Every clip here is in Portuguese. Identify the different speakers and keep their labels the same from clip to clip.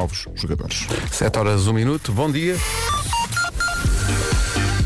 Speaker 1: novos jogadores.
Speaker 2: 7 horas, 1 minuto, bom dia.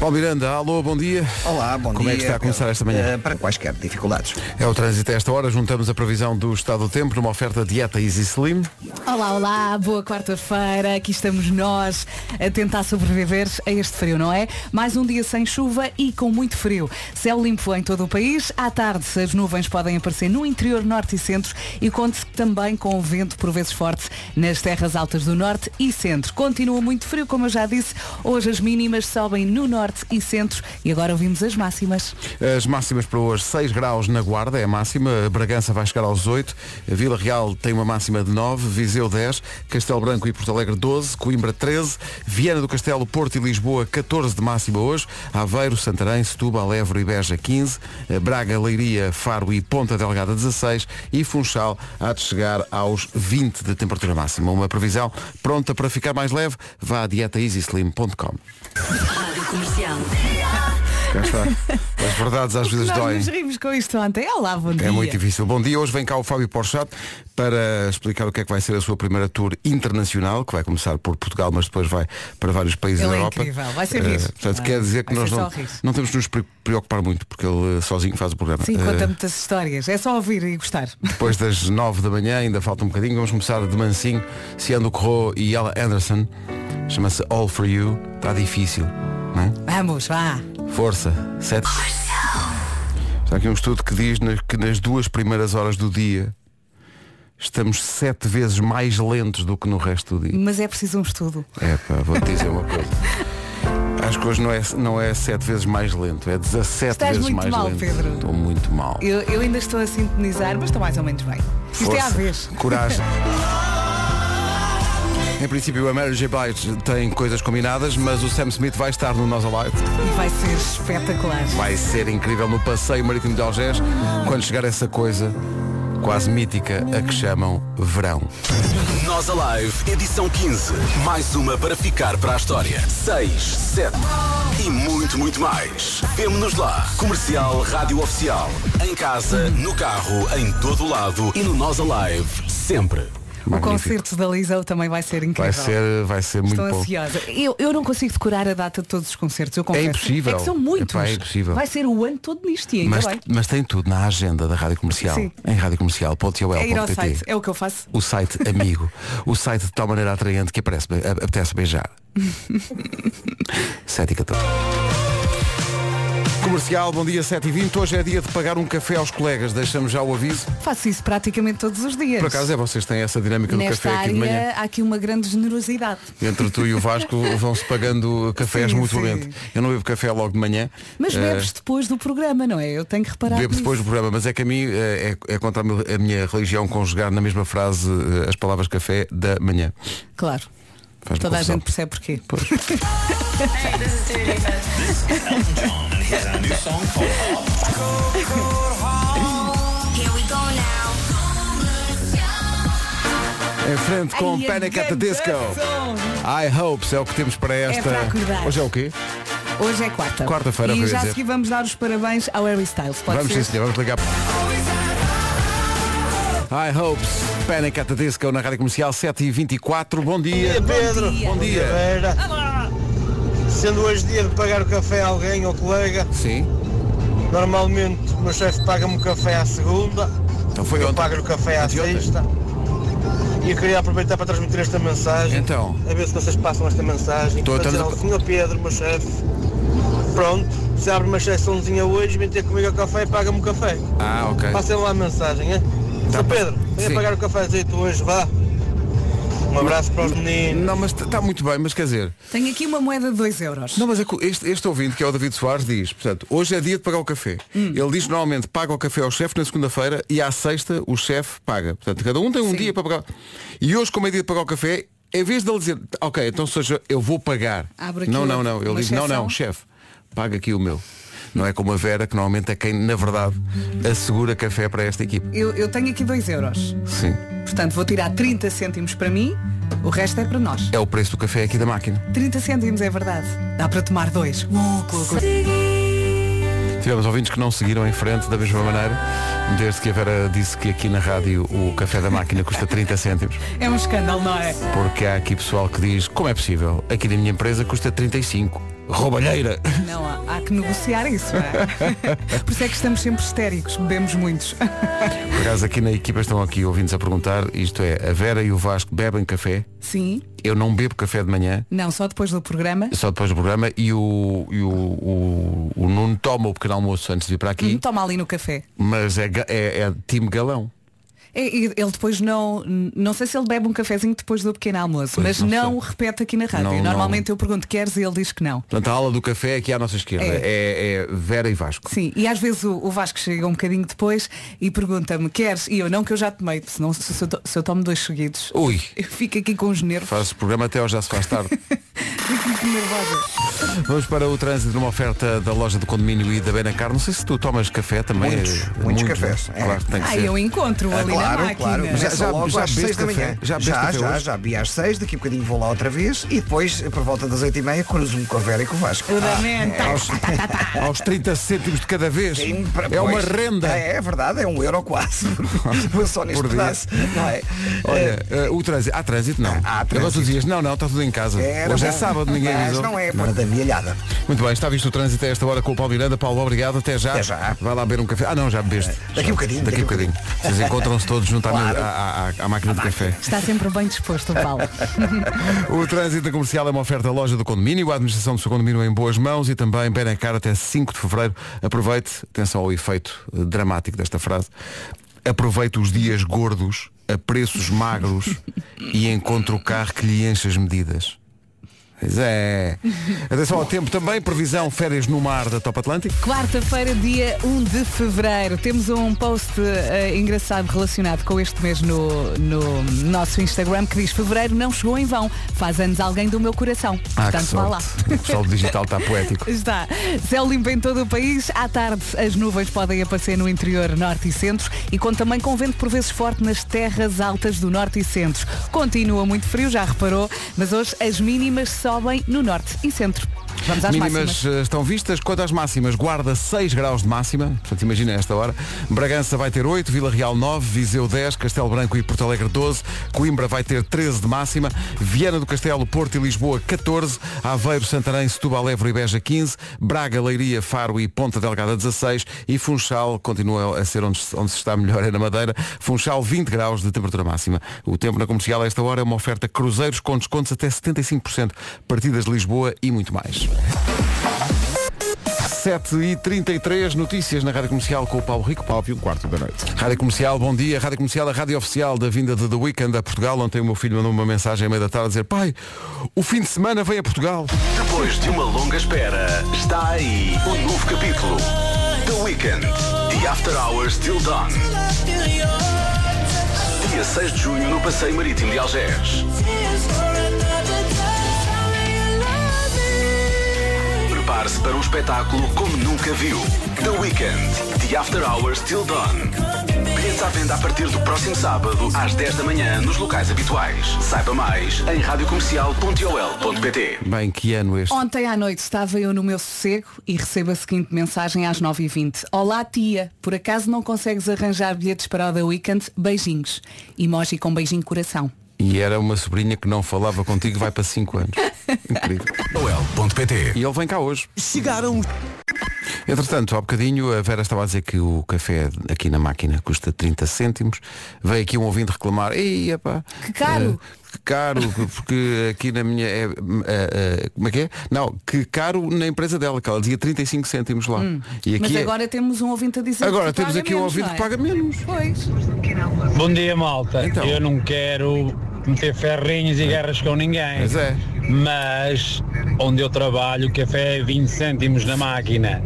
Speaker 2: Paulo Miranda, alô, bom dia.
Speaker 3: Olá, bom
Speaker 2: Como
Speaker 3: dia.
Speaker 2: é que está a começar esta manhã?
Speaker 3: Eh, para quaisquer dificuldades.
Speaker 2: É o trânsito a esta hora, juntamos a previsão do estado do tempo numa oferta dieta Easy Slim.
Speaker 4: Olá, olá, boa quarta-feira, aqui estamos nós a tentar sobreviver a este frio, não é? Mais um dia sem chuva e com muito frio. Céu limpo em todo o país, à tarde as nuvens podem aparecer no interior norte e centro e conte-se também com o vento por vezes forte nas terras altas do norte e centro. Continua muito frio, como eu já disse, hoje as mínimas sobem no norte e centro e agora ouvimos as máximas.
Speaker 2: As máximas para hoje, 6 graus na Guarda, é a máxima. Bragança vai chegar aos 8. Vila Real tem uma máxima de 9. Viseu 10. Castelo Branco e Porto Alegre 12. Coimbra 13. Viana do Castelo, Porto e Lisboa 14 de máxima hoje. Aveiro, Santarém, Setúbal, Évora e Beja 15. Eh, Braga, Leiria, Faro e Ponta Delgada 16. E Funchal há de chegar aos 20 de temperatura máxima. Uma previsão pronta para ficar mais leve. Vá a dietaeasyslim.com.
Speaker 5: Rádio Comercial.
Speaker 2: Cá está. As verdades às vezes
Speaker 4: Nós
Speaker 2: doem.
Speaker 4: nos rimos com isto ontem. Olá, bom dia.
Speaker 2: É muito difícil. Bom dia, hoje vem cá o Fábio Porchat para explicar o que é que vai ser a sua primeira tour internacional, que vai começar por Portugal, mas depois vai para vários países
Speaker 4: Ele
Speaker 2: da
Speaker 4: é
Speaker 2: Europa.
Speaker 4: incrível. Vai ser
Speaker 2: Eh,
Speaker 4: riso.
Speaker 2: portanto,
Speaker 4: Vai-
Speaker 2: quer dizer que
Speaker 4: vai
Speaker 2: nós
Speaker 4: ser
Speaker 2: não,
Speaker 4: só riso.
Speaker 2: não temos de nos pre- preocupar muito, porque ele eh, sozinho faz o programa.
Speaker 4: Sim,
Speaker 2: Eh,
Speaker 4: conta muitas histórias. É só ouvir e gostar.
Speaker 2: depois das 9 da manhã, ainda falta um bocadinho, vamos começar de mansinho, Ciando Corro e Ella Anderson. Chama-se All For You. Está difícil, não é?
Speaker 4: Vamos, vá.
Speaker 2: Força, sete. Está aqui um estudo que diz na- que nas duas primeiras horas do dia estamos sete vezes mais lentos do que no resto do dia.
Speaker 4: Mas é preciso um estudo.
Speaker 2: É pá, vou-te dizer uma coisa. Acho que hoje não é, não é sete vezes mais lento, é 17
Speaker 4: Estás
Speaker 2: vezes
Speaker 4: muito
Speaker 2: mais
Speaker 4: mal,
Speaker 2: lento.
Speaker 4: Pedro.
Speaker 2: Estou muito mal.
Speaker 4: Eu, eu ainda estou a sintonizar, mas estou mais ou menos bem. Isto é à
Speaker 2: Força,
Speaker 4: vez.
Speaker 2: Coragem. Em princípio a Mary J. Blige tem coisas combinadas, mas o Sam Smith vai estar no Nos Alive.
Speaker 4: E vai ser espetacular.
Speaker 2: Vai ser incrível no passeio marítimo de Algés quando chegar essa coisa quase mítica a que chamam verão.
Speaker 6: Nós Alive, edição 15. Mais uma para ficar para a história. 6, 7 e muito, muito mais. Vemo-nos lá. Comercial Rádio Oficial. Em casa, no carro, em todo lado e no Nós Alive, sempre.
Speaker 4: O
Speaker 2: Magnífico.
Speaker 4: concerto da Lisa também vai ser incrível.
Speaker 2: Vai ser, vai ser muito
Speaker 4: Estou
Speaker 2: bom.
Speaker 4: ansiosa. Eu, eu não consigo decorar a data de todos os concertos. Eu confesso.
Speaker 2: impossível.
Speaker 4: É que são muitos.
Speaker 2: Epá, é impossível.
Speaker 4: Vai ser o ano todo nisto e ainda
Speaker 2: Mas,
Speaker 4: bem.
Speaker 2: mas tem tudo na agenda da Rádio Comercial.
Speaker 4: Sim.
Speaker 2: Em radiocomercial.ol.pt
Speaker 4: É ir ao site. É o que eu faço.
Speaker 2: O site amigo. o site de tal maneira atraente que aparece, be- a- apetece beijar. 7 e 14. Comercial, bom dia 7 e 20. Hoje é dia de pagar um café aos colegas. Deixamos já o aviso.
Speaker 4: Faço isso praticamente todos os dias.
Speaker 2: Por acaso é vocês têm essa dinâmica do
Speaker 4: Nesta
Speaker 2: café aqui de manhã.
Speaker 4: área há aqui uma grande generosidade.
Speaker 2: Entre tu e o Vasco vão-se pagando cafés
Speaker 4: Sim,
Speaker 2: mutuamente.
Speaker 4: sim.
Speaker 2: Eu não bebo café logo de manhã.
Speaker 4: Mas
Speaker 2: eh,
Speaker 4: bebes depois do programa, não é? Eu tenho que reparar.
Speaker 2: Bebo
Speaker 4: nisso.
Speaker 2: depois do programa, mas é que a mim eh, é, é contra a mi- a minha religião conjugar na mesma frase eh, as palavras café da manhã.
Speaker 4: Claro.
Speaker 2: Faz-me
Speaker 4: Toda a
Speaker 2: confusão.
Speaker 4: gente percebe porquê.
Speaker 2: Em frente com
Speaker 4: Ai, é
Speaker 2: Panic at the
Speaker 4: grande
Speaker 2: Disco.
Speaker 4: som.
Speaker 2: I Hopes é o que temos para esta.
Speaker 4: para acordar.
Speaker 2: Hoje é o quê?
Speaker 4: Hoje é quarta.
Speaker 2: Quarta-feira, eu
Speaker 4: E
Speaker 2: ia
Speaker 4: já a
Speaker 2: dizer.
Speaker 4: seguir vamos dar os parabéns ao Harry Styles. Pode
Speaker 2: vamos
Speaker 4: ser?
Speaker 2: sim, senhor, vamos ligar. I Hopes, Panic at the Disco na Rádio Comercial 7h24. Bom dia.
Speaker 7: Pedro.
Speaker 2: Bom dia.
Speaker 7: Oliveira. Sendo hoje dia de pagar o café a alguém ou colega,
Speaker 2: Sim.
Speaker 7: normalmente o meu chefe paga-me o café à segunda,
Speaker 2: Então foi
Speaker 7: eu
Speaker 2: ontem.
Speaker 7: pago o café à
Speaker 2: Anteontem.
Speaker 7: sexta. E eu queria aproveitar para transmitir esta mensagem.
Speaker 2: Então.
Speaker 7: A ver se vocês passam esta mensagem.
Speaker 2: Estou a
Speaker 7: para dizer
Speaker 2: trans-
Speaker 7: ao senhor Pedro, meu chefe. Pronto, se abre uma exceçãozinha hoje, vem ter comigo ao café e paga-me o café.
Speaker 2: Ah, ok.
Speaker 7: Passem lá a mensagem, hein? Sr. Pedro, venha
Speaker 2: Tá Sim.
Speaker 7: pagar o cafézito hoje, vá. Um abraço para os meninos.
Speaker 2: Não, mas está muito bem, mas quer dizer.
Speaker 4: Tenho aqui uma moeda de 2 euros.
Speaker 2: Não, mas é que este, este ouvinte, que é o David Soares, diz, portanto, hoje é dia de pagar o café.
Speaker 4: Hum.
Speaker 2: Ele diz normalmente paga o café ao chefe na segunda-feira e à sexta o chefe paga. Portanto, cada um tem um dia para pagar. E hoje, como é dia de pagar o café, em vez de ele dizer, ok, então seja, eu vou pagar.
Speaker 4: Abre Ah, aqui
Speaker 2: não,
Speaker 4: uma-
Speaker 2: não, não. Ele
Speaker 4: uma
Speaker 2: diz, não, não,
Speaker 4: exceção.
Speaker 2: chefe, paga aqui o meu. Não é como a Vera, que normalmente é quem, na verdade, assegura café para esta equipe.
Speaker 4: Eu, eu tenho aqui 2 euros.
Speaker 2: Sim.
Speaker 4: Portanto, vou tirar 30 cêntimos para mim, o resto é para nós.
Speaker 2: É o preço do café aqui da máquina.
Speaker 4: 30 cêntimos é verdade. Dá para tomar dois. Uh, com a coisa.
Speaker 2: Tivemos ouvintes que não seguiram em frente da mesma maneira, desde que a Vera disse que aqui na rádio o café da máquina custa 30 cêntimos,
Speaker 4: É um escândalo, não é?
Speaker 2: porque há aqui pessoal que diz, como é possível? Aqui na minha empresa custa 35. Roubalheira!
Speaker 4: Não, há, há que negociar isso, não é? Por isso é que estamos sempre histéricos, bebemos muitos.
Speaker 2: Por acaso aqui na equipa estão aqui ouvintes a perguntar, isto é, a Vera e o Vasco bebem café,
Speaker 4: Sim,
Speaker 2: eu não bebo café de manhã,
Speaker 4: não, só depois do programa.
Speaker 2: só depois do programa, e o, e o, o, o Nuno toma o pequeno almoço antes de vir para aqui,
Speaker 4: Hum, Toma ali no café.
Speaker 2: mas é, ga- é, é time galão.
Speaker 4: É, e Ele depois não. Não sei se ele bebe um cafezinho depois do pequeno almoço, mas
Speaker 2: Pois, não
Speaker 4: não,
Speaker 2: sei.
Speaker 4: repete aqui na rádio.
Speaker 2: Não,
Speaker 4: Normalmente eu pergunto queres e ele diz que não.
Speaker 2: Portanto, a aula do café é aqui à nossa esquerda.
Speaker 4: É.
Speaker 2: É, é Vera e Vasco.
Speaker 4: Sim, e às vezes o, o Vasco chega um bocadinho depois e pergunta-me, queres? E eu não que eu já tomei, porque senão se, se eu to- se eu tomo dois seguidos,
Speaker 2: Ui.
Speaker 4: eu fico aqui com os nervos,
Speaker 2: Faz o programa até hoje já se faz tarde.
Speaker 4: fico muito nervosa.
Speaker 2: Vamos para o trânsito numa oferta da loja do condomínio e da Benacar. Não sei se tu tomas café também.
Speaker 1: Muitos,
Speaker 2: É,
Speaker 1: muitos cafés.
Speaker 2: né? Claro que tem que
Speaker 4: Ah,
Speaker 2: ser.
Speaker 4: eu encontro
Speaker 1: Ah,
Speaker 4: ali na
Speaker 2: É
Speaker 1: claro,
Speaker 4: máquina.
Speaker 1: claro. Mas
Speaker 2: Já-
Speaker 1: já,
Speaker 2: já-
Speaker 1: logo
Speaker 2: já
Speaker 1: às
Speaker 2: bebeste
Speaker 1: 6 da
Speaker 2: café?
Speaker 1: manhã.
Speaker 2: Já bebeste
Speaker 1: já,
Speaker 2: café
Speaker 1: já,
Speaker 2: hoje?
Speaker 1: já bebi às 6, daqui a bocadinho vou lá outra vez e depois,
Speaker 2: eh,
Speaker 1: por volta das 8 e meia,
Speaker 2: um
Speaker 1: cruzo-me com a tá, Vera e com o Vasco.
Speaker 4: O da menta.
Speaker 1: aos-
Speaker 2: Aos 30 cêntimos de cada vez.
Speaker 1: Sim, pra-
Speaker 2: é uma
Speaker 1: pois.
Speaker 2: renda.
Speaker 1: É, é verdade, é um euro quase. Vou só neste
Speaker 2: Por dia.
Speaker 1: pedaço. Não é?
Speaker 2: Olha, eh, o trânsito. Há trânsito, não.
Speaker 1: Há
Speaker 2: Agora tu
Speaker 1: trânsito.
Speaker 2: dizias, não, não, está tudo em casa.
Speaker 1: Eh, Era
Speaker 2: hoje é
Speaker 1: bom,
Speaker 2: sábado, ninguém
Speaker 1: Mas
Speaker 2: avisou.
Speaker 1: não é, para da milhada.
Speaker 2: Muito bem, está visto o trânsito a esta hora com o Paulo Miranda. Paulo, obrigado. Até já.
Speaker 1: Até já.
Speaker 2: Vai lá beber um café. Ah, não, já bebeste.
Speaker 1: Daqui a bocadinho,
Speaker 2: Daqui a
Speaker 1: daqui a
Speaker 2: bocadinho. Vocês encontram-se todos junto à
Speaker 1: Claro.
Speaker 2: mesa- à, à- à máquina de café.
Speaker 4: Está sempre bem disposto o Paulo.
Speaker 2: O trânsito comercial é uma oferta à loja do condomínio, a administração do seu condomínio é em boas mãos e também Benacar até 5 de fevereiro. Aproveite, atenção ao efeito eh, dramático desta frase, aproveite os dias gordos a preços magros e encontre o carro que lhe enche as medidas. Pois é. Atenção ao tempo também, previsão férias no mar da Top Atlântico.
Speaker 4: Quarta-feira, dia 1 de fevereiro, temos um post eh, engraçado relacionado com este mês no, no nosso Instagram que diz Fevereiro não chegou em vão, faz anos alguém do meu coração.
Speaker 2: Ah, que
Speaker 4: Portanto, vá lá.
Speaker 2: sorte. O pessoal do digital está poético.
Speaker 4: Está. Céu limpo em todo o país. À tarde, as nuvens podem aparecer no interior norte e centro e com também com vento por vezes forte nas terras altas do norte e centro. Continua muito frio, já reparou, mas hoje as mínimas sobem no norte e centro. Vamos às máximas.
Speaker 2: Mínimas eh, estão vistas. Quanto às máximas, Guarda 6 graus de máxima, portanto imagina esta hora. Bragança vai ter 8, Vila Real 9, Viseu 10, Castelo Branco e Porto Alegre 12, Coimbra vai ter 13 de máxima, Viana do Castelo, Porto e Lisboa 14, Aveiro, Santarém, Setúbal, Évora e Beja 15, Braga, Leiria, Faro e Ponta Delgada 16 e Funchal continua a ser onde, se- onde se está melhor é na Madeira. Funchal 20 graus de temperatura máxima. O tempo na comercial a esta hora é uma oferta cruzeiros com descontos até 75%, partidas de Lisboa e muito mais. 7h33, notícias na Rádio Comercial com o Paulo Rico. Paulo, um quarto da noite. Rádio Comercial, bom dia. Rádio Comercial, a rádio oficial da vinda de The Weekend a Portugal. Ontem o meu filho mandou uma mensagem à meia da tarde a dizer Pai, o fim de semana vem a Portugal.
Speaker 6: Depois de uma longa espera, está aí um novo capítulo. The Weekend. The After Hours Till Dawn. Dia 6 de junho no Passeio Marítimo de Algés. Prepare-se para um espetáculo como nunca viu. The Weekend. The After Hours Till Dawn. Bilhetes à venda a partir do próximo sábado, às 10 da manhã, nos locais habituais. Saiba mais em radiocomercial.ol.pt
Speaker 2: Bem, que ano este?
Speaker 4: Ontem à noite estava eu no meu sossego e recebo a seguinte mensagem às 9h20. Olá tia, por acaso não consegues arranjar bilhetes para o The Weekend? Beijinhos. Emoji com beijinho coração.
Speaker 2: E era uma sobrinha que não falava contigo, vai para 5 anos. Incrível.
Speaker 6: ol.pt
Speaker 2: E ele vem cá hoje.
Speaker 6: Chegaram
Speaker 2: Entretanto, há bocadinho a Vera estava a dizer que o café aqui na máquina custa 30 cêntimos. Veio aqui um ouvinte reclamar. Ei, epá,
Speaker 4: Que caro."
Speaker 2: eh, que caro, porque aqui na minha. é, eh, eh, como é que é? Não, que caro na empresa dela, que ela dizia 35 cêntimos lá. E aqui
Speaker 4: Hum. Mas
Speaker 2: é-
Speaker 4: agora temos um ouvinte a dizer
Speaker 2: agora
Speaker 4: que
Speaker 2: temos
Speaker 4: paga
Speaker 2: aqui um
Speaker 4: menos,
Speaker 2: ouvinte
Speaker 4: não é?
Speaker 2: que paga menos.
Speaker 4: Pois.
Speaker 3: Bom dia, malta.
Speaker 2: Então. É.
Speaker 3: Eu não quero meter ferrinhos e guerras com ninguém.
Speaker 2: Pois é.
Speaker 3: Mas onde eu trabalho, o café é 20 cêntimos na máquina.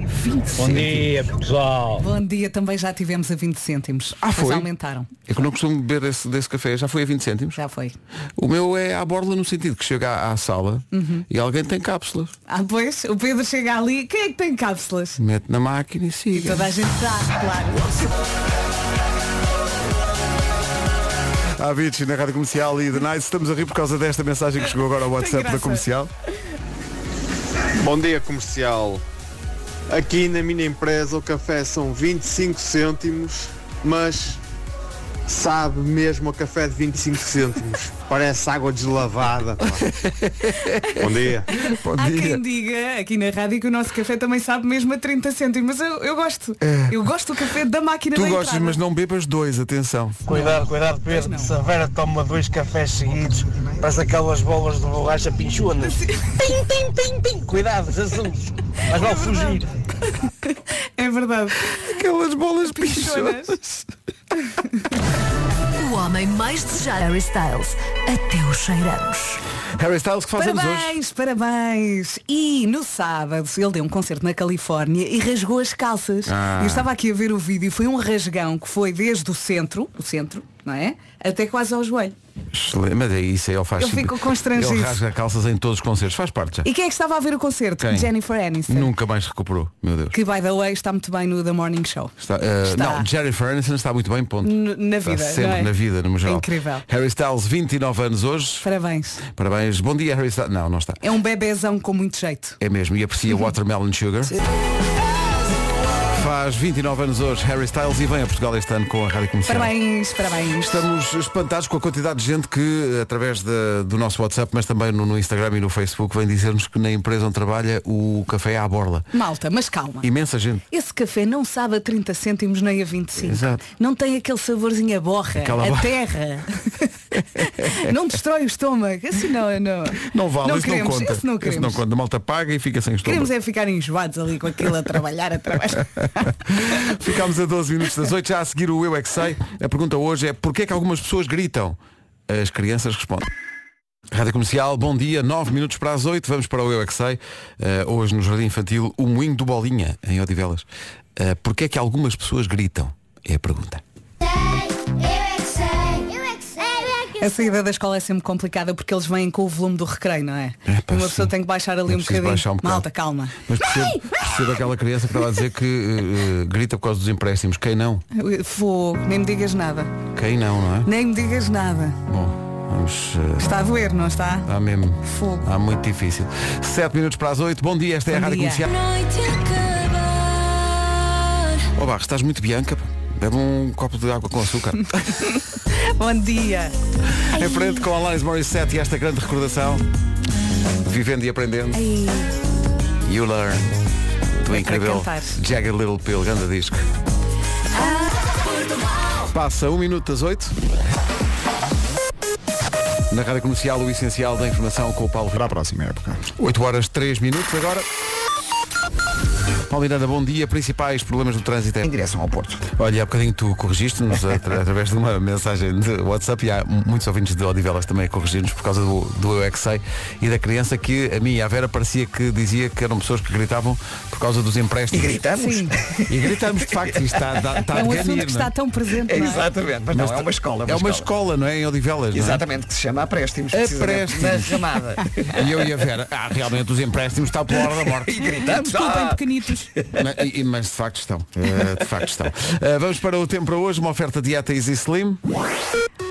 Speaker 3: Bom dia, pessoal.
Speaker 4: Bom dia, também já tivemos a 20 cêntimos.
Speaker 2: Ah, foi?
Speaker 4: Mas aumentaram.
Speaker 2: É que eu não costumo beber esse, desse café, já foi a 20 cêntimos.
Speaker 4: Já foi.
Speaker 2: O meu é à borla no sentido que chega à, à sala
Speaker 4: Uhum.
Speaker 2: e alguém tem cápsulas.
Speaker 4: Ah, pois, o Pedro chega ali. Quem é que tem cápsulas?
Speaker 2: Mete na máquina e
Speaker 4: E
Speaker 2: siga.
Speaker 4: toda a gente dá, claro.
Speaker 2: A Avicii na Rádio Comercial e The Night. Estamos a rir por causa desta mensagem que chegou agora ao WhatsApp da
Speaker 4: graça.
Speaker 2: Comercial.
Speaker 8: Bom dia comercial.
Speaker 7: Aqui na minha empresa o café são 25 cêntimos, mas sabe mesmo a café de 25 cêntimos. Parece água deslavada. pá. Bom dia.
Speaker 2: Bom
Speaker 4: Há
Speaker 2: dia.
Speaker 4: quem diga aqui na rádio que o nosso café também sabe mesmo a 30 cêntimos, mas eu, eu gosto. Eu gosto do café da máquina
Speaker 2: É. Tu
Speaker 4: da
Speaker 2: gostas,
Speaker 4: entrada.
Speaker 2: mas não bebas dois, atenção.
Speaker 8: Cuidado, cuidado, Pedro. Se a Vera toma dois cafés seguidos, parece aquelas bolas de borracha pinchonas. Pim, pim, pim, pim. Cuidado, Jesus. Mas vale fugir.
Speaker 4: É verdade.
Speaker 2: Aquelas bolas
Speaker 4: Pinchonas.
Speaker 5: O homem mais desejado. Harry Styles. Até os 100 anos.
Speaker 2: Harry Styles, que fazemos hoje?
Speaker 4: Parabéns, parabéns. E no sábado ele deu um concerto na Califórnia e rasgou as calças.
Speaker 2: Ah.
Speaker 4: Eu estava aqui a ver o vídeo e foi um rasgão que foi desde o centro, o centro, não é? Até quase ao joelho.
Speaker 2: Excelente. Mas é isso, ele faz
Speaker 4: Eu
Speaker 2: sempre-
Speaker 4: fico constrangido.
Speaker 2: Ele rasga calças em todos os concertos, faz parte já.
Speaker 4: E quem é que estava a ver o concerto?
Speaker 2: Quem?
Speaker 4: Jennifer Aniston.
Speaker 2: Nunca mais recuperou, meu Deus.
Speaker 4: Que, by the way, está muito bem no The Morning Show.
Speaker 2: Está, eh,
Speaker 4: Está.
Speaker 2: Não, Jennifer Aniston está muito bem, ponto.
Speaker 4: N- na vida,
Speaker 2: Está sempre
Speaker 4: não é?
Speaker 2: na vida, no geral.
Speaker 4: Incrível.
Speaker 2: Harry Styles, 29 anos hoje.
Speaker 4: Parabéns.
Speaker 2: Parabéns. Bom dia, Harry Styles. Não, não está.
Speaker 4: É um bebezão com muito jeito.
Speaker 2: É mesmo, e aprecia
Speaker 4: Uhum.
Speaker 2: Watermelon Sugar. Faz 29 anos hoje Harry Styles e vem a Portugal este ano com a Rádio Comercial.
Speaker 4: Parabéns, parabéns.
Speaker 2: Estamos espantados com a quantidade de gente que, através da- do nosso WhatsApp, mas também no, no Instagram e no Facebook, vem dizer-nos que na empresa onde trabalha o café é à borla.
Speaker 4: Malta, mas calma.
Speaker 2: Imensa gente.
Speaker 4: Esse café não sabe a 30 cêntimos nem a 25.
Speaker 2: Exato.
Speaker 4: Não tem aquele saborzinho a borra,
Speaker 2: Aquela
Speaker 4: a
Speaker 2: borra.
Speaker 4: terra. não destrói o estômago. Assim não, não.
Speaker 2: Não vale,
Speaker 4: não
Speaker 2: isso
Speaker 4: queremos,
Speaker 2: não conta.
Speaker 4: Isso não queremos.
Speaker 2: Isso não conta. A malta paga e fica sem estômago.
Speaker 4: Queremos é ficar enjoados ali com aquilo a trabalhar, a trabalhar. é
Speaker 2: Ficámos a 12 minutos das 8, já a seguir o Eu É Que Sei. A pergunta hoje é porquê é que algumas pessoas gritam? As crianças respondem. Rádio Comercial, bom dia, 9 minutos para as 8, vamos para o Eu É Que Sei. Eh, hoje no Jardim Infantil, o Moinho do Bolinha, em Odivelas. Eh, porquê é que algumas pessoas gritam? É a pergunta.
Speaker 4: A saída da escola é sempre complicada porque eles vêm com o volume do recreio, não é?
Speaker 2: É, pá,
Speaker 4: e uma
Speaker 2: sim.
Speaker 4: pessoa tem que baixar ali
Speaker 2: É
Speaker 4: um,
Speaker 2: preciso
Speaker 4: bocadinho.
Speaker 2: baixar um bocado.
Speaker 4: Malta, calma.
Speaker 2: Mas percebo, percebo aquela criança que estava a dizer que eh, eh, grita por causa dos empréstimos. Quem não?
Speaker 4: Fogo, nem me digas nada.
Speaker 2: Quem não, não é?
Speaker 4: Nem me digas nada.
Speaker 2: Bom, vamos... eh,
Speaker 4: Está a doer, não está?
Speaker 2: Há mesmo.
Speaker 4: Fogo.
Speaker 2: Há muito difícil. 7 minutos para as 8. Bom dia, esta é a
Speaker 4: Bom
Speaker 2: Rádio
Speaker 4: dia.
Speaker 2: Comercial. Ó Barros, estás muito bianca. pá. Bebe um copo de água com açúcar.
Speaker 4: Bom dia.
Speaker 2: em frente com Alanis Morissette e esta grande recordação. Vivendo e aprendendo.
Speaker 4: Ai,
Speaker 2: You learn. Do
Speaker 4: para
Speaker 2: incrível
Speaker 4: cantar.
Speaker 2: Jagged Little Pill, grande disco. Passa 1 um minuto das 8. Na Rádio Comercial, o essencial da informação com o Paulo
Speaker 9: Para a próxima época.
Speaker 2: 8 horas 3 minutos agora. Paulo Miranda, bom dia. Principais problemas do trânsito é...
Speaker 1: Em direção ao Porto.
Speaker 2: Olha, há bocadinho tu corrigiste-nos atra- através de uma mensagem de WhatsApp e há m- muitos ouvintes de Odivelas também a corrigir-nos por causa do, do Eu É Que Sei e da criança que a mim e a Vera parecia que dizia que eram pessoas que gritavam por causa dos
Speaker 1: E
Speaker 2: empréstimos.
Speaker 1: gritamos.
Speaker 4: Sim.
Speaker 2: E gritamos, de facto, isto está, está, está
Speaker 4: É um
Speaker 2: de ganir,
Speaker 4: assunto que
Speaker 2: não é?
Speaker 4: está tão presente, não é?
Speaker 1: Exatamente. Mas não,
Speaker 2: Mas
Speaker 1: é uma escola.
Speaker 2: É uma escola, não é? Em Odivelas, não é?
Speaker 1: Exatamente, que se chama Apréstimos. precisamente, Na
Speaker 2: Apréstimos.
Speaker 1: chamada.
Speaker 2: E eu e a Vera, ah, realmente os empréstimos está pela hora da morte.
Speaker 1: E gritamos.
Speaker 4: Desculpem,
Speaker 1: "Ah!"
Speaker 4: pequenitos.
Speaker 2: Na- e- e- mas de facto estão. Eh, de facto estão. Eh, vamos para o tempo para hoje, uma oferta de dieta Easy Slim.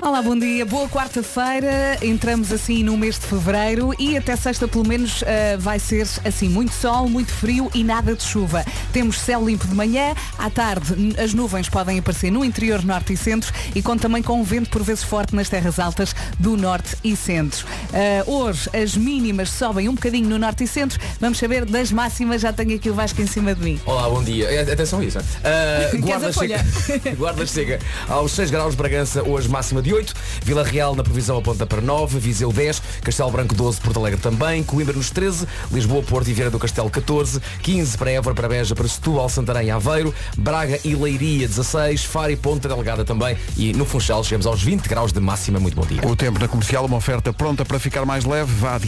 Speaker 4: Olá, bom dia. Boa quarta-feira. Entramos assim no mês de fevereiro e até sexta, pelo menos, ah, vai ser assim muito sol, muito frio e nada de chuva. Temos céu limpo de manhã. À tarde, n- as nuvens podem aparecer no interior norte e centro e conta também com um vento por vezes forte nas terras altas do norte e centro. Ah, hoje, as mínimas sobem um bocadinho no norte e centro. Vamos saber das máximas. Já tenho aqui o Vasco em cima de mim.
Speaker 10: Olá, bom dia. Eh, Atenção a isso. eh? Eh,
Speaker 4: Queres a
Speaker 10: guarda,
Speaker 4: folha?
Speaker 10: chega, guarda chega aos 6 graus, Bragança hoje máxima de 8, Vila Real na previsão aponta para 9, Viseu 10, Castelo Branco 12, Porto Alegre também, Coimbra nos 13, Lisboa, Porto e Vieira do Castelo 14, 15 para Évora, para Beja, para Setúbal, Santarém e Aveiro, Braga e Leiria 16, Faro e Ponta Delgada também e no Funchal chegamos aos 20 graus de máxima. Muito bom dia.
Speaker 2: O tempo na comercial, uma oferta pronta para ficar mais leve. Vá a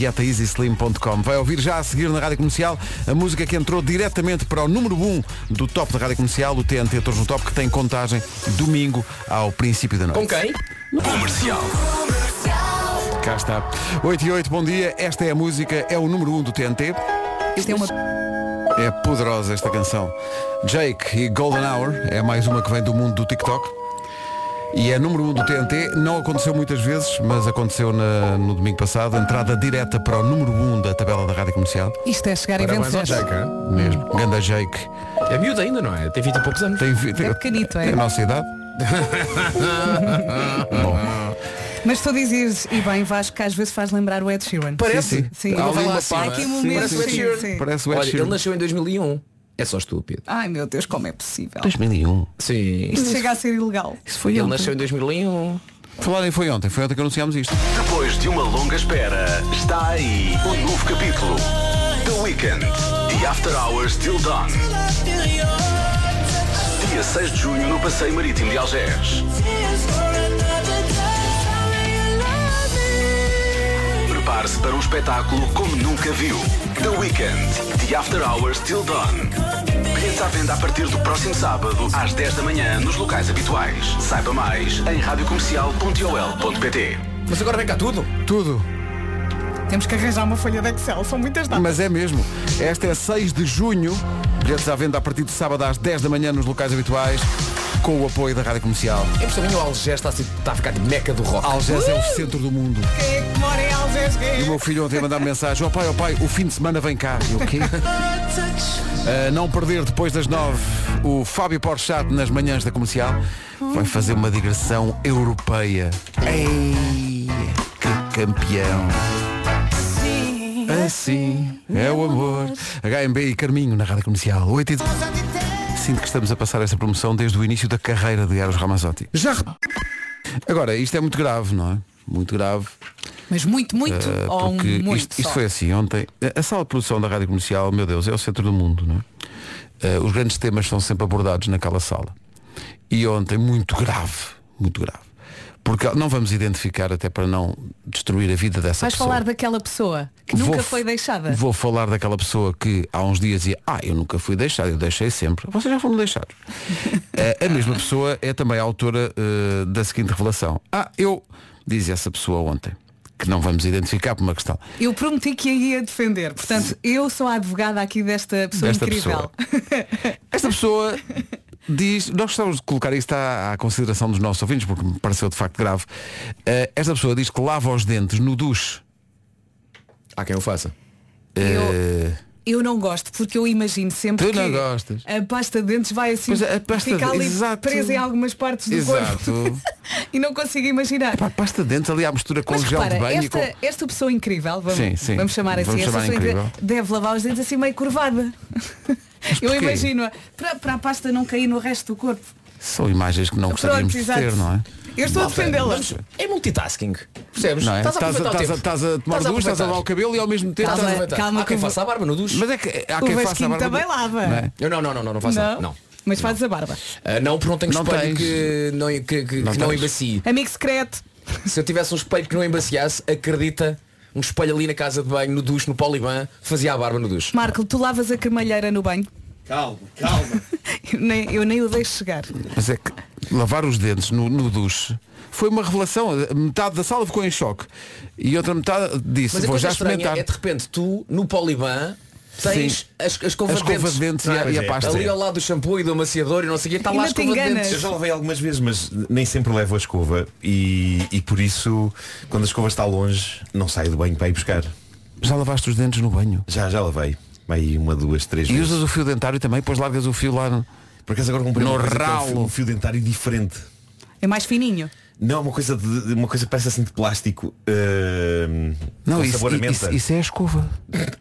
Speaker 2: dietaeasyslim.com. Vai ouvir já a seguir na rádio comercial a música que entrou diretamente para o número 1 do top da rádio comercial, o TNT Todos no Top, que tem contagem domingo ao princípio da noite.
Speaker 10: Com quem?
Speaker 6: Comercial.
Speaker 2: Cá está. 8 e 8, bom dia. Esta é a música, é o número 1 do TNT.
Speaker 4: Isto é uma
Speaker 2: É poderosa esta canção. Jake e Golden Hour é mais uma que vem do mundo do TikTok. E é número 1 um do TNT, não aconteceu muitas vezes, mas aconteceu na- no domingo passado, entrada direta para o número 1 um da tabela da Rádio Comercial.
Speaker 4: Isto é chegar e
Speaker 10: Parabéns ao
Speaker 4: vencer.
Speaker 10: Jake. hein?
Speaker 2: Mesmo. Ganda Jake.
Speaker 10: É miúdo ainda, não é? Tem 20 e poucos anos.
Speaker 2: Tem, vi- tem,
Speaker 4: É pequenito,
Speaker 2: tem
Speaker 4: é.
Speaker 2: a nossa idade.
Speaker 4: Mas tu dizes, e bem, Vasco, que às vezes faz lembrar o Ed Sheeran.
Speaker 10: Parece.
Speaker 2: Sim,
Speaker 4: Sim,
Speaker 10: Há ali uma
Speaker 4: há
Speaker 10: parte.
Speaker 4: assim. aqui
Speaker 10: Sim,
Speaker 4: momentos.
Speaker 10: parece o Ed
Speaker 4: Sim,
Speaker 10: Sheeran.
Speaker 4: sim.
Speaker 2: Parece o Ed
Speaker 10: Olha, ele
Speaker 2: Sheeran.
Speaker 10: nasceu em 2001. É só estúpido.
Speaker 4: Ai meu Deus, como é possível?
Speaker 2: 2001.
Speaker 10: Sim.
Speaker 4: Isto chega a ser ilegal.
Speaker 10: Isso foi ele nasceu em 2001.
Speaker 2: Falarem foi ontem, foi ontem que anunciámos isto.
Speaker 6: Depois de uma longa espera, está aí um novo capítulo. The Weekend e After Hours Till Dawn. Dia 6 de junho no Passeio Marítimo de Algés. Prepare-se para um espetáculo como nunca viu. The Weekend The After Hours Till Dawn. Bilhetes à venda a partir do próximo sábado, às 10 da manhã, nos locais habituais. Saiba mais em radiocomercial.ol.pt
Speaker 10: Mas agora vem cá tudo.
Speaker 2: Tudo.
Speaker 4: Temos que arranjar uma folha de Excel, são muitas datas.
Speaker 2: Mas é mesmo. Esta é 6 de junho. Bilhetes à venda a partir de sábado às 10 da manhã nos locais habituais, com o apoio da Rádio Comercial.
Speaker 10: É por mim o Algés está a, se- está a ficar de meca do rock.
Speaker 2: Algés é o centro do mundo.
Speaker 4: Quem é que mora em Algés? Quem
Speaker 2: E o
Speaker 4: é?
Speaker 2: meu filho ontem mandar mensagem, ó pai, ó pai, o fim de semana vem cá. E o quê? A não perder depois das nove o Fábio Porchat nas manhãs da comercial. Vai fazer uma digressão europeia. Ei, que campeão! Assim é o amor. HMB e Carminho na Rádio Comercial. 8 e... Sinto que estamos a passar essa promoção desde o início da carreira de Eros Ramazzotti. Já rep- Agora, isto é muito grave, não é? Muito grave.
Speaker 4: Mas muito, muito.
Speaker 2: Uh,
Speaker 4: ou um
Speaker 2: porque
Speaker 4: muito
Speaker 2: isto, isto
Speaker 4: só.
Speaker 2: foi assim ontem. A, a sala de produção da Rádio Comercial, meu Deus, é o centro do mundo, não é? Uh, os grandes temas são sempre abordados naquela sala. E ontem, muito grave, muito grave. Porque não vamos identificar até para não destruir a vida dessa
Speaker 4: Vais
Speaker 2: pessoa.
Speaker 4: falar daquela pessoa que
Speaker 2: Vou
Speaker 4: nunca
Speaker 2: f-
Speaker 4: foi deixada.
Speaker 2: Vou falar daquela pessoa que há uns dias dizia, ah, eu nunca fui deixado, eu deixei sempre. Vocês já foram deixados. Eh, a mesma pessoa é também a autora eh, da seguinte revelação. Ah, eu, diz essa pessoa ontem, que não vamos identificar por uma questão.
Speaker 4: Eu prometi que a ia defender. Portanto, eu sou a advogada aqui desta pessoa
Speaker 2: Desta
Speaker 4: incrível.
Speaker 2: Esta pessoa diz, nós gostávamos de colocar isto à, à consideração dos nossos ouvintes, porque me pareceu de facto grave. Eh, esta pessoa diz que lava os dentes no duche.
Speaker 10: Há quem o faça.
Speaker 4: Eu, eu não gosto, porque eu imagino sempre
Speaker 2: Eh, Tu
Speaker 4: que
Speaker 2: não gostas.
Speaker 4: a pasta de dentes vai assim,
Speaker 2: Pois é, a pasta
Speaker 4: fica
Speaker 2: de-
Speaker 4: ali
Speaker 2: exato.
Speaker 4: presa em algumas partes do corpo
Speaker 2: Exato.
Speaker 4: e não consigo imaginar.
Speaker 2: Pá, pasta de dentes ali à mistura com
Speaker 4: Mas
Speaker 2: gel
Speaker 4: repara,
Speaker 2: de banho e
Speaker 4: esta,
Speaker 2: com...
Speaker 4: esta pessoa incrível, vamos,
Speaker 2: Sim, sim.
Speaker 4: vamos chamar assim,
Speaker 2: Vamos
Speaker 4: esta
Speaker 2: chamar
Speaker 4: pessoa
Speaker 2: incrível.
Speaker 4: incrível, deve lavar os dentes assim meio curvada. Eu
Speaker 2: porquê?
Speaker 4: imagino, para, para a pasta não cair no resto do corpo.
Speaker 2: São imagens que não gostaríamos de
Speaker 4: exato.
Speaker 2: ter, não é?
Speaker 4: Eu estou a defendê-la.
Speaker 10: Vamos- É multitasking. Percebes?
Speaker 2: Não é? Estás, a,
Speaker 10: aproveitar o
Speaker 2: estás, a,
Speaker 10: tempo.
Speaker 2: estás a tomar duas, estás a lavar o
Speaker 10: aproveitar.
Speaker 2: cabelo e ao mesmo tempo
Speaker 4: Calma,
Speaker 2: estás a...
Speaker 10: Aproveitar.
Speaker 4: calma que
Speaker 10: Há
Speaker 4: eu
Speaker 10: quem
Speaker 4: vou-
Speaker 10: faça a barba no duche.
Speaker 2: Mas é que há
Speaker 4: O
Speaker 2: quem faça a
Speaker 4: Vasquinho
Speaker 2: barba...
Speaker 4: também lava.
Speaker 2: Não é?
Speaker 10: Eu não, não, não, não, não faço
Speaker 4: Não,
Speaker 10: não. Não,
Speaker 4: mas faz a barba.
Speaker 10: Ah, não porque não tenho
Speaker 2: Não
Speaker 10: espelho
Speaker 2: tens.
Speaker 10: que não, que, que, que
Speaker 2: Não
Speaker 10: não,
Speaker 2: tens.
Speaker 10: embacie.
Speaker 4: Amigo secreto.
Speaker 10: Se eu tivesse um espelho que não embaciasse, acredita, um espelho ali na casa de banho, no duche, no poliban, fazia a barba no duche.
Speaker 4: Marco, tu lavas a cremalheira no banho?
Speaker 7: Calma, calma.
Speaker 4: Eu nem, eu nem o deixo chegar.
Speaker 2: Mas é que lavar os dentes no, no duche foi uma revelação. Metade da sala ficou em choque. E outra metade disse,
Speaker 10: Mas a
Speaker 2: vou
Speaker 10: coisa
Speaker 2: já
Speaker 10: estranha
Speaker 2: experimentar.
Speaker 10: é de repente tu, no Poliban, tens
Speaker 2: Sim.
Speaker 10: as, as
Speaker 2: A
Speaker 10: escovas
Speaker 2: escova de dentes e
Speaker 9: Ah,
Speaker 2: a,
Speaker 9: é,
Speaker 2: e a pasta.
Speaker 10: Ali ao lado do shampoo e do amaciador e não sei o quê,
Speaker 9: tá
Speaker 10: está lá a
Speaker 4: Ainda te
Speaker 10: escova de
Speaker 4: enganas.
Speaker 10: dentes.
Speaker 9: Eu já lavei algumas vezes, mas nem sempre levo a escova e, e por isso, quando a escova está longe, não saio do banho para ir buscar.
Speaker 2: Já lavaste os dentes no banho?
Speaker 9: Já, já lavei. Aí uma, duas, três
Speaker 2: E
Speaker 9: vezes.
Speaker 2: usas o fio dentário também, depois largas o fio lá. no-
Speaker 9: Por acaso agora comprei
Speaker 2: No
Speaker 9: uma coisa que é um
Speaker 2: ralo.
Speaker 9: fio- um fio dentário diferente.
Speaker 4: É mais fininho.
Speaker 9: Não, uma coisa de, uma coisa que parece assim de plástico. ehm,
Speaker 2: Não,
Speaker 9: com
Speaker 2: isso,
Speaker 9: sabor a menta.
Speaker 2: isso, isso é a escova.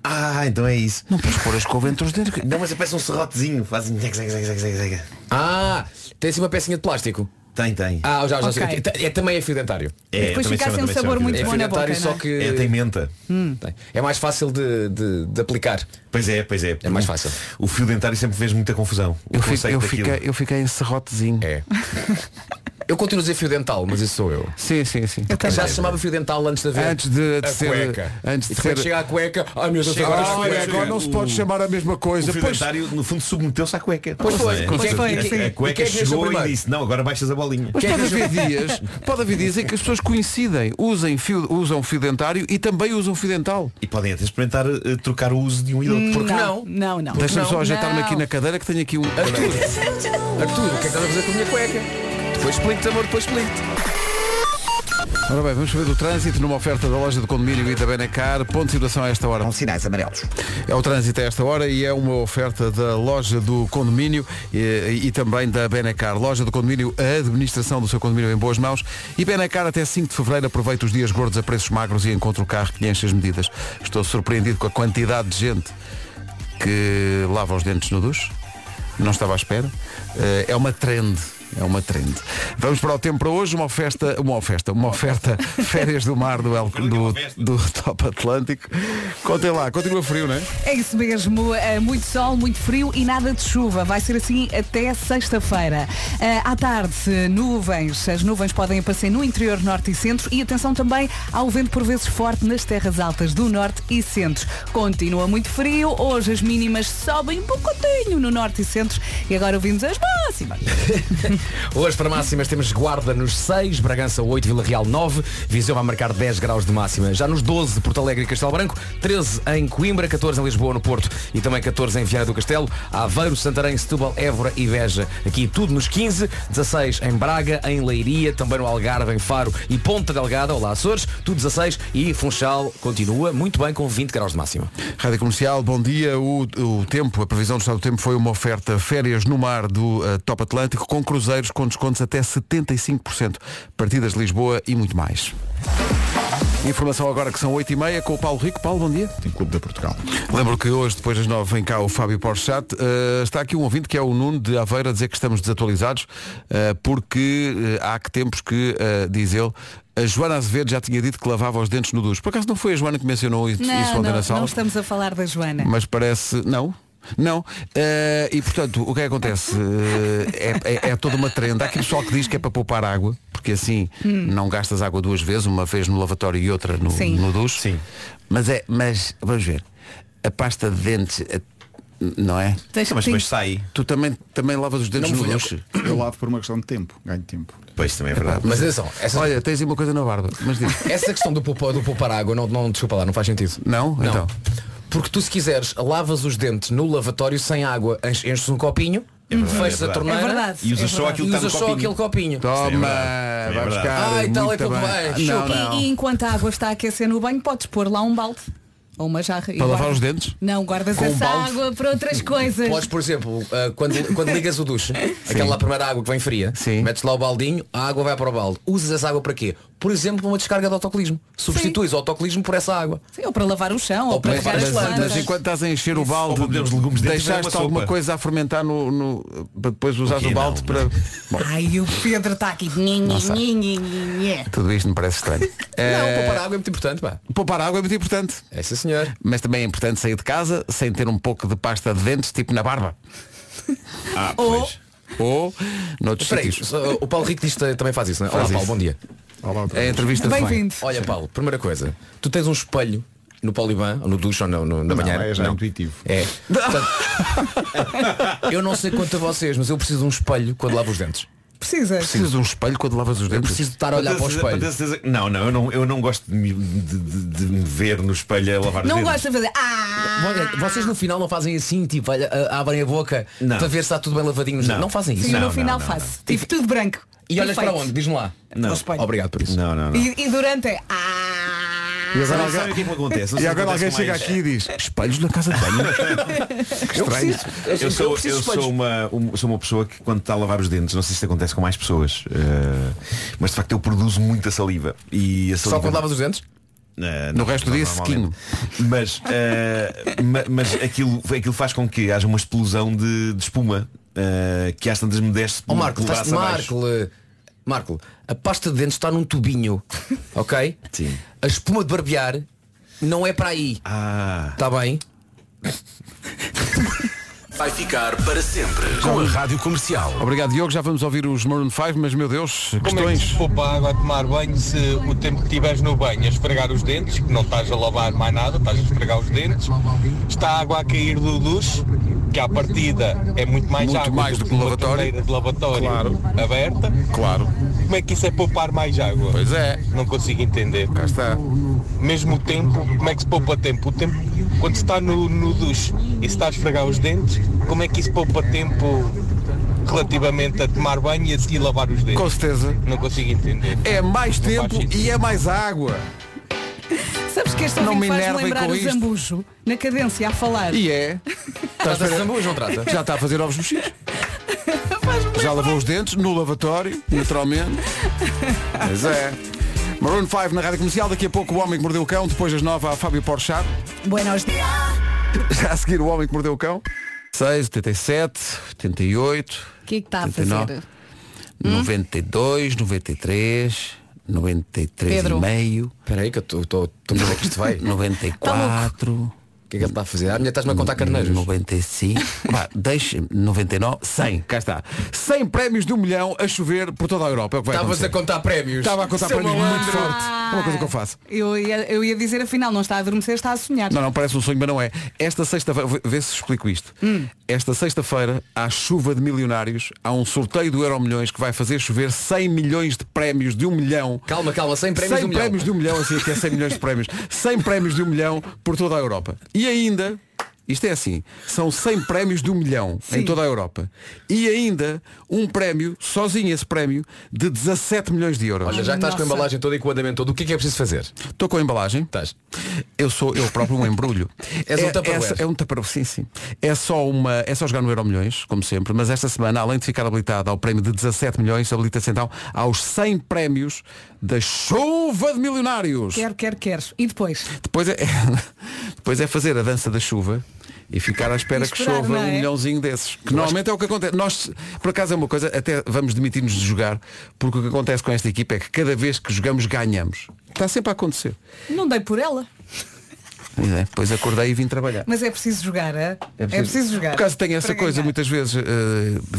Speaker 9: Ah, então é isso.
Speaker 2: Não podes pôr a escova entre os dentes. que-
Speaker 9: Não, mas parece um serrotezinho. Fazem. zec, zec, zec, zec, zec, zec.
Speaker 10: Ah, tem assim uma pecinha de plástico.
Speaker 9: Tem, tem.
Speaker 10: Ah, já, já.
Speaker 4: Ok.
Speaker 10: sei. É, é- também é fio dentário.
Speaker 9: É,
Speaker 4: Depois
Speaker 9: também
Speaker 4: fica
Speaker 9: se chama-
Speaker 4: sem um
Speaker 9: também se
Speaker 4: sabor
Speaker 9: chama
Speaker 4: muito
Speaker 10: É
Speaker 9: fio
Speaker 4: bom
Speaker 10: fio
Speaker 4: na boca.
Speaker 10: dentário,
Speaker 4: não
Speaker 10: só
Speaker 4: é?
Speaker 10: que
Speaker 9: dentário. É, tem menta.
Speaker 2: Hum.
Speaker 10: Tem. é mais fácil de, de- de aplicar.
Speaker 9: Pois é, pois é.
Speaker 10: É mais fácil.
Speaker 9: O fio dentário sempre fez muita confusão. O
Speaker 2: Eu, fico,
Speaker 9: conceito
Speaker 2: eu,
Speaker 9: daquilo.
Speaker 2: fiquei, eu fiquei em serrotezinho.
Speaker 10: É. Eu continuo a dizer fio dental, mas isso sou eu.
Speaker 2: Sim, sim, sim.
Speaker 10: Já se chamava fio dental antes de haver
Speaker 2: Antes de- de
Speaker 10: a
Speaker 2: ser-
Speaker 10: cueca.
Speaker 2: antes de
Speaker 10: e depois
Speaker 2: ser-
Speaker 10: chega a cueca. Ai meu Deus,
Speaker 9: Chega
Speaker 10: agora
Speaker 9: a
Speaker 10: as
Speaker 9: cueca.
Speaker 10: cuecas.
Speaker 2: agora não se
Speaker 9: o-
Speaker 2: pode chamar a mesma
Speaker 9: O
Speaker 2: coisa.
Speaker 9: fio
Speaker 2: Pois,
Speaker 9: dentário, no fundo, submeteu-se à cueca.
Speaker 10: Pois foi,
Speaker 9: Não é?
Speaker 10: pois foi,
Speaker 9: A-
Speaker 10: sim.
Speaker 9: A
Speaker 10: E
Speaker 9: cueca
Speaker 10: quem é que nasceu
Speaker 9: chegou e
Speaker 10: primeiro?
Speaker 9: disse, não, agora baixas a bolinha.
Speaker 2: Mas
Speaker 10: Quem é
Speaker 2: pode
Speaker 10: que
Speaker 2: haver dias, pode haver dias em que as pessoas coincidem, usem fio, usam fio dentário e também usam fio dental.
Speaker 9: E podem até experimentar eh, trocar o uso de um e outro. Porque
Speaker 10: não?
Speaker 4: Não, não.
Speaker 2: Deixa-me
Speaker 10: não?
Speaker 2: só ajeitar-me
Speaker 4: Não.
Speaker 2: aqui na cadeira que tenho aqui um.
Speaker 10: Arthur, Arthur, o que é que estás a fazer com a minha cueca? Depois explico-te, amor, depois explico-te.
Speaker 2: Ora bem, vamos saber do trânsito numa oferta da loja de condomínio e da Benecar. Ponto de situação a esta hora. Com
Speaker 1: sinais amarelos.
Speaker 2: É o trânsito a esta hora e é uma oferta da loja do condomínio e, e também da Benecar. Loja do condomínio, a administração do seu condomínio em boas mãos. E Benecar até 5 de fevereiro aproveita os dias gordos a preços magros e encontra o carro que lhe enche as medidas. Estou surpreendido com a quantidade de gente que lava os dentes no duche. Não estava à espera. Eh, É uma trend. É uma trend. Vamos para o tempo para hoje, uma festa, uma festa, uma oferta férias do mar do, El- do, do Top Atlântico. Contem lá, continua frio, não é?
Speaker 4: É isso mesmo, eh, muito sol, muito frio e nada de chuva. Vai ser assim até sexta-feira. Eh, À tarde, eh, nuvens. As nuvens podem aparecer no interior norte e centro e atenção também ao vento por vezes forte nas terras altas do norte e centro. Continua muito frio, hoje as mínimas sobem um bocadinho no norte e centro e agora ouvimos as máximas.
Speaker 10: Hoje para máximas temos Guarda nos 6, Bragança 8, Vila Real 9, Viseu vai marcar 10 graus de máxima. Já nos 12 de Porto Alegre e Castelo Branco, 13 em Coimbra, 14 em Lisboa, no Porto e também 14 em Viana do Castelo, Aveiro, Santarém, Setúbal, Évora e Beja. Aqui tudo nos 15, 16 em Braga, em Leiria, também no Algarve, em Faro e Ponta Delgada, olá Açores, tudo 16 e Funchal continua muito bem com 20 graus de máxima.
Speaker 2: Rádio Comercial, bom dia. O, o tempo, a previsão do estado do tempo foi uma oferta férias no mar do eh, Top Atlântico com cruzeiros com descontos até 75%. Partidas de Lisboa e muito mais. Informação agora que são 8h30 com o Paulo Rico. Paulo, bom dia. Tem Clube da Portugal. Lembro que hoje, depois das 9, vem cá o Fábio Porchat. Eh, está aqui um ouvinte que é o Nuno de Aveira a dizer que estamos desatualizados eh, porque eh, há que tempos que, eh, diz ele, a Joana Azevedo já tinha dito que lavava os dentes no duche. Por acaso não foi a Joana que mencionou isso, isso
Speaker 4: Não,
Speaker 2: ontem na
Speaker 4: não,
Speaker 2: sala?
Speaker 4: não estamos a falar da Joana.
Speaker 2: Mas parece. Não. Não. Eh, e portanto, o que é que acontece? Eh, é, é- é toda uma trend. Há aqui pessoal que diz que é para poupar água, porque assim
Speaker 11: Hum.
Speaker 2: não gastas água duas vezes, uma vez no lavatório e outra no,
Speaker 11: Sim.
Speaker 2: no duche. Sim. Mas é, mas vamos ver. A pasta de dentes, eh, não é?
Speaker 11: Tens- Mas depois sai.
Speaker 2: Tu também, também lavas os dentes
Speaker 11: Não
Speaker 2: no
Speaker 11: me
Speaker 2: duche.
Speaker 11: Eu lavo por uma questão de tempo, ganho tempo.
Speaker 9: Pois também é
Speaker 11: verdade.
Speaker 10: Mas atenção, essa-
Speaker 2: Olha, tens aí uma coisa na barba. Mas diz.
Speaker 10: Essa questão do poupar, do poupar água, não, não, desculpa lá, não faz sentido.
Speaker 2: Não? Então.
Speaker 10: Porque tu se quiseres, lavas os dentes no lavatório sem água, enches enches um copinho,
Speaker 9: verdade,
Speaker 10: fechas
Speaker 9: é
Speaker 10: a
Speaker 9: verdade.
Speaker 10: torneira
Speaker 9: É verdade, E usas é só verdade. aquilo que
Speaker 10: e
Speaker 9: está no
Speaker 10: usas só
Speaker 9: copinho.
Speaker 10: aquele copinho.
Speaker 2: Toma,
Speaker 9: Sim, é verdade. Sim, é
Speaker 2: vai
Speaker 9: verdade.
Speaker 2: buscar.
Speaker 10: Ai, tal é
Speaker 2: muito
Speaker 10: que ele
Speaker 2: bem.
Speaker 10: vai.
Speaker 2: Não,
Speaker 10: Chupa.
Speaker 2: não.
Speaker 4: E enquanto a água está a aquecer no banho, podes pôr lá um balde ou uma jarra. e
Speaker 10: Para lavar
Speaker 4: guarda-
Speaker 10: os dentes?
Speaker 4: Não, guardas
Speaker 10: Com um
Speaker 4: essa
Speaker 10: balde?
Speaker 4: água para outras coisas.
Speaker 10: Podes, por exemplo, ah, quando, quando ligas o duche, aquela lá primeira água que vem fria, metes lá o baldinho, a água vai para o balde. Usas essa água para quê? Por exemplo, uma descarga de autocolismo. Substituis o autocolismo por essa água.
Speaker 4: Sim, ou para lavar o chão, ou, para
Speaker 2: Mas,
Speaker 4: regar as plantas.
Speaker 2: mas enquanto estás a encher o balde,
Speaker 9: Ou bebemos legumes dentro, é
Speaker 2: deixaste
Speaker 9: uma
Speaker 2: alguma
Speaker 9: sopa.
Speaker 2: coisa a fermentar no, no- para depois usar
Speaker 9: Ok,
Speaker 2: o balde para. Bom,
Speaker 4: Ai, o Pedro está aqui.
Speaker 2: Não sei. tudo isto me parece estranho.
Speaker 10: Não,
Speaker 2: Eh,
Speaker 10: poupar água é muito importante, pá.
Speaker 2: Poupar água é muito importante.
Speaker 10: É sim senhor.
Speaker 2: Mas também é importante sair de casa sem ter um pouco de pasta de dentes, tipo na barba.
Speaker 10: Ah,
Speaker 2: Ou, ou noutros
Speaker 10: Espera aí,
Speaker 2: sítios.
Speaker 10: só- o Paulo Rico diz que também faz isso, não é? Olá,
Speaker 2: Faz
Speaker 10: Paulo,
Speaker 2: isso.
Speaker 10: bom dia.
Speaker 2: É a entrevista de Bem-vindo. Fábio.
Speaker 10: Olha, Paulo, primeira coisa, tu tens um espelho no Poliban, ou no ducho, ou no, no- na
Speaker 11: Não,
Speaker 10: banheira.
Speaker 11: é já intuitivo.
Speaker 10: É. Portanto, eu não sei quanto a vocês, mas eu preciso de um espelho quando lavo os dentes.
Speaker 4: Precisa.
Speaker 2: Precisas de um espelho quando lavas os dentes?
Speaker 10: preciso de estar a olhar para o espelho.
Speaker 9: Não, não, eu não, eu não gosto de me, de- de- de me ver no espelho a lavar os
Speaker 4: Não
Speaker 9: dentes.
Speaker 4: gosta de fazer. Ah!
Speaker 10: Olha, Vocês no final não fazem assim, tipo, olha, a- abrem a boca
Speaker 9: Não.
Speaker 10: para ver se está tudo bem lavadinho. Não,
Speaker 9: Não.
Speaker 10: não fazem isso.
Speaker 4: Sim, no final faço. Tive tudo branco.
Speaker 10: E olhas
Speaker 4: Perfeito.
Speaker 10: para onde? Diz-me lá.
Speaker 9: Não.
Speaker 10: Obrigado por isso.
Speaker 9: Não, não,
Speaker 4: E, e durante é. Ah!
Speaker 2: E
Speaker 9: Sabe-
Speaker 2: agora alguém,
Speaker 9: sabe o que é que me acontece? Não
Speaker 2: E
Speaker 9: sei
Speaker 2: agora
Speaker 9: o que
Speaker 2: alguém
Speaker 9: acontece
Speaker 2: chega
Speaker 9: mais.
Speaker 2: aqui e diz, espelhos na casa de banho.
Speaker 9: Eu
Speaker 2: Estranho.
Speaker 9: preciso- Eu sou, eu sou, uma, um- sou uma pessoa que quando está a lavar os dentes, não sei se isto acontece com mais pessoas, eh, mas de facto eu produzo muita saliva. E a
Speaker 10: Só
Speaker 9: saliva
Speaker 10: quando lavas os dentes?
Speaker 9: Eh,
Speaker 2: No
Speaker 9: não,
Speaker 2: resto do
Speaker 9: não,
Speaker 2: dia,
Speaker 9: normalmente. Mas, eh, ma- mas aquilo, aquilo faz com que haja uma explosão de, de espuma eh, que às tantas me deste
Speaker 2: Oh,
Speaker 10: Ó Oh, Marco,
Speaker 9: de
Speaker 10: estás
Speaker 9: braço abaixo.
Speaker 10: Marco, eh, Marco, a pasta de dentes está num tubinho, ok?
Speaker 9: Sim.
Speaker 10: A espuma de barbear não é para aí. Está bem?
Speaker 6: Vai ficar para sempre com a Rádio Comercial.
Speaker 2: Obrigado, Diogo. Já vamos ouvir os Maroon 5, mas meu Deus,
Speaker 3: Como é que
Speaker 2: questões.
Speaker 3: se poupa água a tomar banho se o tempo que estiveres no banho a esfregar os dentes, que não estás a lavar mais nada, estás a esfregar os dentes, está a água a cair do duche, que à partida é muito mais
Speaker 2: Muito
Speaker 3: água
Speaker 2: mais do que no
Speaker 3: uma
Speaker 2: lavatório.
Speaker 3: torneira de lavatório aberta.
Speaker 2: Claro.
Speaker 3: Como é que isso é poupar mais água?
Speaker 2: Pois é.
Speaker 3: Não consigo entender.
Speaker 2: Cá está.
Speaker 3: Mesmo tempo, como é que se poupa tempo? O tempo, quando se está no, no duche e se está a esfregar os dentes, como é que isso poupa tempo relativamente a tomar banho e a e lavar os dentes.
Speaker 2: Com certeza.
Speaker 3: Não consigo entender.
Speaker 2: É mais tempo e é mais água.
Speaker 4: Sabes que este
Speaker 2: Não
Speaker 4: ouvinte
Speaker 2: me
Speaker 4: faz-me
Speaker 2: enervem
Speaker 4: lembrar
Speaker 2: com
Speaker 4: o
Speaker 2: isto.
Speaker 4: Zambujo, na cadência, a falar.
Speaker 2: E é. Estás a
Speaker 10: zambujo, não trata?
Speaker 2: Já está a fazer ovos mexidos.
Speaker 4: Então
Speaker 2: Já lavou os dentes no lavatório, naturalmente. Pois é. Maroon 5 na Rádio Comercial, daqui a pouco o Homem que Mordeu o Cão, depois as nove a Fábio Porchat.
Speaker 4: Buenos dias.
Speaker 2: Já a seguir o Homem que Mordeu o Cão. 6, 87, 88,
Speaker 4: O que é que está a
Speaker 2: 89,
Speaker 4: fazer? Hum?
Speaker 2: 92, 93, 93
Speaker 4: Pedro.
Speaker 2: e meio.
Speaker 10: Espera aí que eu estou a ver Então que isto vai.
Speaker 4: Tá
Speaker 2: 94. O
Speaker 10: que é que ele está a fazer? A minha estás-me a contar carneiros.
Speaker 2: 95. Pá, deixa 99, 100. Cá está. 100 prémios de um milhão a chover por toda a Europa. É o que vai
Speaker 10: Estavas
Speaker 2: acontecer.
Speaker 10: a contar prémios.
Speaker 2: Estava a contar
Speaker 10: Seu
Speaker 2: prémios muito
Speaker 10: malandro.
Speaker 2: forte. É Uma coisa que eu faço.
Speaker 4: Ah. Eu ia, eu ia dizer, afinal, não está a adormecer, está a sonhar.
Speaker 2: Não, não, parece um sonho, mas não é. Esta sexta-feira, vê- vê se explico isto.
Speaker 4: Hum.
Speaker 2: Esta sexta-feira, há chuva de milionários, há um sorteio do Euro Milhões que vai fazer chover 100 milhões de prémios de um milhão.
Speaker 10: Calma, calma, 100 prémios de um milhão.
Speaker 2: prémios de um milhão, assim é que é 100 milhões de prémios. 100 prémios de um milhão por toda a Europa. E ainda, isto é assim, são 100 prémios de um milhão em toda a Europa. E ainda, um prémio, sozinho esse prémio, de 17 milhões de euros.
Speaker 10: Olha, já que estás com a embalagem toda e com o andamento todo, o que é que é preciso fazer?
Speaker 2: Estou com a embalagem.
Speaker 10: Estás.
Speaker 2: Eu sou eu próprio um embrulho.
Speaker 10: És um
Speaker 2: é,
Speaker 10: Tupperware.
Speaker 2: é, é um Tupperware, sim, sim. É só, uma, é só jogar no Euro Milhões, como sempre, mas esta semana, além de ficar habilitado ao prémio de 17 milhões, habilita-se então aos 100 prémios da chuva de milionários.
Speaker 4: Quer, quer, quer. E depois?
Speaker 2: Depois é, depois é fazer a dança da chuva e ficar à espera
Speaker 4: E
Speaker 2: que
Speaker 4: esperar,
Speaker 2: chova
Speaker 4: não é?
Speaker 2: um milhãozinho desses. Que normalmente é o que acontece. Nós, por acaso é uma coisa, até vamos demitir-nos de jogar, porque o que acontece com esta equipa é que cada vez que jogamos ganhamos. Está sempre a acontecer.
Speaker 4: Não dei por ela.
Speaker 2: Pois é, Depois acordei e vim trabalhar.
Speaker 4: Mas é preciso jogar, é? É preciso, jogar.
Speaker 2: Por acaso tenho essa
Speaker 4: Para
Speaker 2: coisa,
Speaker 4: ganhar.
Speaker 2: muitas vezes eh,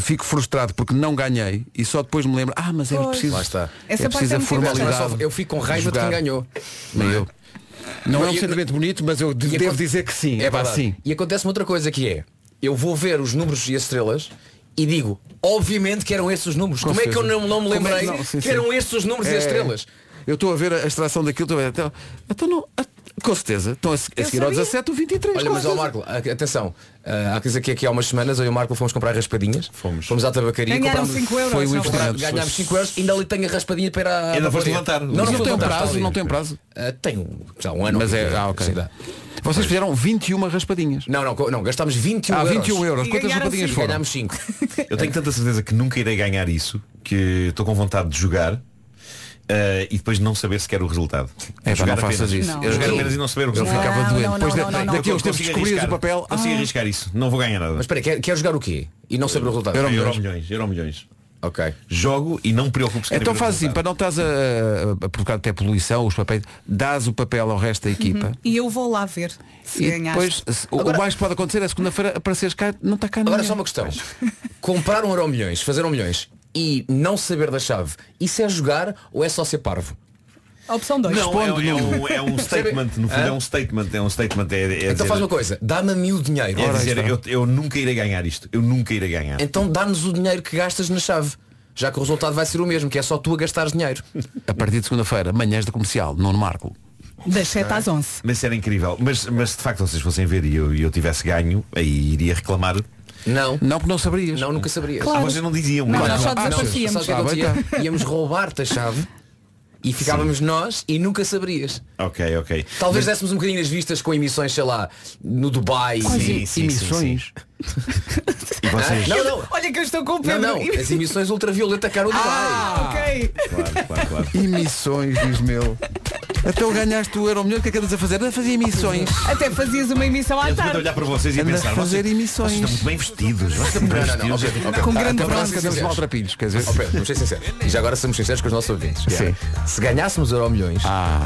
Speaker 2: fico frustrado porque não ganhei e só depois me lembro, ah, mas é
Speaker 4: Pois.
Speaker 2: preciso.
Speaker 4: Lá está.
Speaker 2: É
Speaker 4: Essa parte
Speaker 2: preciso
Speaker 4: é
Speaker 2: a
Speaker 4: muito importante.
Speaker 2: formalidade.
Speaker 10: Eu fico com raiva de
Speaker 2: jogar.
Speaker 10: quem ganhou. é?
Speaker 2: Nem eu. Não é um
Speaker 10: Eu-
Speaker 2: sentimento bonito, mas eu de-
Speaker 10: E
Speaker 2: devo
Speaker 10: aconte-
Speaker 2: dizer que sim.
Speaker 10: É
Speaker 2: pá,
Speaker 10: verdade.
Speaker 2: sim.
Speaker 10: E acontece uma outra coisa que é, eu vou ver os números e as estrelas e digo, obviamente que eram esses os números.
Speaker 2: Com
Speaker 10: Como é que eu
Speaker 2: certeza.
Speaker 10: não, não me
Speaker 2: Como é
Speaker 10: lembrei
Speaker 2: não? Sim,
Speaker 10: que
Speaker 2: sim.
Speaker 10: eram esses os números e as
Speaker 2: É.
Speaker 10: estrelas?
Speaker 2: Eu estou a ver a extração daquilo, estou a ver. Então, então não, a- com certeza, estão a, se- a
Speaker 10: Eu
Speaker 2: seguir ao
Speaker 10: sabia.
Speaker 2: 17 ou 23.
Speaker 10: Olha,
Speaker 2: com
Speaker 10: mas ó
Speaker 2: certeza.
Speaker 10: Marco, a- atenção, ah, há que dizer que aqui há umas semanas eu e o Marco fomos comprar raspadinhas. Fomos. Fomos à tabacaria.
Speaker 4: Ganharam
Speaker 10: comprámos-
Speaker 4: 5 euros,
Speaker 10: Foi um
Speaker 4: não
Speaker 10: investimento.
Speaker 4: foi?
Speaker 10: Ganhámos 5 euros ainda ali tenho a raspadinha para ir à Então
Speaker 2: Ainda
Speaker 10: à
Speaker 2: foste
Speaker 10: padaria.
Speaker 2: levantar.
Speaker 10: Não, não,
Speaker 2: Não
Speaker 10: fui
Speaker 2: tem
Speaker 10: levantar,
Speaker 2: prazo,
Speaker 10: está ali.
Speaker 2: não tem prazo.
Speaker 10: é Ah, Tenho, já há um ano.
Speaker 2: Mas é- ah, ok.
Speaker 10: ok.
Speaker 2: Vocês fizeram 21 raspadinhas.
Speaker 10: Não, não, co- não gastámos 21
Speaker 2: Ah,
Speaker 10: euros.
Speaker 2: 21 euros. E Quantas ganharam raspadinhas cinco. foram?
Speaker 10: Ganhámos 5.
Speaker 9: Eu tenho tanta certeza que nunca irei ganhar isso que estou com vontade de jogar eh, e depois não saber sequer o resultado.
Speaker 2: É, pá,
Speaker 9: jogar
Speaker 2: não faças isso. Não.
Speaker 9: Eu jogar
Speaker 2: Sim.
Speaker 9: apenas e não saber o
Speaker 2: Eu
Speaker 9: resultado.
Speaker 2: ficava Ah, Não, doente. não, Depois não, da- não, não. daqui a uns
Speaker 9: Eu
Speaker 2: tempos
Speaker 9: consigo
Speaker 2: descobrias o
Speaker 9: arriscar.
Speaker 2: papel.
Speaker 9: Consigo
Speaker 2: Ah.
Speaker 9: arriscar isso. Não vou ganhar nada.
Speaker 10: Mas espera, quer, quer jogar o quê? E não saber o
Speaker 2: Ah,
Speaker 10: resultado.
Speaker 9: Euro
Speaker 2: então
Speaker 9: milhões. Euro milhões. Euro milhões.
Speaker 10: Ok.
Speaker 9: Jogo e não me preocupo sequer.
Speaker 2: Então faz assim, para não estás a, a- a provocar até poluição, os papéis, dás o papel ao resto da equipa.
Speaker 4: Uhum. E eu vou lá ver se
Speaker 2: E
Speaker 4: ganhaste.
Speaker 2: depois, se- o- o mais que pode acontecer é segunda-feira apareceres cá, não está cá
Speaker 10: Agora
Speaker 2: ninguém.
Speaker 10: só uma questão. Comprar um euro milhões, fazer um milhões e não saber da chave, isso é jogar ou é só ser parvo?
Speaker 4: A opção 2.
Speaker 9: Não, é, é um, é um statement, no fundo
Speaker 10: Hã?
Speaker 9: é um statement, é um statement. É, é
Speaker 10: então
Speaker 9: dizer-
Speaker 10: faz uma coisa, dá-me a mim o dinheiro.
Speaker 9: É dizer, eu, eu nunca irei ganhar isto. Eu nunca irei ganhar.
Speaker 10: Então dá-nos o dinheiro que gastas na chave. Já que o resultado vai ser o mesmo, que é só tu a gastares dinheiro.
Speaker 2: A partir de segunda-feira, manhãs da comercial, Nuno Marco.
Speaker 4: Das 7 às 11.
Speaker 9: Mas era incrível. Mas, mas de facto, vocês fossem ver e eu, e eu tivesse ganho, aí iria reclamar.
Speaker 10: Não.
Speaker 2: Não, porque não saberias.
Speaker 10: Não, nunca saberias.
Speaker 9: Claro. Ah, vocês não diziam. Não,
Speaker 10: Claro.
Speaker 9: nós só
Speaker 10: Ah, não,
Speaker 9: desaparecíamos.
Speaker 10: sabes o que
Speaker 9: Ah, bem,
Speaker 10: acontecia? Íamos roubar-te a chave e ficávamos nós e nunca saberias.
Speaker 9: Ok, ok.
Speaker 10: Talvez dessemos um bocadinho as vistas com emissões, sei lá, no Dubai.
Speaker 9: Quais Sim, em- sim, emissões? E vocês.
Speaker 10: Não,
Speaker 2: então.
Speaker 10: não.
Speaker 4: Olha que eu estou com o
Speaker 10: Não, é
Speaker 4: Pedro.
Speaker 10: não, as emissões ultravioleta caro Dubai.
Speaker 4: Ah, ok.
Speaker 9: Claro, claro, claro.
Speaker 2: Emissões, diz meu. Então ganhaste o euro milhão, o que é que andas a fazer? A fazer emissões.
Speaker 10: Ah,
Speaker 4: Até fazias uma emissão à
Speaker 9: Eu estou a
Speaker 4: tarde.
Speaker 9: olhar para vocês e a
Speaker 2: Anda a
Speaker 9: pensar.
Speaker 2: fazer
Speaker 9: vocês-
Speaker 2: emissões.
Speaker 9: vocês estão muito bem vestidos. vocês estão muito bem
Speaker 10: Não, não, não,
Speaker 9: vestidos. Ok.
Speaker 10: ok, ok.
Speaker 9: Ah,
Speaker 10: Então,
Speaker 9: então vocês-
Speaker 10: vamos ser sinceros.
Speaker 2: maltrapilhos, quer dizer.
Speaker 10: Ó, Pedro, vamos ser sinceros. E já agora somos sinceros com os nossos ouvintes. que é, Se ganhássemos euro milhões,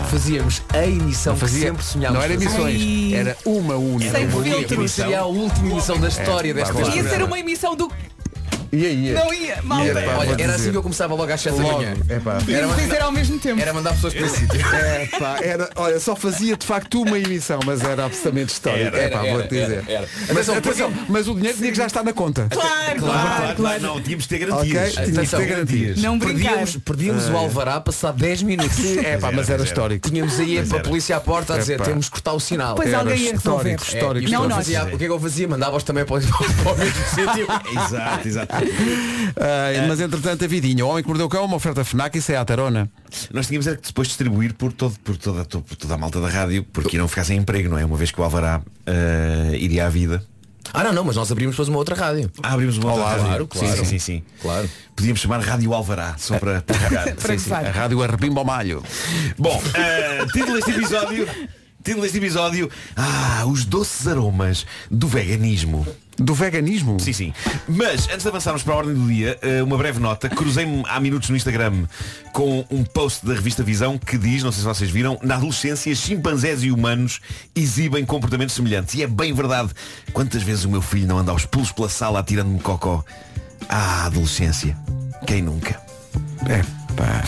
Speaker 10: fazíamos a emissão
Speaker 2: Ah. Não fazia-
Speaker 10: que sempre sonhámos.
Speaker 2: não era
Speaker 10: fazer.
Speaker 2: emissões, Ai. era uma única.
Speaker 10: Era
Speaker 2: Sem
Speaker 10: uma
Speaker 2: filtros.
Speaker 10: única. Seria a última emissão da história
Speaker 2: É,
Speaker 10: desta
Speaker 2: claro.
Speaker 4: Ia
Speaker 10: temporada.
Speaker 4: ser uma emissão do.
Speaker 2: E aí?
Speaker 4: Não ia, mal.
Speaker 10: Era,
Speaker 2: Epá,
Speaker 10: olha,
Speaker 2: vou
Speaker 10: era
Speaker 2: dizer.
Speaker 10: assim que eu começava logo às 7 da
Speaker 2: Logo,
Speaker 10: manhã.
Speaker 2: epá.
Speaker 10: Era,
Speaker 4: Íamos dizer ao mesmo tempo.
Speaker 10: era mandar pessoas para esse sítio.
Speaker 2: É, pá, era, olha, só fazia de facto uma emissão, mas era absolutamente histórica.
Speaker 9: Era,
Speaker 2: É, pá,
Speaker 9: era,
Speaker 2: vou-te
Speaker 9: era,
Speaker 2: dizer.
Speaker 9: era.
Speaker 2: Mas,
Speaker 9: Atenção,
Speaker 2: atenção, mas o dinheiro tinha que já estar na conta.
Speaker 9: Claro, claro, claro. Não, tínhamos de ter
Speaker 2: Ok,
Speaker 9: garantias.
Speaker 2: tínhamos de ter garantias.
Speaker 10: Não
Speaker 4: brincar.
Speaker 10: perdíamos, perdíamos o Alvará passado 10 minutos.
Speaker 2: Ah, É pá, mas era histórico.
Speaker 10: Tínhamos aí
Speaker 2: Mas
Speaker 10: a
Speaker 2: era.
Speaker 10: polícia à porta a dizer,
Speaker 2: Epá.
Speaker 10: temos que cortar o sinal.
Speaker 4: Pois
Speaker 2: Era
Speaker 4: alguém ia
Speaker 2: histórico,
Speaker 4: resolver.
Speaker 2: histórico,
Speaker 10: E o que é que
Speaker 4: Não
Speaker 10: eu
Speaker 2: histórico.
Speaker 4: nós.
Speaker 10: fazia? O que é que eu fazia? Mandava-os também para o para o mesmo sítio.
Speaker 9: Exato, exato.
Speaker 2: Ah, mas entretanto a vidinha, o homem que mordeu o cão, uma oferta FNAC, isso é a tarona.
Speaker 9: Nós tínhamos era que depois distribuir por, todo, por, toda, to- por toda a malta da rádio, porque não ficar sem emprego, não é? Uma vez que o Alvará eh, iria à vida.
Speaker 10: Ah não, não, mas nós abrimos depois uma outra rádio.
Speaker 9: Ah, abrimos uma outra
Speaker 10: Olá,
Speaker 9: rádio.
Speaker 10: claro, claro.
Speaker 9: Sim, sim, sim, sim. Podíamos chamar Rádio Alvará, só para para cagar.
Speaker 10: Para gozar.
Speaker 9: A
Speaker 12: Ah,
Speaker 9: Rádio Arrebimba ao Malho. Bom, eh, título deste episódio. Título deste episódio. Ah, os doces aromas do veganismo.
Speaker 2: Do veganismo?
Speaker 9: Sim, sim. Mas antes de avançarmos para a ordem do dia, eh, uma breve nota. Cruzei-me há minutos no Instagram com um post da revista Visão que diz, não sei se vocês viram, na adolescência chimpanzés e humanos exibem comportamentos semelhantes. E é bem verdade. Quantas vezes o meu filho não anda aos pulos pela sala atirando-me cocó? Ah, adolescência. Quem nunca? É. Pá.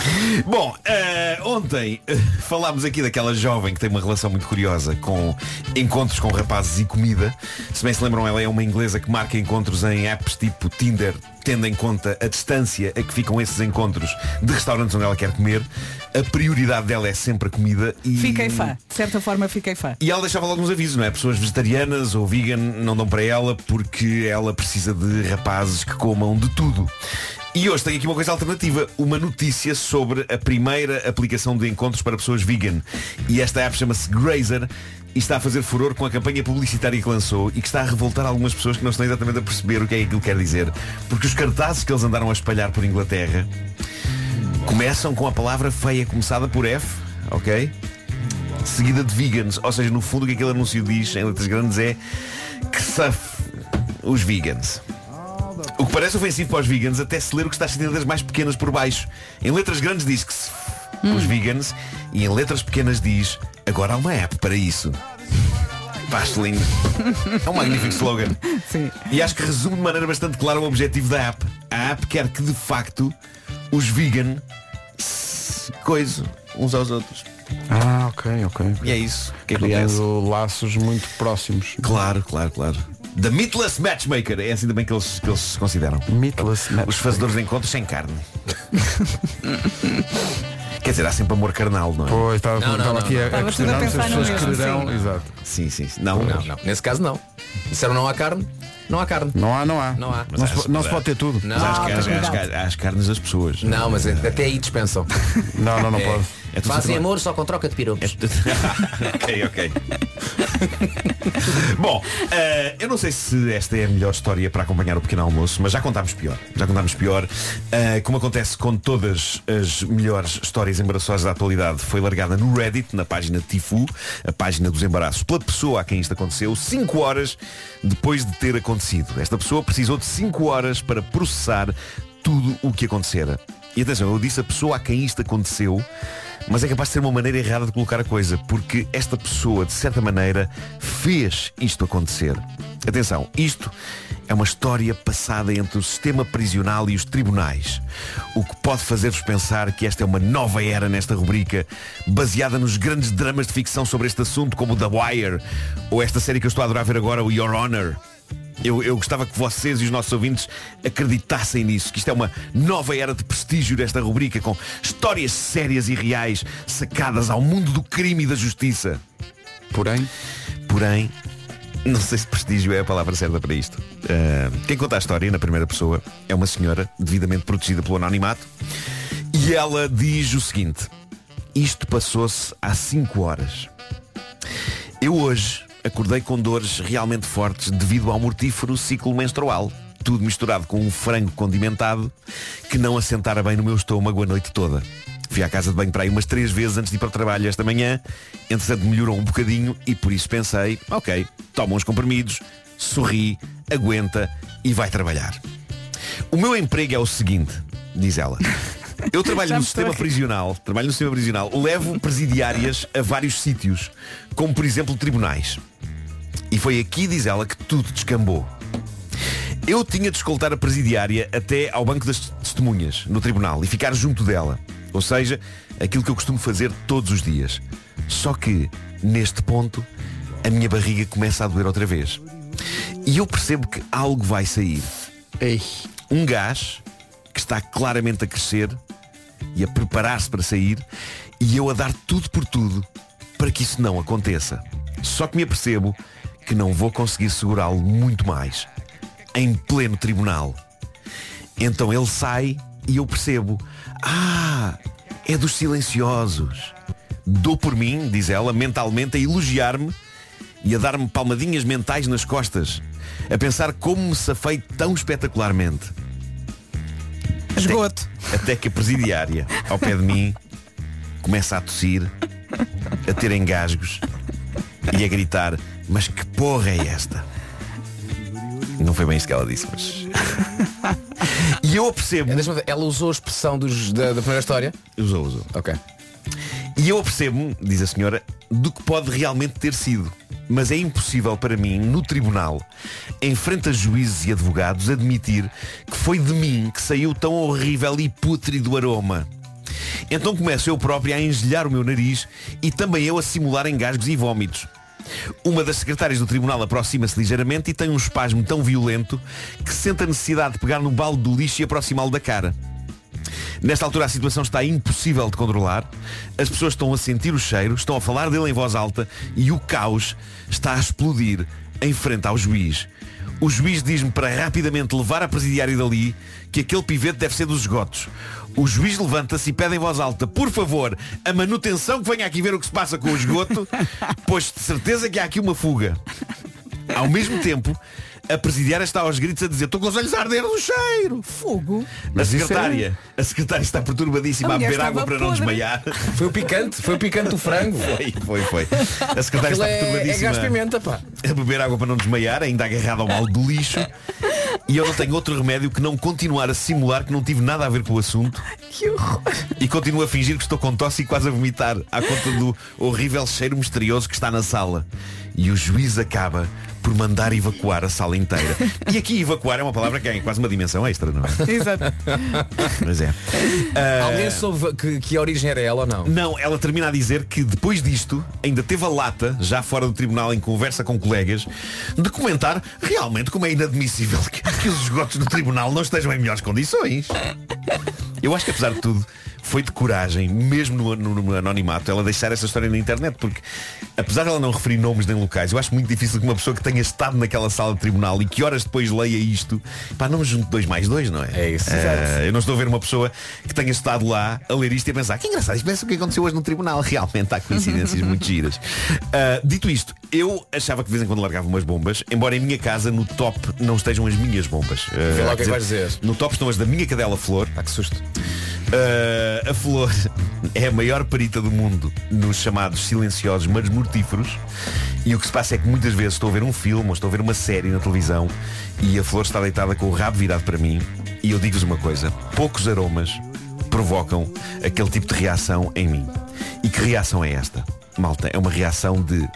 Speaker 9: Bom, eh, ontem eh, falámos aqui daquela jovem que tem uma relação muito curiosa com encontros com rapazes e comida. Se bem se lembram, ela é uma inglesa que marca encontros em apps tipo Tinder, tendo em conta a distância a que ficam esses encontros de restaurantes onde ela quer comer. A prioridade dela é sempre a comida e.
Speaker 4: Fiquei fã. De certa forma fiquei fã.
Speaker 9: E ela deixava logo uns avisos, não é? Pessoas vegetarianas ou vegan não dão para ela porque ela precisa de rapazes que comam de tudo. E hoje tenho aqui uma coisa alternativa, uma notícia sobre a primeira aplicação de encontros para pessoas vegan. E esta app chama-se Grazer e está a fazer furor com a campanha publicitária que lançou e que está a revoltar algumas pessoas que não estão exatamente a perceber o que é que aquilo quer dizer. Porque os cartazes que eles andaram a espalhar por Inglaterra começam com a palavra feia começada por F, ok? seguida de vegans. Ou seja, no fundo o que aquele anúncio diz em letras grandes é que saf os vegans. O que parece ofensivo para os vegans até se ler o que está escrito em letras mais pequenas por baixo. Em letras grandes diz que se f- os vegans e em letras pequenas diz agora há uma app para isso. Pá, lindo. É um magnífico slogan. E acho que resume de maneira bastante clara o objetivo da app. A app quer que de facto os vegan se coisem uns aos outros.
Speaker 2: Ah, ok, ok.
Speaker 9: E é isso. O que é que acontece?
Speaker 2: Criando laços muito próximos.
Speaker 9: Claro, claro, claro. The Meatless Matchmaker. É assim também que eles, que eles se consideram.
Speaker 2: Meatless
Speaker 9: Os fazedores de encontros sem carne. Quer dizer, há sempre amor carnal, não é?
Speaker 2: Pois, estava- Não, não, estava não, aqui não. a- a Estava tudo a questionar-me se as pensar no pessoas mesmo, quererão- sim. Exato.
Speaker 9: Sim, sim. sim. Não,
Speaker 10: não, não. Nesse caso não. Disseram não há carne? Não há carne.
Speaker 2: Não há, não há. é
Speaker 10: Não há.
Speaker 9: Mas Não se- acho- não se pode ter tudo.
Speaker 10: Não,
Speaker 9: Mas acho que
Speaker 10: mas
Speaker 9: acho- acho que-
Speaker 10: cuidado.
Speaker 9: há as carnes das pessoas.
Speaker 10: Não, mas até aí dispensam.
Speaker 2: Não, não, não
Speaker 10: É.
Speaker 2: pode.
Speaker 10: É tudo Fazem amor só com troca de
Speaker 9: É
Speaker 10: pirocos.
Speaker 9: ok, ok. Bom, eh, eu não sei se esta é a melhor história para acompanhar o pequeno almoço, mas já contámos pior. Já contámos pior. Eh, como acontece com todas as melhores histórias embaraçosas da atualidade, foi largada no Reddit, na página Tifu, a página dos embaraços, pela pessoa a quem isto aconteceu, 5 horas depois de ter acontecido. Esta pessoa precisou de 5 horas para processar tudo o que acontecera. E atenção, eu disse a pessoa a quem isto aconteceu, mas é capaz de ser uma maneira errada de colocar a coisa, porque esta pessoa, de certa maneira, fez isto acontecer. Atenção, isto é uma história passada entre o sistema prisional e os tribunais, o que pode fazer-vos pensar que esta é uma nova era nesta rubrica, baseada nos grandes dramas de ficção sobre este assunto, como o The Wire, ou esta série que eu estou a adorar ver agora, o Your Honor. Eu, eu gostava que vocês e os nossos ouvintes acreditassem nisso, que isto é uma nova era de prestígio desta rubrica, com histórias sérias e reais sacadas ao mundo do crime e da justiça.
Speaker 2: Porém?
Speaker 9: Porém, não sei se prestígio é a palavra certa para isto. Ah, quem conta a história na primeira pessoa é uma senhora devidamente protegida pelo anonimato e ela diz o seguinte: Isto passou-se há 5 horas. Eu hoje acordei com dores realmente fortes devido ao mortífero ciclo menstrual. Tudo misturado com um frango condimentado que não assentara bem no meu estômago a noite toda. Fui à casa de banho para aí umas três vezes antes de ir para o trabalho esta manhã. Entretanto melhorou um bocadinho e por isso pensei, ok, toma uns comprimidos, sorri, aguenta e vai trabalhar. O meu emprego é o seguinte, diz ela. Eu trabalho
Speaker 13: Já
Speaker 9: no
Speaker 13: me estou a
Speaker 9: sistema
Speaker 13: rir.
Speaker 9: prisional, trabalho no sistema prisional, levo presidiárias a vários sítios, como por exemplo tribunais. E foi aqui, diz ela, que tudo descambou. Eu tinha de escoltar a presidiária até ao banco das testemunhas, no tribunal, e ficar junto dela. Ou seja, aquilo que eu costumo fazer todos os dias. Só que, neste ponto, a minha barriga começa a doer outra vez. E eu percebo que algo vai sair. Um gás que está claramente a crescer e a preparar-se para sair e eu a dar tudo por tudo para que isso não aconteça. Só que me apercebo que não vou conseguir segurá-lo muito mais em pleno tribunal. Então ele sai e eu percebo. Ah, é dos silenciosos. Dou por mim, diz ela, mentalmente a elogiar-me e a dar-me palmadinhas mentais nas costas. A pensar como me safei tão espetacularmente. Esgoto. Até, até que a presidiária, ao pé de mim, começa a tossir, a ter engasgos e a gritar, mas que porra é esta? Não foi bem isto que ela disse, mas. E eu percebo.
Speaker 10: Ela usou a expressão dos- da, da primeira história?
Speaker 9: Usou, usou.
Speaker 10: Ok.
Speaker 9: E eu percebo, diz a senhora, do que pode realmente ter sido. Mas é impossível para mim, no tribunal, em frente a juízes e advogados, admitir que foi de mim que saiu tão horrível e pútrido aroma. Então começo eu próprio a engelhar o meu nariz e também eu a simular engasgos e vómitos. Uma das secretárias do tribunal aproxima-se ligeiramente e tem um espasmo tão violento que sente a necessidade de pegar no balde do lixo e aproximá-lo da cara. Nesta altura a situação está impossível de controlar. As pessoas estão a sentir o cheiro, estão a falar dele em voz alta e o caos está a explodir em frente ao juiz. O juiz diz-me para rapidamente levar a presidiária dali que aquele pivete deve ser dos esgotos. O juiz levanta-se e pede em voz alta, por favor, a manutenção que venha aqui ver o que se passa com o esgoto, pois de certeza que há aqui uma fuga. Ao mesmo tempo, a presidiária está aos gritos a dizer, estou com os olhos a arder do cheiro.
Speaker 4: Fogo.
Speaker 9: a
Speaker 4: é
Speaker 9: secretária, a secretária está perturbadíssima
Speaker 10: A
Speaker 9: a,
Speaker 10: mulher
Speaker 9: beber água
Speaker 10: estava
Speaker 9: para não
Speaker 10: podre.
Speaker 9: desmaiar.
Speaker 10: Foi o picante, foi o picante do frango.
Speaker 9: Foi, foi, foi. A secretária
Speaker 10: Aquilo
Speaker 9: está
Speaker 10: é-
Speaker 9: perturbadíssima.
Speaker 10: é gás pimenta, pá.
Speaker 9: A beber água para não desmaiar, ainda agarrada ao mal do lixo. E eu não tenho outro remédio que não continuar a simular que não tive nada a ver com o assunto.
Speaker 4: Que horror.
Speaker 9: E continuo a fingir que estou com tosse e quase a vomitar à conta do horrível cheiro misterioso que está na sala. E o juiz acaba por mandar evacuar a sala inteira. E aqui evacuar é uma palavra que é quase uma dimensão extra, não é?
Speaker 4: Exato.
Speaker 9: Pois é. Ah,
Speaker 10: Alguém soube que, que a origem era ela ou não?
Speaker 9: não, ela termina a dizer que depois disto ainda teve a lata, já fora do tribunal em conversa com colegas, de comentar realmente como é inadmissível que, que os esgotos do tribunal não estejam em melhores condições. Eu acho que apesar de tudo foi de coragem, mesmo no, no- no anonimato, ela deixar essa história na internet, porque apesar de ela não referir nomes nem locais, eu acho muito difícil que uma pessoa que tenha estado naquela sala de tribunal e que horas depois leia isto, pá, não me junto dois mais dois, não é? É isso. eu não estou a ver uma pessoa que tenha estado lá a ler isto e a pensar, que engraçado, isto parece o que aconteceu hoje no tribunal. Realmente há coincidências muito giras. Ah, dito isto, eu achava que de vez em quando largava umas bombas, embora em minha casa no top não estejam as minhas bombas. Ah,
Speaker 10: Vê lá o que é
Speaker 9: quer
Speaker 10: que vais dizer.
Speaker 9: no top estão as da minha cadela Flor. Ah, que susto. a Flor é a maior perita do mundo nos chamados silenciosos mas mortíferos. E o que se passa é que muitas vezes estou a ver um filme ou estou a ver uma série na televisão e a Flor está deitada com o rabo virado para mim. E eu digo-vos uma coisa: poucos aromas provocam aquele tipo de reação em mim. E que reação é esta? Malta, é uma reação de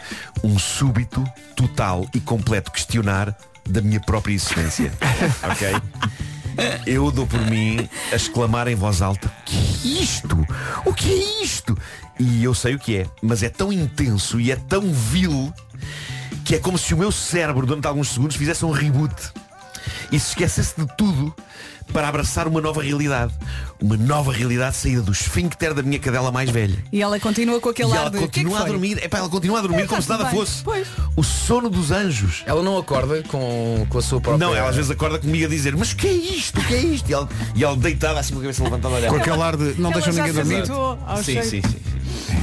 Speaker 9: um súbito, total e completo questionar da minha própria existência. ok? Eu dou por mim a exclamar em voz alta "Que é Isto? O que é isto? E eu sei o que é, mas é tão intenso e é tão vil que é como se o meu cérebro durante alguns segundos fizesse um reboot e se esquecesse de tudo para abraçar uma nova realidade. Uma nova realidade saída do esfíncter da minha cadela mais velha.
Speaker 4: E ela continua com aquele
Speaker 9: E
Speaker 4: ar
Speaker 9: ela
Speaker 4: de,
Speaker 9: continua
Speaker 4: "O que é que
Speaker 9: a
Speaker 4: foi?"
Speaker 9: dormir. Epá, ela continua a dormir
Speaker 4: Epá,
Speaker 9: como se nada
Speaker 4: tudo bem.
Speaker 9: fosse.
Speaker 4: Pois.
Speaker 9: O sono dos anjos.
Speaker 10: Ela não acorda com, com a sua própria.
Speaker 9: Não, ela às vezes acorda comigo a dizer Mas o que é isto? O que é isto? E ela, e ela deitada assim com a cabeça levantada a olhar
Speaker 2: Com aquele ar de não deixam ninguém dormir.
Speaker 9: Sim, sim, sim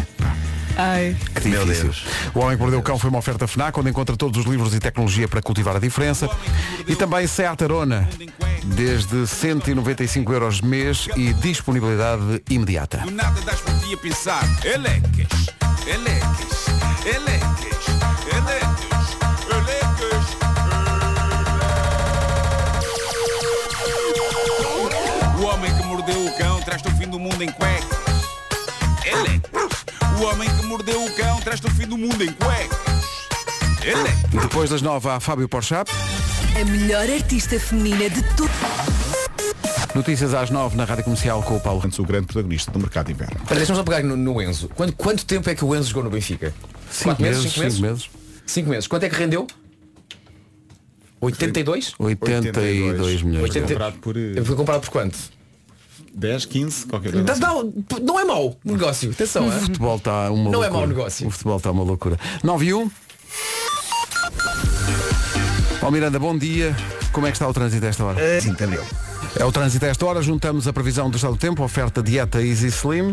Speaker 4: Ai.
Speaker 9: Meu Deus.
Speaker 2: O Homem que Mordeu o Cão foi uma oferta FNAC, onde encontra todos os livros e tecnologia para cultivar a diferença. E também Seat Arona, desde 195 euros mês e disponibilidade imediata.
Speaker 13: Do nada das por ti a pensar Eleques, eleques, eleques, eleques, eleques O homem que mordeu o cão traz-te o fim do mundo em cuecas Eleques O homem que mordeu o cão traz-te o fim do mundo em cuecas Eleques
Speaker 2: Depois das nove há Fábio Porchat.
Speaker 5: A melhor artista feminina de todo.
Speaker 2: Notícias às nove na Rádio Comercial com o Paulo.
Speaker 11: O grande protagonista do mercado inverno.
Speaker 10: Olha, Deixa-me só pegar no, no Enzo. Quanto, quanto tempo é que o Enzo jogou no Benfica?
Speaker 2: Cinco
Speaker 10: Quatro
Speaker 2: meses,
Speaker 10: Cinco meses?
Speaker 2: cinco meses.
Speaker 10: Cinco meses. Quanto é que rendeu? 82?
Speaker 2: 82 milhões.
Speaker 10: Oitenta-
Speaker 11: Comprado por, eh,
Speaker 10: Eu Fui comprado por quanto?
Speaker 11: 10, 15, qualquer
Speaker 10: Dá-
Speaker 2: Então
Speaker 11: coisa.
Speaker 2: um-
Speaker 10: dá- não é mau negócio. Atenção,
Speaker 2: O
Speaker 10: é?
Speaker 2: futebol está uma
Speaker 10: Não é
Speaker 2: loucura.
Speaker 10: mau negócio.
Speaker 2: O futebol está uma loucura. 9 e 1. Ó Miranda, bom dia. eh, Como é que está o trânsito a esta hora?
Speaker 1: Sim, entendeu.
Speaker 2: É o trânsito a esta hora, juntamos a previsão do estado do tempo, oferta dieta Easy Slim.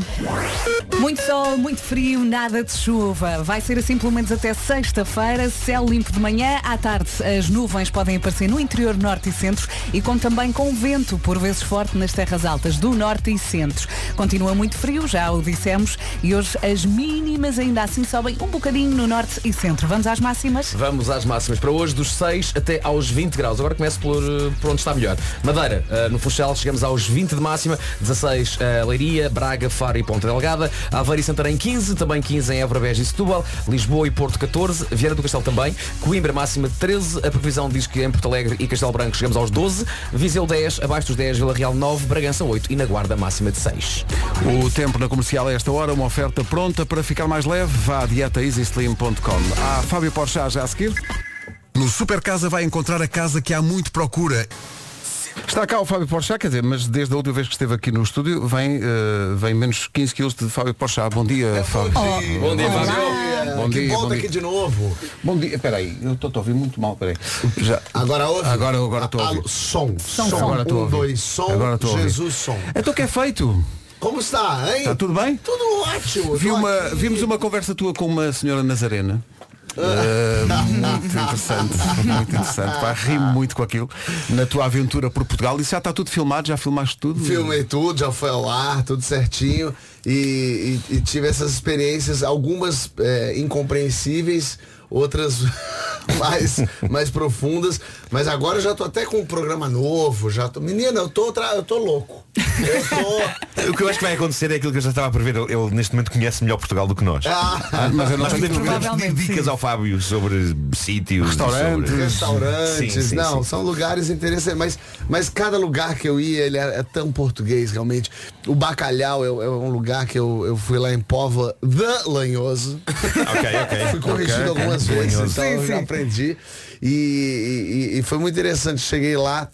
Speaker 4: Muito sol, muito frio, nada de chuva. Vai ser assim pelo menos até sexta-feira, céu limpo de manhã, à tarde as nuvens podem aparecer no interior norte e centro e como também com vento, por vezes forte, nas terras altas do norte e centro. Continua muito frio, já o dissemos, e hoje as mínimas ainda assim sobem um bocadinho no norte e centro. Vamos às máximas?
Speaker 10: Vamos às máximas. Para hoje, dos 6 até aos 20 graus. Agora começo por, eh, por onde está melhor. Madeira, eh, no Funchal, chegamos aos 20 de máxima. 16 eh, Leiria, Braga, Faro e Ponta Delgada. Aveiro e Santarém, 15. Também 15 em Évora, Beja e Setúbal. Lisboa e Porto, 14. Vieira do Castelo também. Coimbra, máxima de 13. A previsão diz que em Porto Alegre e Castelo Branco chegamos aos 12. Viseu, 10. Abaixo dos 10, Vila Real, 9. Bragança, 8. E na Guarda, máxima de 6.
Speaker 2: O tempo na comercial a esta hora, uma oferta pronta para ficar mais leve, vá a dietaeasyslim.com. Há Ah, Fábio Porchat já a seguir.
Speaker 14: No Super Casa vai encontrar a casa que há muito procura.
Speaker 2: Está cá o Fábio Porchat, quer dizer, mas desde a última vez que esteve aqui no estúdio, vem, eh, vem menos 15 quilos de Fábio Porchat. Bom dia, Fábio.
Speaker 12: É, Bom dia, Fábio.
Speaker 2: Bom dia,
Speaker 12: volta
Speaker 2: bom dia.
Speaker 12: aqui de novo.
Speaker 2: Bom dia, peraí, eu estou a ouvir muito mal, peraí. Já.
Speaker 12: Agora ouve?
Speaker 2: Agora agora estou a ouvir.
Speaker 12: Som, som.
Speaker 2: Agora estou a
Speaker 12: um,
Speaker 2: ouvir.
Speaker 12: dois, som.
Speaker 2: Agora estou a ouvir.
Speaker 12: Jesus, som.
Speaker 2: Então o que é feito?
Speaker 12: Como está, hein?
Speaker 2: Está tudo bem?
Speaker 12: Tudo ótimo. Ah.
Speaker 2: Vi
Speaker 12: tô
Speaker 2: uma,
Speaker 12: aqui.
Speaker 2: vimos uma conversa tua com uma senhora Nazarena. Eh, muito interessante, muito interessante. Pá, rimo muito com aquilo na tua aventura por Portugal. Isso já está tudo filmado, já filmaste tudo?
Speaker 12: Filmei tudo, já foi ao ar, tudo certinho. E, e- e tive essas experiências, algumas é, incompreensíveis, outras mais, mais profundas. Mas agora eu já tô até com um programa novo. Já tô... Menina, eu tô, tra- eu tô louco.
Speaker 9: O que eu acho que vai acontecer é aquilo que eu já estava a prever. Ele, ele, neste momento conhece melhor Portugal do que nós.
Speaker 12: Ah.
Speaker 9: mas eu não
Speaker 12: Mas
Speaker 9: sei
Speaker 12: podemos-
Speaker 9: pedir dicas ao Fábio sobre sítios,
Speaker 2: Restaurantes.
Speaker 9: sobre-
Speaker 12: Restaurantes,
Speaker 9: Sim, sim,
Speaker 12: não,
Speaker 9: sim.
Speaker 12: são lugares interessantes, mas, mas cada lugar que eu ia, ele é, é tão português realmente. O Bacalhau é, é um lugar que eu, eu fui lá em Póvoa de Lanhoso.
Speaker 9: Ok, ok.
Speaker 12: Fui corrigido
Speaker 9: Ok, ok.
Speaker 12: algumas vezes,
Speaker 9: Lanhoso.
Speaker 12: então
Speaker 9: Sim,
Speaker 12: eu já
Speaker 9: sim.
Speaker 12: aprendi. E, e- e foi muito interessante, cheguei lá.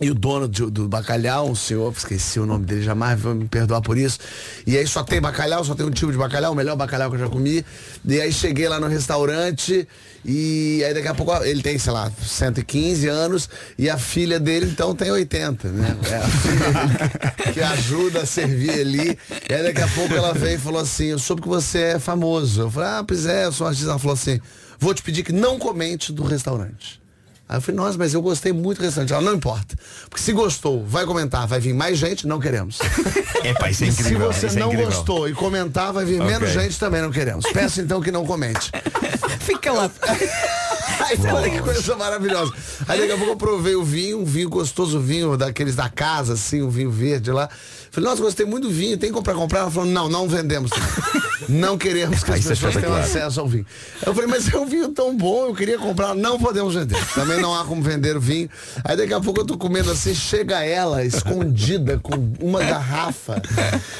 Speaker 12: E o dono de- do bacalhau, um senhor, esqueci o nome dele, jamais vou me perdoar por isso. E aí só tem bacalhau, só tem um tipo de bacalhau, o melhor bacalhau que eu já comi. E aí cheguei lá no restaurante e aí daqui a pouco ele tem, sei lá, 115 anos e a filha dele então tem 80, né? É a filha dele que ajuda a servir ali. E aí daqui a pouco ela veio e falou assim, eu soube que você é famoso. Eu falei, ah, pois é, eu sou um artista. Ela falou assim, vou te pedir que não comente do restaurante. Aí eu falei, nossa, mas eu gostei muito do restaurante. Ela, não importa. Porque se gostou, vai comentar, vai vir mais gente, não queremos.
Speaker 9: É pá, isso é
Speaker 12: se
Speaker 9: incrível.
Speaker 12: você
Speaker 9: isso é
Speaker 12: não
Speaker 9: incrível.
Speaker 12: gostou e comentar, vai vir
Speaker 9: Ok.
Speaker 12: menos gente, também não queremos. Peço então que não comente.
Speaker 4: Fica lá.
Speaker 12: Olha que coisa maravilhosa. Aí daqui a pouco eu provei o vinho, um vinho gostoso, um vinho daqueles da casa, assim, um vinho verde lá. Falei, nossa, gostei muito do vinho, tem como pra comprar? Ela falou, não, não vendemos. Não queremos que
Speaker 9: Ah,
Speaker 12: as
Speaker 9: isso é
Speaker 12: pessoas tenham
Speaker 9: espetacular.
Speaker 12: acesso ao vinho. Eu falei, mas é um vinho tão bom, eu queria comprar, não podemos vender. Também não há como vender o vinho. Aí daqui a pouco eu tô comendo assim, chega ela escondida com uma garrafa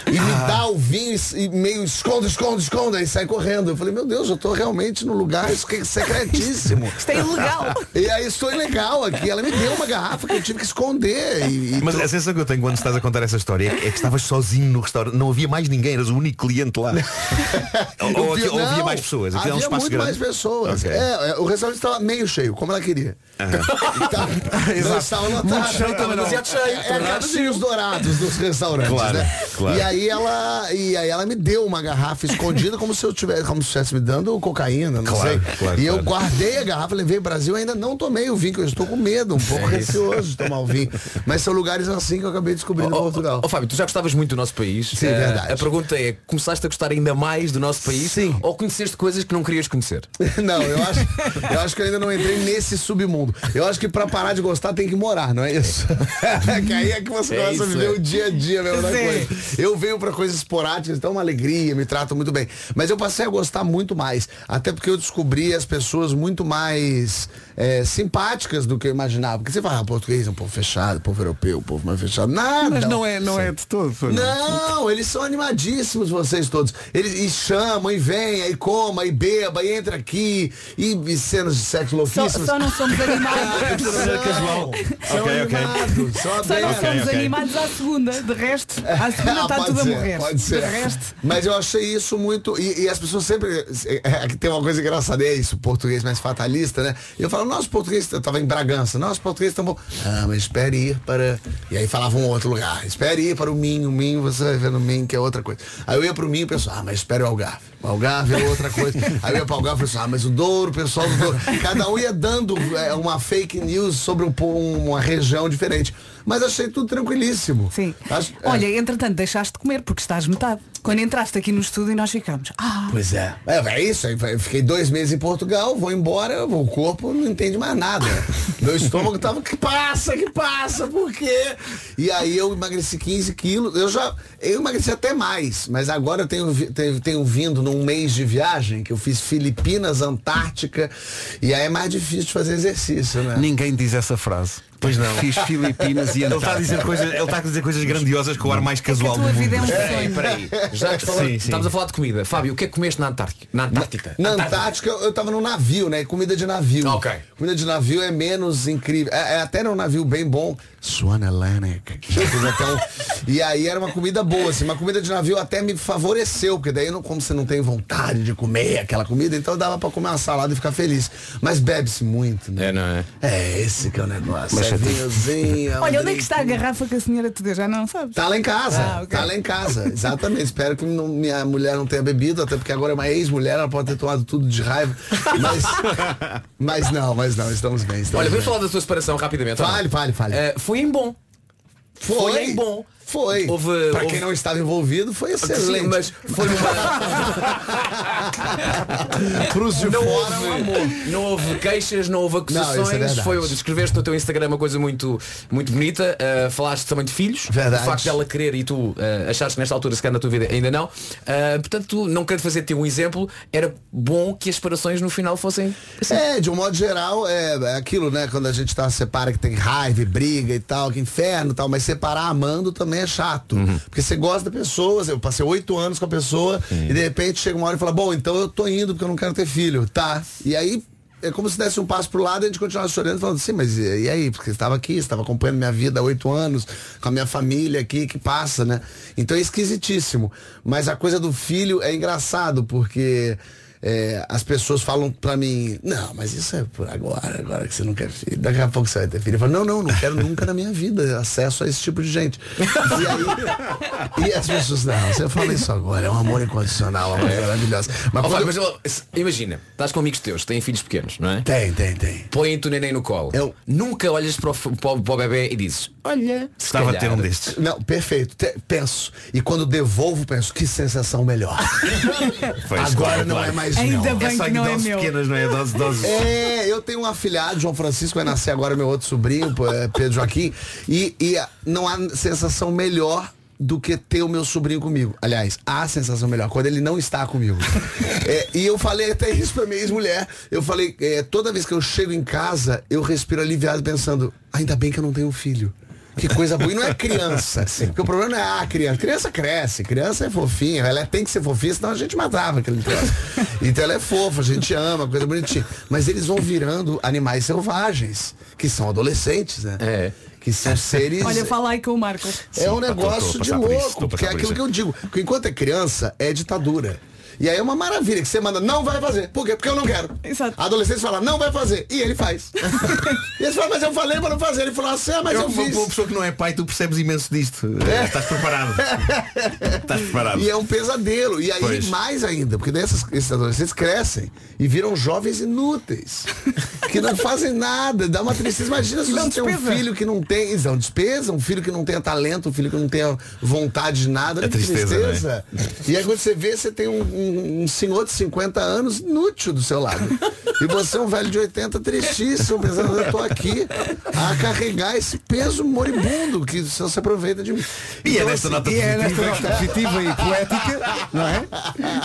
Speaker 12: e me dá o vinho e e meio esconde, esconde, esconde, aí sai correndo. Eu falei, meu Deus, eu tô realmente no lugar isso que é secretíssimo.
Speaker 4: Isso é ilegal.
Speaker 12: E aí estou ilegal aqui. Ela me deu uma garrafa que eu tive que esconder. E, e
Speaker 9: Mas a sensação que eu tenho quando estás a contar essa história é que, é que estavas sozinho no restaurante, não havia mais ninguém, eras o único cliente lá. ou ou
Speaker 12: Eu vi-
Speaker 9: aqui- ou havia
Speaker 12: não,
Speaker 9: mais pessoas, aqui
Speaker 12: Havia
Speaker 9: é um espaço
Speaker 12: muito
Speaker 9: grande.
Speaker 12: mais pessoas.
Speaker 9: Ok.
Speaker 12: É, é, o restaurante estava meio cheio, como ela queria.
Speaker 9: Aham.
Speaker 12: Tá- não
Speaker 9: Exato.
Speaker 12: estava
Speaker 9: Muito cheio
Speaker 12: lotado. Estava
Speaker 9: também não.
Speaker 12: demasiado cheio. É
Speaker 9: Torrado
Speaker 12: gatinhos dourados dos restaurantes,
Speaker 9: Claro,
Speaker 12: né?
Speaker 9: claro.
Speaker 12: E aí ela e aí ela me deu uma garrafa escondida como se eu tivesse como se estivesse me dando cocaína, não
Speaker 9: Claro,
Speaker 12: sei.
Speaker 9: claro,
Speaker 12: e eu
Speaker 9: claro.
Speaker 12: guardei a garrafa, levei para Brasil, ainda não tomei o vinho, que eu estou com medo, um pouco
Speaker 10: É isso.
Speaker 12: receoso de tomar o vinho. Mas são lugares assim que eu acabei descobrindo em Portugal.
Speaker 10: Ó Fábio, tu já gostavas muito do nosso país.
Speaker 12: Sim,
Speaker 10: Eh,
Speaker 12: verdade.
Speaker 10: A pergunta é, começaste a gostar ainda mais do nosso país ou conheceste coisas que não querias conhecer?
Speaker 12: Não, eu acho, eu acho que eu ainda não entrei nesse submundo. Eu acho que pra parar de gostar tem que morar, não é isso? que aí é que você
Speaker 9: É
Speaker 12: começa a
Speaker 9: isso,
Speaker 12: viver
Speaker 9: é.
Speaker 12: o dia a dia mesmo da
Speaker 9: Sim.
Speaker 12: coisa. Eu venho pra coisas esporádicas, então é uma alegria, me tratam muito bem. Mas eu passei a gostar muito mais. Até porque eu descobri as pessoas muito mais é, simpáticas do que eu imaginava. Porque você fala, ah, português é um povo fechado, povo europeu, povo mais fechado. Nada.
Speaker 2: Mas não é, não é de todo. foi,
Speaker 12: Não, eles são animadíssimos vocês todos. Eles e chamam, e vêm, aí coma, e beba, e entra aqui, e, e cenas de sexo
Speaker 4: Só,
Speaker 12: louquíssimas.
Speaker 2: É
Speaker 4: só não somos animais.
Speaker 12: Não, São
Speaker 9: Ok, ok.
Speaker 12: animados, só
Speaker 4: Só não
Speaker 12: dez.
Speaker 4: somos animados à segunda. De resto, à segunda
Speaker 12: Ah,
Speaker 4: está
Speaker 12: pode
Speaker 4: tudo
Speaker 12: ser,
Speaker 4: a morrer.
Speaker 12: Pode ser.
Speaker 4: De resto.
Speaker 12: Mas eu achei isso muito. E, e as pessoas sempre. é, que tem uma coisa engraçada, é isso, o português mais fatalista, né? E eu falo, nosso português, eu tava em Bragança, nosso português tão bom. Ah, mas espere ir para. E aí falava um outro lugar. Espere ir para o Minho, o Minho, você vai ver no Minho, que é outra coisa. Aí eu ia para o Minho e o pessoal, ah, mas espere o Algarve. O Algarve é outra coisa. Aí eu ia para o Algarve e falei assim, ah, mas o Douro, o pessoal do Douro. Cada um ia dando é, uma fake news sobre um po- uma região diferente. Mas achei tudo tranquilíssimo. é, Sim.
Speaker 4: Olha, entretanto, deixaste de comer porque estás metade. Quando entraste aqui no estúdio e nós ficamos. Ah,
Speaker 12: Pois é. É, é isso. aí. Eu fiquei dois meses em Portugal, vou embora, o corpo não entende mais nada. Meu estômago tava que passa, que passa, por quê? E aí eu emagreci 15 quilos. Eu já. Eu emagreci até mais, mas agora eu tenho, vi- tenho, tenho vindo num mês de viagem que eu fiz Filipinas, Antártica, e aí é mais difícil de fazer exercício, né?
Speaker 2: Ninguém diz essa frase.
Speaker 12: Pois não.
Speaker 2: Fiz Filipinas e
Speaker 9: Ele
Speaker 2: Antártica.
Speaker 9: está a dizer coisas, ele está a dizer coisas grandiosas com o ar mais casual do
Speaker 4: é
Speaker 9: mundo.
Speaker 4: um
Speaker 2: é
Speaker 10: Peraí,
Speaker 12: então,
Speaker 10: peraí. Já que falamos- estamos a falar de comida. Fábio, o que é que comeste na Antártica? Na Antártida.
Speaker 12: Na Antártica eu eu tava num navio, né? E Comida de navio. Ok. Comida de navio é menos incrível. É, é até num navio bem bom. Swan Atlantic. Já fiz até um- E aí era uma comida boa, assim. Uma comida de navio até me favoreceu, porque daí eu não, como você não tem vontade de comer aquela comida, então dava pra comer uma salada e ficar feliz. Mas bebe-se muito, né? É, não é? É esse que é o negócio.
Speaker 10: Mas
Speaker 12: é
Speaker 10: já tem-
Speaker 12: vinhozinho, é um
Speaker 4: olha, onde é que
Speaker 12: drink.
Speaker 4: está a garrafa que a senhora te deu? Já não sabes.
Speaker 12: Tá lá em casa,
Speaker 4: Ah, ok.
Speaker 12: tá lá em casa, exatamente. Espero que não- minha mulher não tenha bebido, até porque agora é uma ex-mulher, ela pode ter tomado tudo de raiva. Mas, mas não, mas não, estamos bem. Estamos
Speaker 10: Olha,
Speaker 12: bem.
Speaker 10: vamos falar da sua separação rapidamente.
Speaker 12: Fale, fale, fale.
Speaker 10: Eh, foi em bom.
Speaker 12: Foi,
Speaker 10: em bom.
Speaker 12: Foi.
Speaker 10: Houve,
Speaker 12: Pra
Speaker 10: houve-
Speaker 12: quem não estava envolvido, foi
Speaker 10: Sim,
Speaker 12: excelente.
Speaker 10: mas foi uma.
Speaker 12: Cruz de
Speaker 10: não,
Speaker 12: fora,
Speaker 10: houve,
Speaker 12: um amor.
Speaker 10: não houve queixas, não houve
Speaker 12: Não, isso é
Speaker 10: acusações.
Speaker 12: verdade.
Speaker 10: foi, descreveste no teu Instagram uma coisa muito, muito bonita. eh, falaste também de filhos.
Speaker 12: Verdade.
Speaker 10: O facto dela querer e tu eh, achaste que nesta altura, se calhar na tua vida ainda não. Eh, portanto, tu, não quero fazer te um exemplo. Era bom que as separações no final fossem.
Speaker 12: É, de um modo geral, é, é aquilo, né? Quando a gente tá separa que tem raiva e briga e tal, que inferno e tal, mas separar amando também é chato. Porque você gosta da pessoa, eu passei oito anos com a pessoa e de repente chega uma hora e fala, bom, então eu tô indo porque eu não quero ter filho, tá? E aí é como se desse um passo pro lado e a gente continuasse chorando, falando assim, mas e e aí? Porque você estava aqui, você estava acompanhando minha vida há oito anos, com a minha família aqui, que passa, né? Então é esquisitíssimo. Mas a coisa do filho é engraçado, porque é, as pessoas falam pra mim, não, mas isso é por agora, agora que você não quer filho, daqui a pouco você vai ter filho. Eu falo, não, não, não quero nunca na minha vida acesso a esse tipo de gente. E aí, e as pessoas, não, você fala isso agora, é um amor incondicional, uma coisa maravilhosa.
Speaker 10: Ó,
Speaker 12: Mas,
Speaker 10: Fábio,
Speaker 12: quando-
Speaker 10: mas, ó, se- imagina, estás com amigos teus, têm filhos pequenos, não é?
Speaker 12: Tem, tem, tem.
Speaker 10: Põem-te o neném no colo. Eu... Nunca olhas para o, f- para o- para o bebê e dizes, olha, se
Speaker 12: Estava
Speaker 10: calhar.
Speaker 9: um
Speaker 12: Não, perfeito. Te- penso. E quando devolvo, penso, que sensação melhor. Agora não é mais meu.
Speaker 9: pequenas, não é? Doses, doses.
Speaker 12: É, eu tenho um afilhado, João Francisco, vai nascer agora meu outro sobrinho, pô, é, Pedro Joaquim, e, e a- não há sensação melhor do que ter o meu sobrinho comigo. Aliás, há sensação melhor, quando ele não está comigo. É, e eu falei até isso pra minha ex-mulher. Eu falei, é, toda vez que eu chego em casa, eu respiro aliviado pensando, ainda bem que eu não tenho um filho. Que coisa boa. E não é criança. Porque o problema não é a criança. Criança cresce, criança é fofinha, ela tem que ser fofinha, senão a gente matava aquele criança. Então ela é fofa, a gente ama, coisa bonitinha. Mas eles vão virando animais selvagens, que são adolescentes, né? É. Que são seres.
Speaker 4: Olha, fala aí com o Marcos.
Speaker 12: É um negócio de louco, porque é aquilo que eu digo. Porque enquanto é criança, é ditadura. E aí é uma maravilha que você manda, não vai fazer. Por quê? Porque eu não quero. A adolescente fala, não vai fazer. E ele faz. e ele fala, mas eu falei pra não fazer. Ele falou assim, ah, mas eu,
Speaker 9: eu,
Speaker 12: fiz.
Speaker 9: Uma pessoa que não é pai, tu percebes imenso disto. É, Estás preparado. Estás preparado.
Speaker 12: E é um pesadelo. E aí
Speaker 9: Pois.
Speaker 12: mais ainda, porque daí essas- esses adolescentes crescem e viram jovens inúteis. que não fazem nada. Dá uma tristeza. Imagina se
Speaker 4: E dão
Speaker 12: você tem um
Speaker 4: despesa.
Speaker 12: filho que não tem. Isso é uma despesa, um filho que não tenha talento, um filho que não tenha vontade de nada. Olha que
Speaker 9: É tristeza, né?
Speaker 12: E aí quando você vê, você tem um, um- um senhor de 50 anos inútil do seu lado. E você é um velho de 80 tristíssimo, pensando, eu tô aqui a carregar esse peso moribundo que só se aproveita de mim.
Speaker 9: E é nesta nota
Speaker 12: e é nesta
Speaker 9: positiva-
Speaker 12: nota positiva e poética, não é?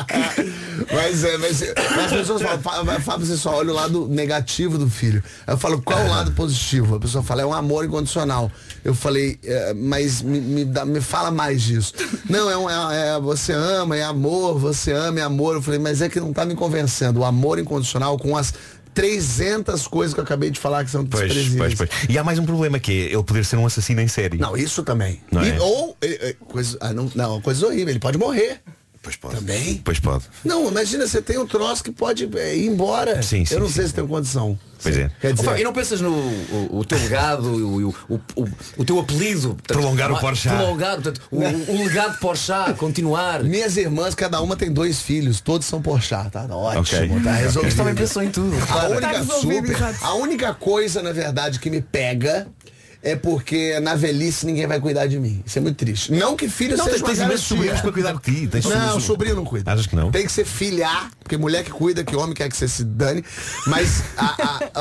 Speaker 12: Mas é, mas, as pessoas falam, "Fá- Fábio, você só olha o lado negativo do filho. Eu falo, qual é o lado positivo? A pessoa fala, é um amor incondicional. Eu falei, "É, mas me, me dá- me fala mais disso. Não, é, um, é- é- você ama, é amor, você ama, é amor. Eu falei, mas é que não tá me convencendo. O amor incondicional com as 300 coisas que eu acabei de falar que são
Speaker 9: Pois, pois,
Speaker 12: desprezíveis.
Speaker 9: pois. E há mais um problema que é ele poder ser um assassino em série.
Speaker 12: Não, isso também.
Speaker 9: Não
Speaker 12: E-
Speaker 9: é?
Speaker 12: Ou eh, eh, coisa, ah, não, não, coisa horrível, ele pode morrer.
Speaker 9: Pois pode.
Speaker 12: Também.
Speaker 9: Pois pode.
Speaker 12: Não, imagina, você tem um troço que pode eh, ir embora.
Speaker 9: Sim, sim,
Speaker 12: eu não
Speaker 9: sim,
Speaker 12: sei se tem condição.
Speaker 9: Pois é.
Speaker 12: Quer dizer-
Speaker 10: Ó, Fábio, e não pensas no o, o teu legado, o, o, o, o- o teu apelido? portanto,
Speaker 12: Prolongar o
Speaker 10: vai-
Speaker 12: Porchat.
Speaker 10: Prolongar, portanto, o, o legado Porchat, continuar.
Speaker 12: Minhas irmãs, cada uma tem dois filhos, todos são Porchat, tá? Ótimo,
Speaker 10: Ok.
Speaker 12: tá resolvido.
Speaker 10: Eles também pensam em tudo.
Speaker 12: A
Speaker 10: Claro.
Speaker 12: única,
Speaker 10: Tá resolvido,
Speaker 12: super-
Speaker 10: exato.
Speaker 12: a única coisa, na verdade, que me pega é porque na velhice ninguém vai cuidar de mim. Isso é muito triste. Não que filho
Speaker 9: Não,
Speaker 12: seja
Speaker 9: tens-
Speaker 12: uma
Speaker 9: tens imensos
Speaker 12: garantia.
Speaker 9: sobrinhos para cuidar de ti, tens
Speaker 12: não,
Speaker 9: sobrinhos-
Speaker 12: sobrinho não cuida.
Speaker 9: Achas que não?
Speaker 12: Tem que ser filhar, porque mulher que cuida, que homem quer que você se dane. Mas a, a,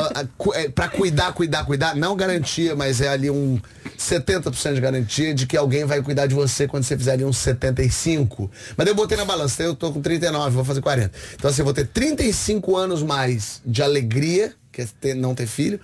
Speaker 12: a- a cu- é, pra cuidar, cuidar, cuidar, não garantia, mas é ali um 70% de garantia de que alguém vai cuidar de você quando você fizer ali um uns 75. Mas eu botei na balança, eu tô com 39, vou fazer 40. Então assim, eu vou ter 35 anos mais de alegria, que é ter- não ter filho,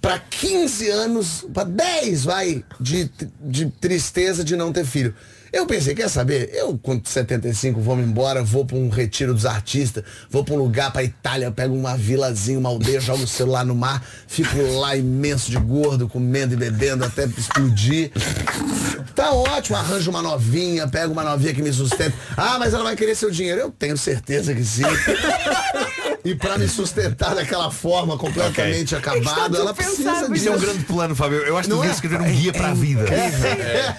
Speaker 12: pra 15 anos, pra 10 vai, de, de tristeza de não ter filho. Eu pensei, quer saber? Eu com 75 vou me embora, vou pra um retiro dos artistas, vou pra um lugar pra Itália, pego uma vilazinha, uma aldeia, jogo o celular no mar, fico lá imenso de gordo, comendo e bebendo até explodir. Tá ótimo, arranjo uma novinha, pego uma novinha que me sustenta. Ah, mas ela vai querer seu dinheiro. Eu tenho certeza que sim. E pra me sustentar daquela forma completamente acabada, ela precisa de
Speaker 9: Isso é um grande plano, Fábio. Eu acho que
Speaker 12: Não
Speaker 9: devia
Speaker 12: é?
Speaker 9: escrever um guia para a vida.
Speaker 12: É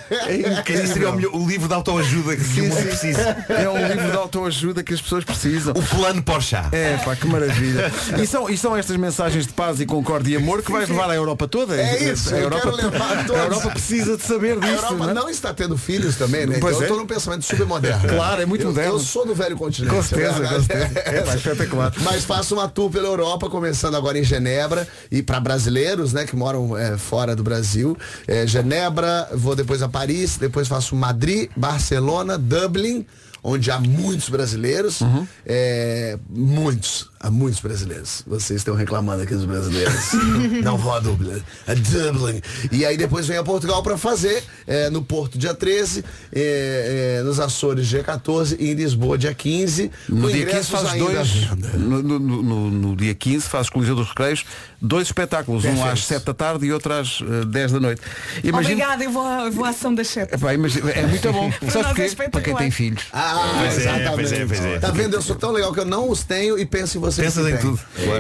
Speaker 9: Esse seria o, melhor- o livro de autoajuda que o mundo precisa.
Speaker 2: É um livro de autoajuda que as pessoas precisam.
Speaker 9: O plano Porchat.
Speaker 2: É, pá, que maravilha. E são, e são estas mensagens de paz e concórdia e amor que vais levar à Europa toda.
Speaker 12: É isso,
Speaker 2: a
Speaker 12: eu
Speaker 2: Europa,
Speaker 12: quero levar
Speaker 2: a
Speaker 12: todos.
Speaker 2: Europa precisa de saber
Speaker 12: A
Speaker 2: disso.
Speaker 12: Europa
Speaker 2: né?
Speaker 12: não está tendo filhos também, né?
Speaker 2: Pois
Speaker 12: então
Speaker 2: é.
Speaker 12: eu tô num pensamento super moderno.
Speaker 2: Claro, é muito
Speaker 12: Eu-
Speaker 2: moderno.
Speaker 12: Eu sou do velho continente.
Speaker 2: Com certeza,
Speaker 12: é
Speaker 2: com certeza.
Speaker 12: verdade.
Speaker 2: É, pá, espetacular.
Speaker 12: Mas faço uma tour pela Europa, começando agora em Genebra, e para brasileiros, né, que moram é, fora do Brasil. É, Genebra, vou depois a Paris, depois faço Madrid, Barcelona, Dublin, onde há muitos brasileiros.
Speaker 2: Uhum.
Speaker 12: É, muitos, há muitos brasileiros. Vocês estão reclamando aqui dos brasileiros. Não vou a Dublin. A Dublin. E aí depois vem a Portugal para fazer, é, no Porto dia 13, é, é, nos Açores dia 14 e em Lisboa dia 15. Com
Speaker 2: No dia 15
Speaker 12: ingressos
Speaker 2: fazes
Speaker 12: ainda à
Speaker 2: dois.
Speaker 12: venda.
Speaker 2: No, no- no- no dia 15 fazes Coliseu dos Recreios, dois espetáculos, um
Speaker 12: Perfeito.
Speaker 2: às 7 da tarde e outro às eh, 10 da noite.
Speaker 4: Obrigada, eu vou, à- eu vou à ação das sete.
Speaker 2: Epá, imagina- é muito bom.
Speaker 4: Para
Speaker 2: Sabes
Speaker 4: nós é
Speaker 2: porquê?
Speaker 4: espetacular.
Speaker 2: Para quem tem filhos.
Speaker 12: Ah,
Speaker 2: Pois é,
Speaker 12: exatamente.
Speaker 2: pois é, pois é.
Speaker 12: Tá vendo? Eu sou tão legal que eu não os tenho e penso em vocês.
Speaker 2: Pensas
Speaker 12: que
Speaker 2: em
Speaker 12: têm.
Speaker 2: tudo.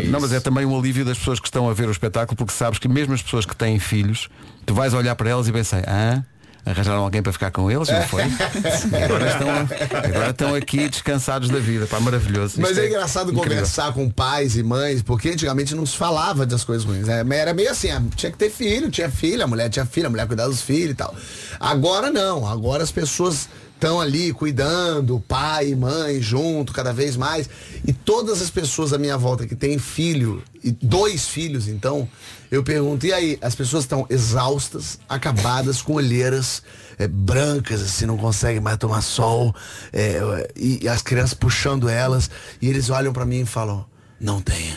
Speaker 2: não, mas é também um alívio das pessoas que estão a ver o espetáculo, porque sabes que mesmo as pessoas que têm filhos, tu vais olhar para elas e pensar, ah, arranjaram alguém para ficar com eles, não foi? E agora, estão, agora estão aqui descansados da vida, pá, maravilhoso.
Speaker 12: Mas
Speaker 2: Isto
Speaker 12: é engraçado
Speaker 2: incrível.
Speaker 12: conversar com pais e mães, porque antigamente não se falava das coisas ruins. né? Mas Era meio assim, ah, tinha que ter filho, tinha filha, a mulher tinha filha, a mulher cuidava dos filhos e tal. Agora não, agora as pessoas estão ali cuidando, pai e mãe junto, cada vez mais. E todas as pessoas à minha volta que têm filho, e dois filhos então, eu pergunto, e aí, as pessoas estão exaustas, acabadas, com olheiras é, brancas, assim, não conseguem mais tomar sol, é, e, e as crianças puxando elas, e eles olham pra mim e falam, não tenha.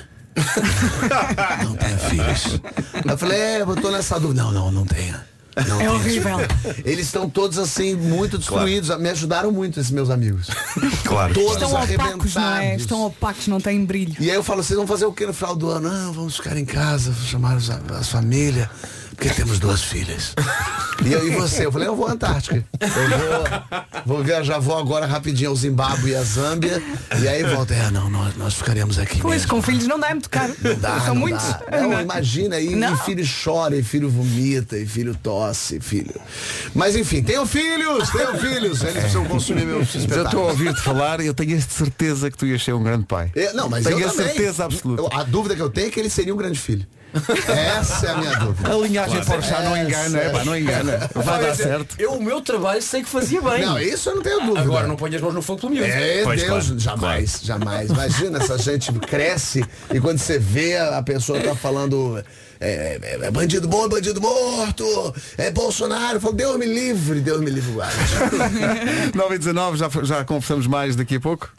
Speaker 12: não tenha filhos. Eu falei, é, eu tô nessa dúvida. Não, não, não tenha. Não
Speaker 4: É
Speaker 12: tenha.
Speaker 4: horrível.
Speaker 12: Eles estão todos assim, muito destruídos. Me ajudaram muito esses meus amigos.
Speaker 9: Claro.
Speaker 12: Todos
Speaker 4: Estão opacos, não é?
Speaker 12: arrebentados.
Speaker 4: Estão opacos, não têm brilho.
Speaker 12: E aí eu falo, vocês vão fazer o que no final do ano? Ah, vamos ficar em casa, vou chamar os, as famílias, porque temos duas filhas. E eu e você? Eu falei, eu vou à Antártica. Eu vou, vou viajar, vou agora rapidinho ao Zimbábue e à Zâmbia. E aí volta. É, não, nós, nós ficaremos aqui.
Speaker 4: Pois,
Speaker 12: mesmo.
Speaker 4: com filhos não dá-me tocar.
Speaker 12: Não dá,
Speaker 4: São
Speaker 12: não
Speaker 4: muitos. É, né?
Speaker 12: dá. É Não, imagina, e,
Speaker 4: Não.
Speaker 12: e filho chora, e filho vomita, e filho tosse, e filho. Mas enfim, tenham filhos, tenham filhos. Eles precisam consumir meus
Speaker 2: Eu
Speaker 12: espetáculos.
Speaker 2: estou a ouvir-te falar e eu tenho a certeza que tu ias ser um grande pai.
Speaker 12: É, não, mas
Speaker 2: tenho
Speaker 12: eu
Speaker 2: a
Speaker 12: também.
Speaker 2: certeza absoluta.
Speaker 12: Eu- a dúvida que eu tenho é que ele seria um grande filho. Essa é a minha dúvida.
Speaker 2: A linhagem Porchat não
Speaker 12: Essa
Speaker 2: engana, é, pá, não engana. Vai dar
Speaker 12: é.
Speaker 2: certo.
Speaker 10: Eu o meu trabalho sei que fazia bem.
Speaker 12: Não, isso eu não tenho dúvida.
Speaker 10: Agora não ponho as mãos no fogo pelo miúdo.
Speaker 12: É,
Speaker 10: Pois,
Speaker 12: Deus,
Speaker 10: claro,
Speaker 12: jamais, jamais. Imagina, essa gente cresce e quando você vê a pessoa tá falando é, é, é bandido bom, é bandido morto, é Bolsonaro, fala, Deus me livre, Deus me livre, guarde.
Speaker 2: 9 e 19, já, já conversamos mais daqui a pouco.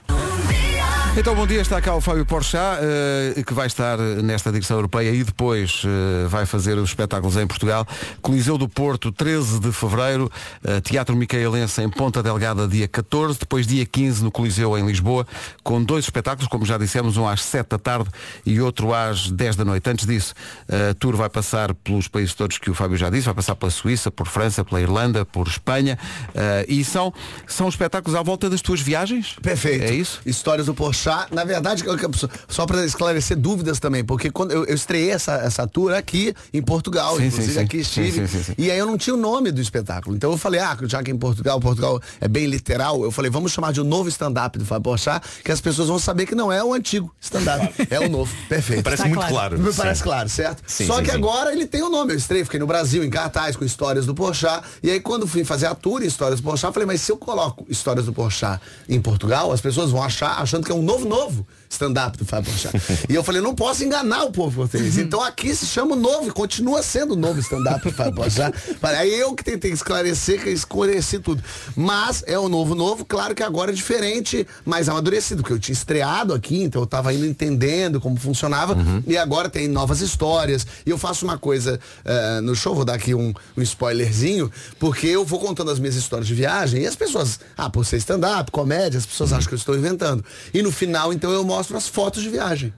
Speaker 2: Então, bom dia, está cá o Fábio Porchat, eh, que vai estar nesta digressão europeia e depois eh, vai fazer os espetáculos em Portugal. Coliseu do Porto, 13 de Fevereiro, eh, Teatro Micaelense em Ponta Delgada, dia 14, depois dia 15 no Coliseu em Lisboa, com dois espetáculos, como já dissemos, um às 7 da tarde e outro às 10 da noite. Antes disso, eh, a tour vai passar pelos países todos que o Fábio já disse, vai passar pela Suíça, por França, pela Irlanda, por Espanha, eh, e são, são espetáculos à volta das tuas viagens?
Speaker 12: Perfeito.
Speaker 2: É isso?
Speaker 12: Histórias do Porchat. Na verdade, eu- eu- só para esclarecer dúvidas também, porque quando eu, eu estreiei essa, essa tour aqui em Portugal,
Speaker 2: Sim,
Speaker 12: inclusive
Speaker 2: sim, sim.
Speaker 12: aqui estive,
Speaker 2: Sim, sim, sim, sim.
Speaker 12: e aí eu não tinha o nome do espetáculo. Então eu falei, ah, já que em Portugal, Portugal é bem literal, eu falei, vamos chamar de um novo stand-up do Fábio Porchat, que as pessoas vão saber que não é o antigo stand-up, é o novo. Perfeito.
Speaker 9: Parece Tá muito claro. claro,
Speaker 12: Me
Speaker 9: sim.
Speaker 12: Parece claro, certo?
Speaker 9: Sim,
Speaker 12: só
Speaker 9: sim,
Speaker 12: que
Speaker 9: sim.
Speaker 12: agora ele tem o nome, eu estrei, fiquei no Brasil em cartaz com histórias do Porchat, e aí quando fui fazer a tour em histórias do Porchat, eu falei, mas se eu coloco histórias do Porchat em Portugal, as pessoas vão achar, achando que é um novo, novo stand-up do Fábio Porchat. e eu falei, não posso enganar o povo
Speaker 9: Uhum.
Speaker 12: português, então aqui se chama o novo, e continua sendo o novo stand-up do Fábio Porchat. Falei, aí eu que tentei esclarecer, que escureci tudo. Mas é o novo, novo, claro que agora é diferente, mais amadurecido, porque eu tinha estreado aqui, então eu tava ainda entendendo como funcionava, e agora tem novas histórias. E eu faço uma coisa eh, no show, vou dar aqui um, um spoilerzinho, porque eu vou contando as minhas histórias de viagem e as pessoas, ah, por ser stand-up, comédia, as pessoas acham que eu estou inventando. E no final, então, eu mostro as fotos de viagem.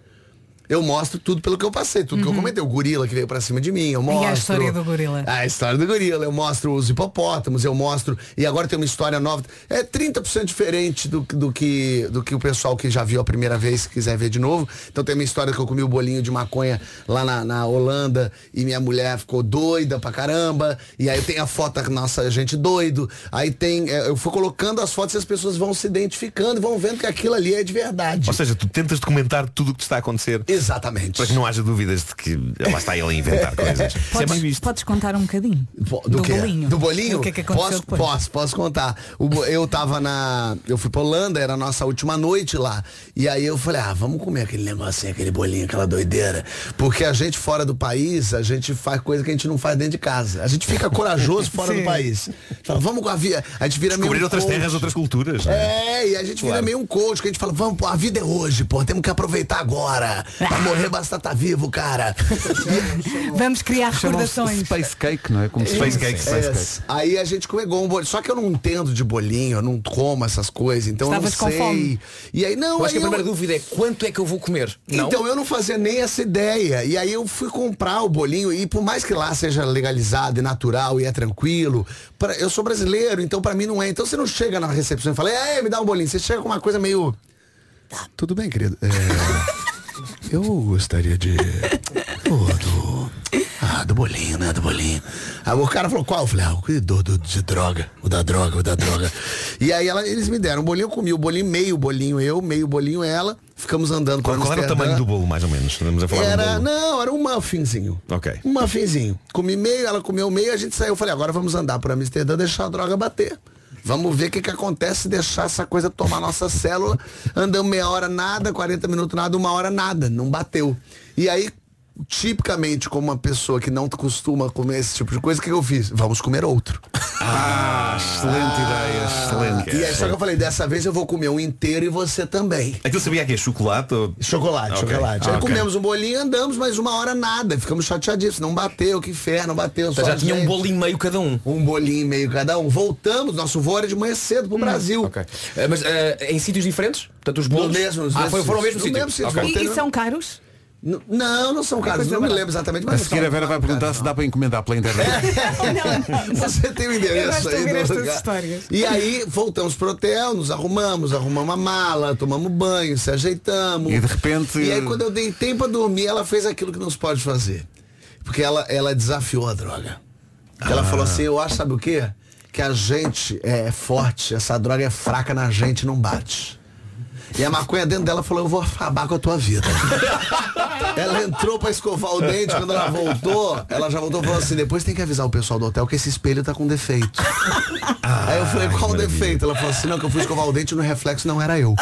Speaker 12: Eu mostro tudo pelo que eu passei, tudo que eu comentei. O gorila que veio pra cima de mim, eu mostro.
Speaker 4: Uhum. E a história do gorila?
Speaker 12: A história do gorila, eu mostro os hipopótamos, eu mostro. E agora tem uma história nova. É 30% diferente do, do, que, do que o pessoal que já viu a primeira vez, se quiser ver de novo. Então tem uma história que eu comi o bolinho de maconha lá na, na Holanda e minha mulher ficou doida pra caramba. E aí tem a foto da nossa gente doido. Aí tem. é, Eu fui colocando as fotos e as pessoas vão se identificando, vão vendo que aquilo ali é de verdade.
Speaker 9: Ou seja, tu tentas documentar tudo o que te está a acontecer.
Speaker 12: Exatamente.
Speaker 9: Para que não haja dúvidas de que lá está ele a inventar coisas. Isso é
Speaker 4: Podes,
Speaker 9: mais-
Speaker 4: podes contar um bocadinho
Speaker 12: Do, quê?
Speaker 4: bolinho.
Speaker 12: Do bolinho?
Speaker 4: O que é que aconteceu
Speaker 12: posso,
Speaker 4: depois?
Speaker 12: posso, posso contar. O bo- eu tava na. Eu fui pra Holanda, era a nossa última noite lá. E aí eu falei, ah, vamos comer aquele negocinho, aquele bolinho, aquela doideira. Porque a gente fora do país, a gente faz coisa que a gente não faz dentro de casa. A gente fica corajoso fora
Speaker 9: Sim.
Speaker 12: do país. Fala, vamos com a via. A gente vira
Speaker 9: Descobrir
Speaker 12: meio um
Speaker 9: outras
Speaker 12: coach.
Speaker 9: terras, outras culturas. não
Speaker 12: É, e a gente vira
Speaker 9: Claro.
Speaker 12: meio um coach, que a gente fala, vamos, pô, a vida é hoje, pô, temos que aproveitar agora. Pra morrer basta estar vivo, cara.
Speaker 4: Vamos criar
Speaker 2: Chamam-se
Speaker 4: recordações.
Speaker 2: Space Cake, não é? Como se
Speaker 12: Isso,
Speaker 2: fosse-
Speaker 12: é, Aí a gente comegou um bolinho. Só que eu não entendo de bolinho, eu não como essas coisas, então
Speaker 10: Estavas
Speaker 12: eu
Speaker 10: com
Speaker 12: não sei.
Speaker 10: fome.
Speaker 12: E aí não,
Speaker 10: eu acho
Speaker 12: aí
Speaker 10: que a
Speaker 12: eu-
Speaker 10: primeira dúvida é quanto é que eu vou comer? Não?
Speaker 12: Então eu não fazia nem essa ideia. E aí eu fui comprar o bolinho e por mais que lá seja legalizado e natural e é tranquilo, pra- eu sou brasileiro, então pra mim não é. Então você não chega na recepção e fala, é, me dá um bolinho. Você chega com uma coisa meio. "Tá, tudo bem, querido. É, eu gostaria de. Pô, do... Ah, do bolinho, né? Do bolinho. Aí o cara falou, qual? Eu falei, ah, o que do, do, de droga. O da droga, o da droga. e aí ela- eles me deram um bolinho, eu comi o bolinho, meio bolinho eu, meio bolinho ela. Ficamos andando
Speaker 9: Qual, qual era o tá tamanho do bolo, mais ou menos? Estamos a falar de um
Speaker 12: era,
Speaker 9: bolo.
Speaker 12: não, era um muffinzinho.
Speaker 9: Ok.
Speaker 12: Um muffinzinho. Comi meio, ela comeu meio, a gente saiu. Eu falei, agora vamos andar para Amsterdã deixar a droga bater. Vamos ver o que, que acontece se deixar essa coisa tomar nossa célula. Andamos meia hora nada, 40 minutos nada, uma hora nada. Não bateu. E aí, tipicamente, como uma pessoa que não costuma comer esse tipo de coisa, o que, que eu fiz? Vamos comer outro.
Speaker 9: Ah, excelente ideia,
Speaker 10: Ah.
Speaker 9: excelente.
Speaker 10: é
Speaker 12: e aí só que eu falei, dessa vez eu vou comer um inteiro e você também.
Speaker 9: Aquilo sabia que é chocolate ou...
Speaker 12: Chocolate,
Speaker 9: Ok.
Speaker 12: chocolate.
Speaker 9: Ah,
Speaker 12: aí
Speaker 9: ok.
Speaker 12: comemos um bolinho, andamos mais uma hora nada. Ficamos chateadíssimos. Não bateu, que inferno, bateu.
Speaker 10: Então já tinha um bolinho e meio cada um.
Speaker 12: Um bolinho e meio cada um. Voltamos, nosso voo era de manhã cedo pro Brasil.
Speaker 10: Eh, Hum, mas eh, em sítios diferentes? Portanto, os bolos.
Speaker 12: No mesmo, nos
Speaker 10: ah,
Speaker 12: mesmos
Speaker 10: foi- foram ao mesmo
Speaker 12: sítios.
Speaker 10: sítio.
Speaker 12: No mesmo sítio,
Speaker 10: Ok.
Speaker 12: voltei
Speaker 4: E, e são caros?
Speaker 12: N- Não, não são caros.
Speaker 4: coisa
Speaker 12: Não me
Speaker 4: barata.
Speaker 12: lembro exatamente,
Speaker 2: A
Speaker 12: mas não
Speaker 2: seguir
Speaker 12: são
Speaker 2: a Vera vai perguntar se dá para encomendar pela internet.
Speaker 12: Você tem o
Speaker 2: Eu
Speaker 12: endereço
Speaker 2: gosto de
Speaker 12: aí
Speaker 2: ouvir
Speaker 12: do
Speaker 2: estas
Speaker 12: lugar.
Speaker 2: histórias.
Speaker 12: E aí voltamos pro hotel, nos arrumamos, arrumamos a mala, tomamos banho, se ajeitamos.
Speaker 2: E de repente-
Speaker 12: E aí quando eu dei tempo pra dormir, ela fez aquilo que não se pode fazer. Porque ela, ela desafiou a droga. Ela
Speaker 9: Ah.
Speaker 12: falou assim, eu acho, sabe o quê? Que a gente é forte, essa droga é fraca na gente, não bate. E a maconha dentro dela falou, eu vou acabar com a tua vida. ela entrou pra escovar o dente, quando ela voltou, ela já voltou e falou assim, depois tem que avisar o pessoal do hotel que esse espelho tá com defeito. Aí eu falei, qual o defeito? Ela falou assim, não, que eu fui escovar o dente e no reflexo não era eu.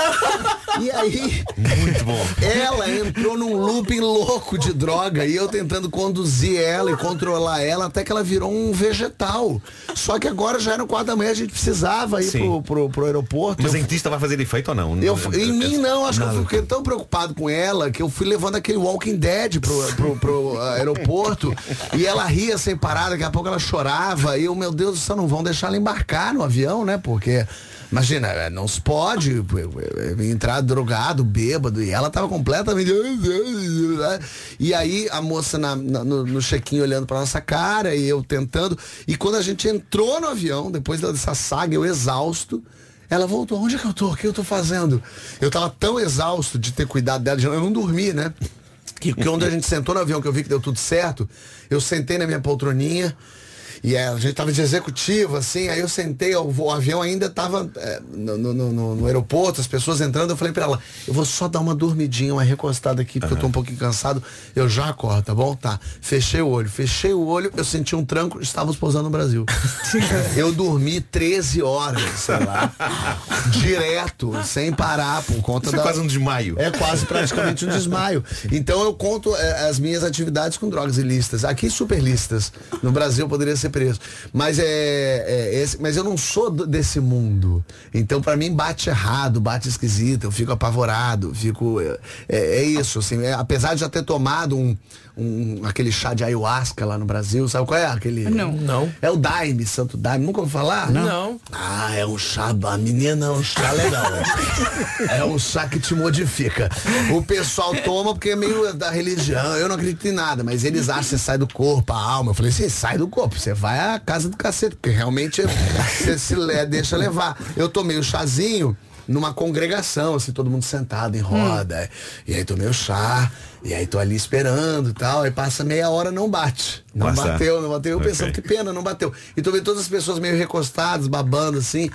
Speaker 12: E aí.
Speaker 9: Muito bom.
Speaker 12: Ela entrou num looping louco de droga e eu tentando conduzir ela e controlar ela até que ela virou um vegetal. Só que agora já era quatro da manhã, a gente precisava ir
Speaker 9: Sim.
Speaker 12: pro, pro, pro aeroporto.
Speaker 9: Mas
Speaker 12: Eu
Speaker 9: em ti estava a fazer efeito ou não?
Speaker 12: eu fu- em mim não, acho que
Speaker 9: Nada.
Speaker 12: eu fiquei tão preocupado com ela que eu fui levando aquele Walking Dead pro, pro, pro, ah, aeroporto e ela ria sem parar, daqui a pouco ela chorava e eu, meu Deus do céu, não vão deixar ela embarcar no avião, né? Porque, imagina, eh, não se pode eh, eh, entrar drogado, bêbado e ela tava completamente... E aí a moça na- na- no, no check-in olhando pra nossa cara e eu tentando e quando a gente entrou no avião, depois dessa saga, eu exausto, ela voltou, onde é que eu tô? O que eu tô fazendo? Eu tava tão exausto de ter cuidado dela, eu não dormi, né? Que quando a gente sentou no avião, que eu vi que deu tudo certo, eu sentei na minha poltroninha, e é, a gente tava de executivo, assim, aí eu sentei, o, o avião ainda tava é, no, no- no- no aeroporto, as pessoas entrando, eu falei pra ela, eu vou só dar uma dormidinha, uma recostada aqui, porque eu tô um pouquinho cansado, eu já acordo, tá bom? Tá. Fechei o olho, fechei o olho, eu senti um tranco, estávamos pousando no Brasil. eu dormi 13 horas, sei lá, direto, sem parar, por conta
Speaker 9: Isso é
Speaker 12: da...
Speaker 9: quase um desmaio.
Speaker 12: É quase praticamente um desmaio. Então eu conto eh, as minhas atividades com drogas ilícitas. Aqui super lícitas. No Brasil eu poderia ser preso. Mas é, é esse- mas eu não sou do- desse mundo. Então pra mim bate errado, bate esquisito, eu fico apavorado, fico eh, é, é isso assim, é, apesar de já ter tomado um, um- aquele chá de ayahuasca lá no Brasil, sabe qual é aquele?
Speaker 10: Não. Não.
Speaker 12: É o Daime, Santo Daime, nunca ouviu falar?
Speaker 10: Não. Não.
Speaker 12: Ah, é um chá, a menina é um chá legal. É um chá que te modifica. O pessoal toma porque é meio da religião. Eu não acredito em nada, mas eles acham que você sai do corpo, a alma. Eu falei, você sai do corpo, você vai à casa do cacete, porque realmente você se le- deixa levar. Eu tomei o chazinho numa congregação, assim, todo mundo sentado em roda. é. E aí tomei o chá, e aí tô ali esperando e tal. Aí passa meia hora, não bate. Não
Speaker 9: Passa.
Speaker 12: bateu, não bateu. Eu
Speaker 9: Ok.
Speaker 12: pensando que pena, não bateu. E tô vendo todas as pessoas meio recostadas, babando assim.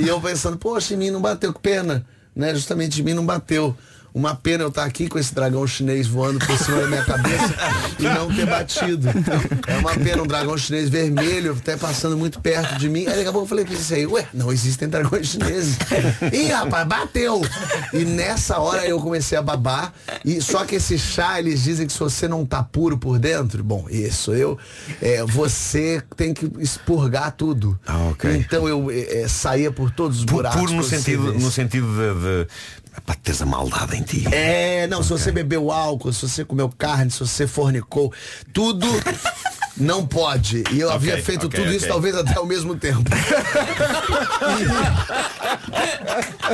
Speaker 12: e eu pensando, poxa, em mim não bateu, que pena. Né? Justamente em mim não bateu. Uma pena eu estar aqui com esse dragão chinês voando por cima da minha cabeça e não ter batido. É uma pena um dragão chinês vermelho até passando muito perto de mim. Aí daqui a pouco eu falei pra isso aí, ué, não existem dragões chineses. Ih, rapaz, bateu! E nessa hora eu comecei a babar. E só que esse chá, eles dizem que se você não tá puro por dentro, bom, isso eu, é, você tem que expurgar tudo. Então eu é, é, saía por todos os
Speaker 9: Ah, Pu-
Speaker 12: buracos.
Speaker 9: Puro no sentido,
Speaker 12: possíveis.
Speaker 9: no sentido de, de pá, teres a maldade em ti.
Speaker 12: É, não, se você bebeu álcool, se você comeu carne, se você fornicou, tudo não pode. E eu
Speaker 9: Ok,
Speaker 12: havia feito
Speaker 9: ok,
Speaker 12: tudo
Speaker 9: ok.
Speaker 12: isso talvez até ao mesmo tempo.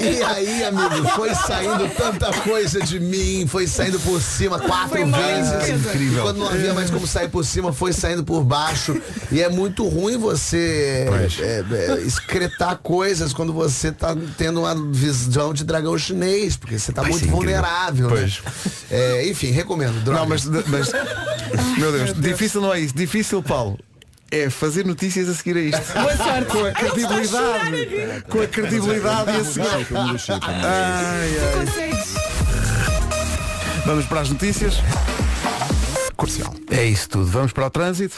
Speaker 12: e, e aí, amigo, foi saindo tanta coisa de mim, foi saindo por cima
Speaker 9: Foi
Speaker 12: quatro
Speaker 9: uma
Speaker 12: vezes.
Speaker 9: limpeza. Incrível.
Speaker 12: E Quando não havia mais como sair por cima, foi saindo por baixo. E é muito ruim você é, é, excretar coisas quando você tá tendo uma visão de dragão chinês, porque você tá
Speaker 2: Vai
Speaker 12: muito
Speaker 2: ser incrível.
Speaker 12: vulnerável. né?
Speaker 2: Pois.
Speaker 12: É, enfim, recomendo. Droga.
Speaker 2: Não, mas, mas- meu Deus, difícil não é isso. Difícil, Paulo, é fazer notícias a seguir a isto.
Speaker 4: Boa sorte.
Speaker 2: Com a
Speaker 4: Ele está a chorar
Speaker 2: credibilidade.
Speaker 4: a rir.
Speaker 2: Com a credibilidade e a
Speaker 11: é
Speaker 2: seguir. Ai, ai.
Speaker 4: Consegues.
Speaker 2: Vamos para as notícias. Comercial. É isso tudo. Vamos para o trânsito.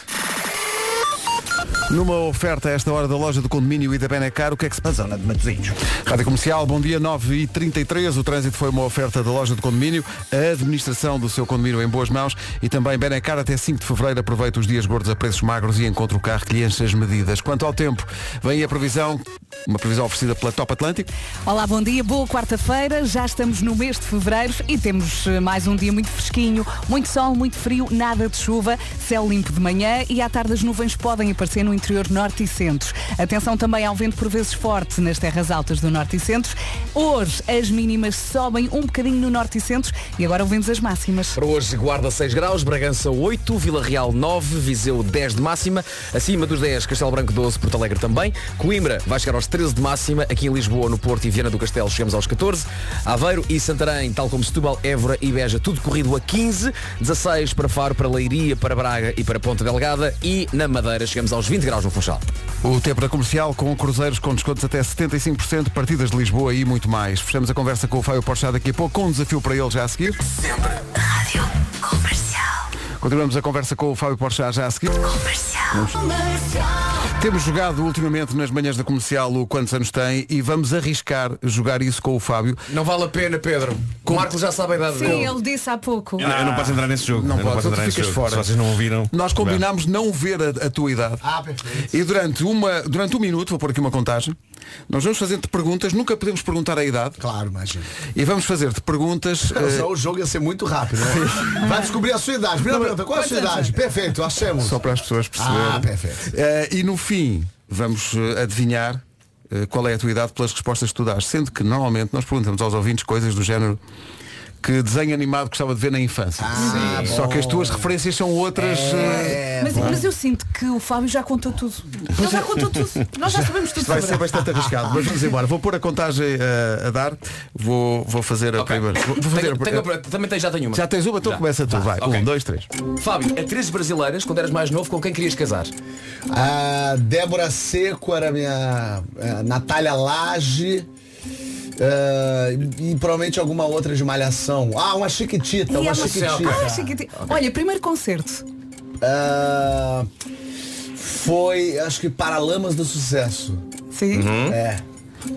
Speaker 2: Numa oferta a esta hora da loja do condomínio e da Benecar, o que é que se passa? Zona de Matosinhos. Rádio Comercial, bom dia, 9h33. O trânsito foi uma oferta da loja do condomínio, a administração do seu condomínio em boas mãos e também Benecar até 5 de fevereiro. Aproveita os dias gordos a preços magros e encontra o carro que lhe enche as medidas. Quanto ao tempo, vem aí a previsão, uma previsão oferecida pela Top Atlântico.
Speaker 4: Olá, bom dia, boa quarta-feira. Já estamos no mês de fevereiro e temos eh, mais um dia muito fresquinho, muito sol, muito frio, nada de chuva, céu limpo de manhã e à tarde as nuvens podem aparecer no interior norte e centro. Atenção também ao vento por vezes forte nas terras altas do norte e centro. Hoje as mínimas sobem um bocadinho no norte e centro e agora ouvimos as máximas.
Speaker 10: Para hoje, Guarda 6 graus, Bragança 8, Vila Real 9, Viseu 10 de máxima, acima dos 10, Castelo Branco 12, Porto Alegre também, Coimbra vai chegar aos 13 de máxima, aqui em Lisboa, no Porto e Viana do Castelo chegamos aos 14, Aveiro e Santarém, tal como Setúbal, Évora e Beja, tudo corrido a 15, 16 para Faro, para Leiria, para Braga e para Ponta Delgada e na Madeira chegamos aos 20 graus no Funchal.
Speaker 2: O tempo da comercial com cruzeiros com descontos até 75%, partidas de Lisboa e muito mais. Fechamos a conversa com o Fábio Porchat daqui a pouco, com um desafio para ele já a seguir. Continuamos a conversa com o Fábio Porchat já a seguir. Comercial. Temos jogado ultimamente nas manhãs da comercial o Quantos Anos Tem e vamos arriscar jogar isso com o Fábio.
Speaker 10: Não vale a pena, Pedro. O Marcos já sabe a idade
Speaker 4: Sim,
Speaker 10: dele.
Speaker 4: ele disse há pouco.
Speaker 9: Eu, não-
Speaker 2: É,
Speaker 9: eu não posso entrar nesse jogo.
Speaker 2: Não
Speaker 9: eu
Speaker 2: podes,
Speaker 9: posso
Speaker 2: ou tu
Speaker 9: entrar nesse
Speaker 2: ficas
Speaker 9: jogo.
Speaker 2: fora.
Speaker 9: Se vocês não ouviram.
Speaker 2: Nós combinámos não ver a, a tua idade.
Speaker 12: Ah, perfeito.
Speaker 2: E durante, uma, durante um minuto, vou pôr aqui uma contagem, nós vamos fazer-te perguntas, nunca podemos perguntar a idade.
Speaker 12: Claro, imagina.
Speaker 2: E vamos fazer-te perguntas. eh,
Speaker 12: Só o jogo ia ser muito rápido, né? Vai descobrir a sua idade. Primeira pergunta, qual é a sua
Speaker 2: Quantos anos
Speaker 12: idade? Perfeito, achamos.
Speaker 2: Só para as pessoas perceberem.
Speaker 12: Ah, perfeito.
Speaker 2: Eh, e no fim, vamos eh, adivinhar eh, qual é a tua idade pelas respostas que tu dás. Sendo que normalmente nós perguntamos aos ouvintes coisas do género que desenho animado gostava de ver na infância.
Speaker 4: Ah,
Speaker 2: Só que as tuas referências são outras.
Speaker 12: É.
Speaker 2: eh,
Speaker 4: Mas, mas eu sinto que o Fábio já contou tudo. Ele já contou tudo. Nós já sabemos tudo
Speaker 2: Isto é. vai
Speaker 4: sobre
Speaker 2: ser
Speaker 4: ele.
Speaker 2: bastante arriscado, mas vamos embora. Vou pôr a contagem eh, a dar, vou, vou fazer a primeira. Vou vou fazer
Speaker 10: Tenho-
Speaker 2: a-
Speaker 10: tenho uma- também tens, já tenho uma.
Speaker 2: Já tens uma, então
Speaker 10: Já. Tá.
Speaker 2: começa tu, vai.
Speaker 10: ok.
Speaker 2: Um, dois, três.
Speaker 10: Fábio, atrizes brasileiras, quando eras mais novo, com quem querias casar?
Speaker 12: A Débora Seco era minha. é, Natália Lage. é, e, e provavelmente alguma outra de malhação. Ah, uma chiquitita,
Speaker 4: E
Speaker 12: uma
Speaker 4: é
Speaker 12: chiquitita.
Speaker 4: Ah, chiquitita. Olha, primeiro concerto.
Speaker 12: Ah, foi, acho que Paralamas do Sucesso.
Speaker 4: Sim.
Speaker 2: Uhum.
Speaker 10: Hum?
Speaker 12: É.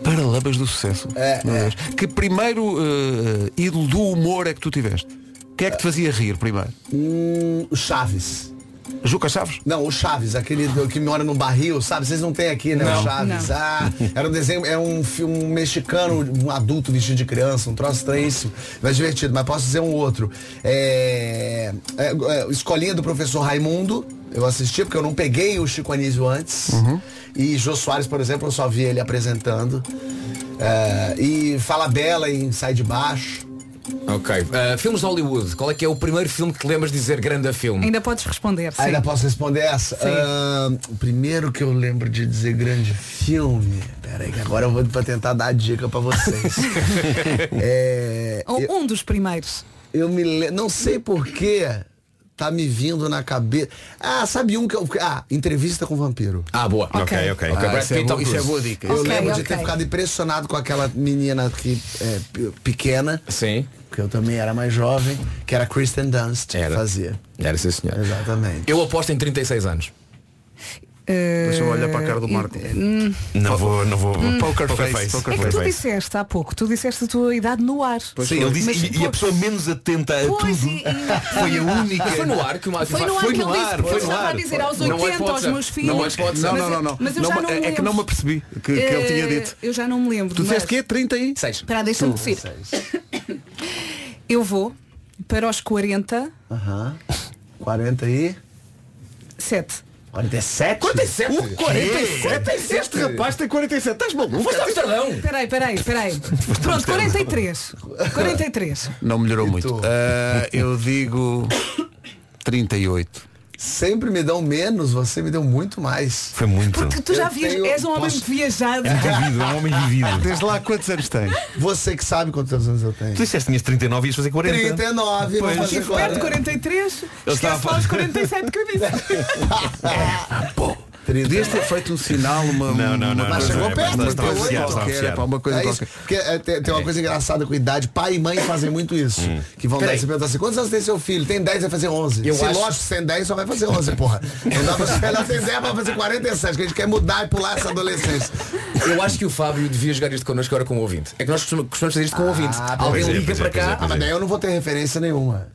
Speaker 2: Paralamas do sucesso.
Speaker 12: É,
Speaker 2: Meu Deus. Que primeiro eh, ídolo do humor é que tu tiveste? O que é que te fazia rir primeiro?
Speaker 12: Hum, o Chaves.
Speaker 2: Juca Chaves?
Speaker 12: Não, o Chaves, aquele do- que mora no barril, sabe? Vocês não têm aqui, né?
Speaker 10: Não.
Speaker 12: O Chaves.
Speaker 10: Não.
Speaker 12: Ah, era um desenho, é um filme um mexicano, um adulto vestido de criança, um troço estranhíssimo, mas divertido. Mas posso dizer um outro. É, é, é, Escolinha do Professor Raimundo, eu assisti porque eu não peguei o Chico Anísio antes.
Speaker 10: Uhum.
Speaker 12: E Jô Soares, por exemplo, eu só vi ele apresentando. É, e Fala Bela em Sai de Baixo.
Speaker 10: Ok. Ah, filmes de Hollywood, qual é que é o primeiro filme que te lembras de dizer grande filme?
Speaker 4: Ainda podes responder. Sim.
Speaker 12: Ainda posso responder essa? Ah, o primeiro que eu lembro de dizer grande filme. Pera aí, que agora eu vou pra tentar dar a dica pra vocês. É,
Speaker 4: Ou
Speaker 12: eu,
Speaker 4: um dos primeiros.
Speaker 12: eu me le- Não sei porquê tá me vindo na cabeça. Ah, sabe um que eu. Ah, entrevista com o vampiro.
Speaker 10: Ah, boa.
Speaker 9: Ok, ok.
Speaker 12: Ah,
Speaker 10: Brad
Speaker 12: isso
Speaker 10: Pitt,
Speaker 12: é
Speaker 10: Tom
Speaker 12: boa- isso é
Speaker 10: Cruise.
Speaker 12: boa dica. Eu
Speaker 10: Ok,
Speaker 12: lembro de
Speaker 10: ok.
Speaker 12: ter ficado impressionado com aquela menina que é pe- pequena.
Speaker 10: Sim.
Speaker 12: Que eu também era mais jovem, que era Kristen Dunst. Era. Fazia.
Speaker 10: Era sim, senhor.
Speaker 12: Exatamente.
Speaker 10: Eu aposto em 36 anos.
Speaker 2: Deixa eu olhar para a cara do Marco.
Speaker 4: Hum,
Speaker 9: Não vou, não vou.
Speaker 4: Hum.
Speaker 2: Poker face,
Speaker 4: é
Speaker 2: poker
Speaker 4: que tu disseste há pouco, tu disseste a tua idade no ar.
Speaker 9: Sim, ele disse,
Speaker 4: Mas,
Speaker 9: e, e a pessoa menos atenta a
Speaker 4: pois,
Speaker 9: tudo
Speaker 4: e-
Speaker 9: foi a única.
Speaker 10: Foi no ar que o Marco-
Speaker 4: Foi no ar que ele disse, porque eu estava a dizer aos
Speaker 10: Não é
Speaker 4: 80 aos
Speaker 10: WhatsApp.
Speaker 4: meus filhos.
Speaker 10: Não é WhatsApp.
Speaker 4: Mas-
Speaker 2: Não, não, não.
Speaker 4: Mas eu
Speaker 2: Não,
Speaker 4: já
Speaker 2: mas
Speaker 4: não
Speaker 2: é
Speaker 4: me
Speaker 2: que não me apercebi que- que ele tinha
Speaker 4: Eh,
Speaker 2: dito.
Speaker 4: Eu já não me lembro.
Speaker 2: Tu disseste
Speaker 4: mas-
Speaker 2: que é 30 aí?
Speaker 4: Espera, aí, deixa-me
Speaker 2: Tu.
Speaker 4: dizer. Eu vou para os 47.
Speaker 12: Aham. 40 aí. 47?
Speaker 10: 47?
Speaker 12: O 47?
Speaker 2: Este rapaz tem 47. Estás maluco?
Speaker 10: Foste ao Amsterdão?
Speaker 4: Peraí, peraí, peraí. Pronto, 43. 43.
Speaker 2: Não melhorou muito. Ah, eu digo 38.
Speaker 12: Sempre me dão menos, você me deu muito mais.
Speaker 2: Foi muito.
Speaker 4: Porque tu já
Speaker 12: Eu
Speaker 4: vias,
Speaker 12: tenho-
Speaker 4: és um homem
Speaker 12: posso-
Speaker 4: viajado.
Speaker 9: é um homem vivido.
Speaker 2: Desde lá quantos anos tens?
Speaker 12: Você que sabe quantos anos eu tenho.
Speaker 9: Tu disseste que tinhas 39 e ias fazer 40. Pois.
Speaker 12: 39, vou fazer
Speaker 4: Estive perto de
Speaker 12: 40.
Speaker 4: 43, esquece
Speaker 9: estava-
Speaker 4: lá os 47 que eu disse.
Speaker 12: Ah,
Speaker 2: Podias ter feito um sinal, uma.
Speaker 9: Não, não,
Speaker 2: uma
Speaker 9: não,
Speaker 12: Mas
Speaker 2: coisa-
Speaker 12: chegou
Speaker 2: uma
Speaker 12: perto,
Speaker 2: coisa
Speaker 12: 38.
Speaker 2: qualquer, é para uma coisa
Speaker 12: É isso,
Speaker 2: qualquer.
Speaker 12: porque, é, tem, tem uma coisa engraçada com idade. Pai e mãe fazem muito isso. Que vão dar
Speaker 10: Peraí.
Speaker 12: e se perguntar assim, quantos anos tem seu filho? Tem 10, vai fazer 11.
Speaker 10: Eu
Speaker 12: se
Speaker 10: acho-
Speaker 12: lógico, se tem 10, só vai fazer 11, porra. Não dá pra se ela tem 10, vai fazer 47, que a gente quer mudar e pular essa adolescência.
Speaker 10: Eu acho que o Fábio devia jogar isto connosco agora com o ouvinte. É que nós costuma- costumamos fazer isto com o ouvinte.
Speaker 12: Ah,
Speaker 10: Alguém
Speaker 12: pois é,
Speaker 10: liga
Speaker 12: pois é,
Speaker 10: para
Speaker 12: pois é,
Speaker 10: cá.
Speaker 12: pois é. Ah, mas daí eu não vou ter referência nenhuma.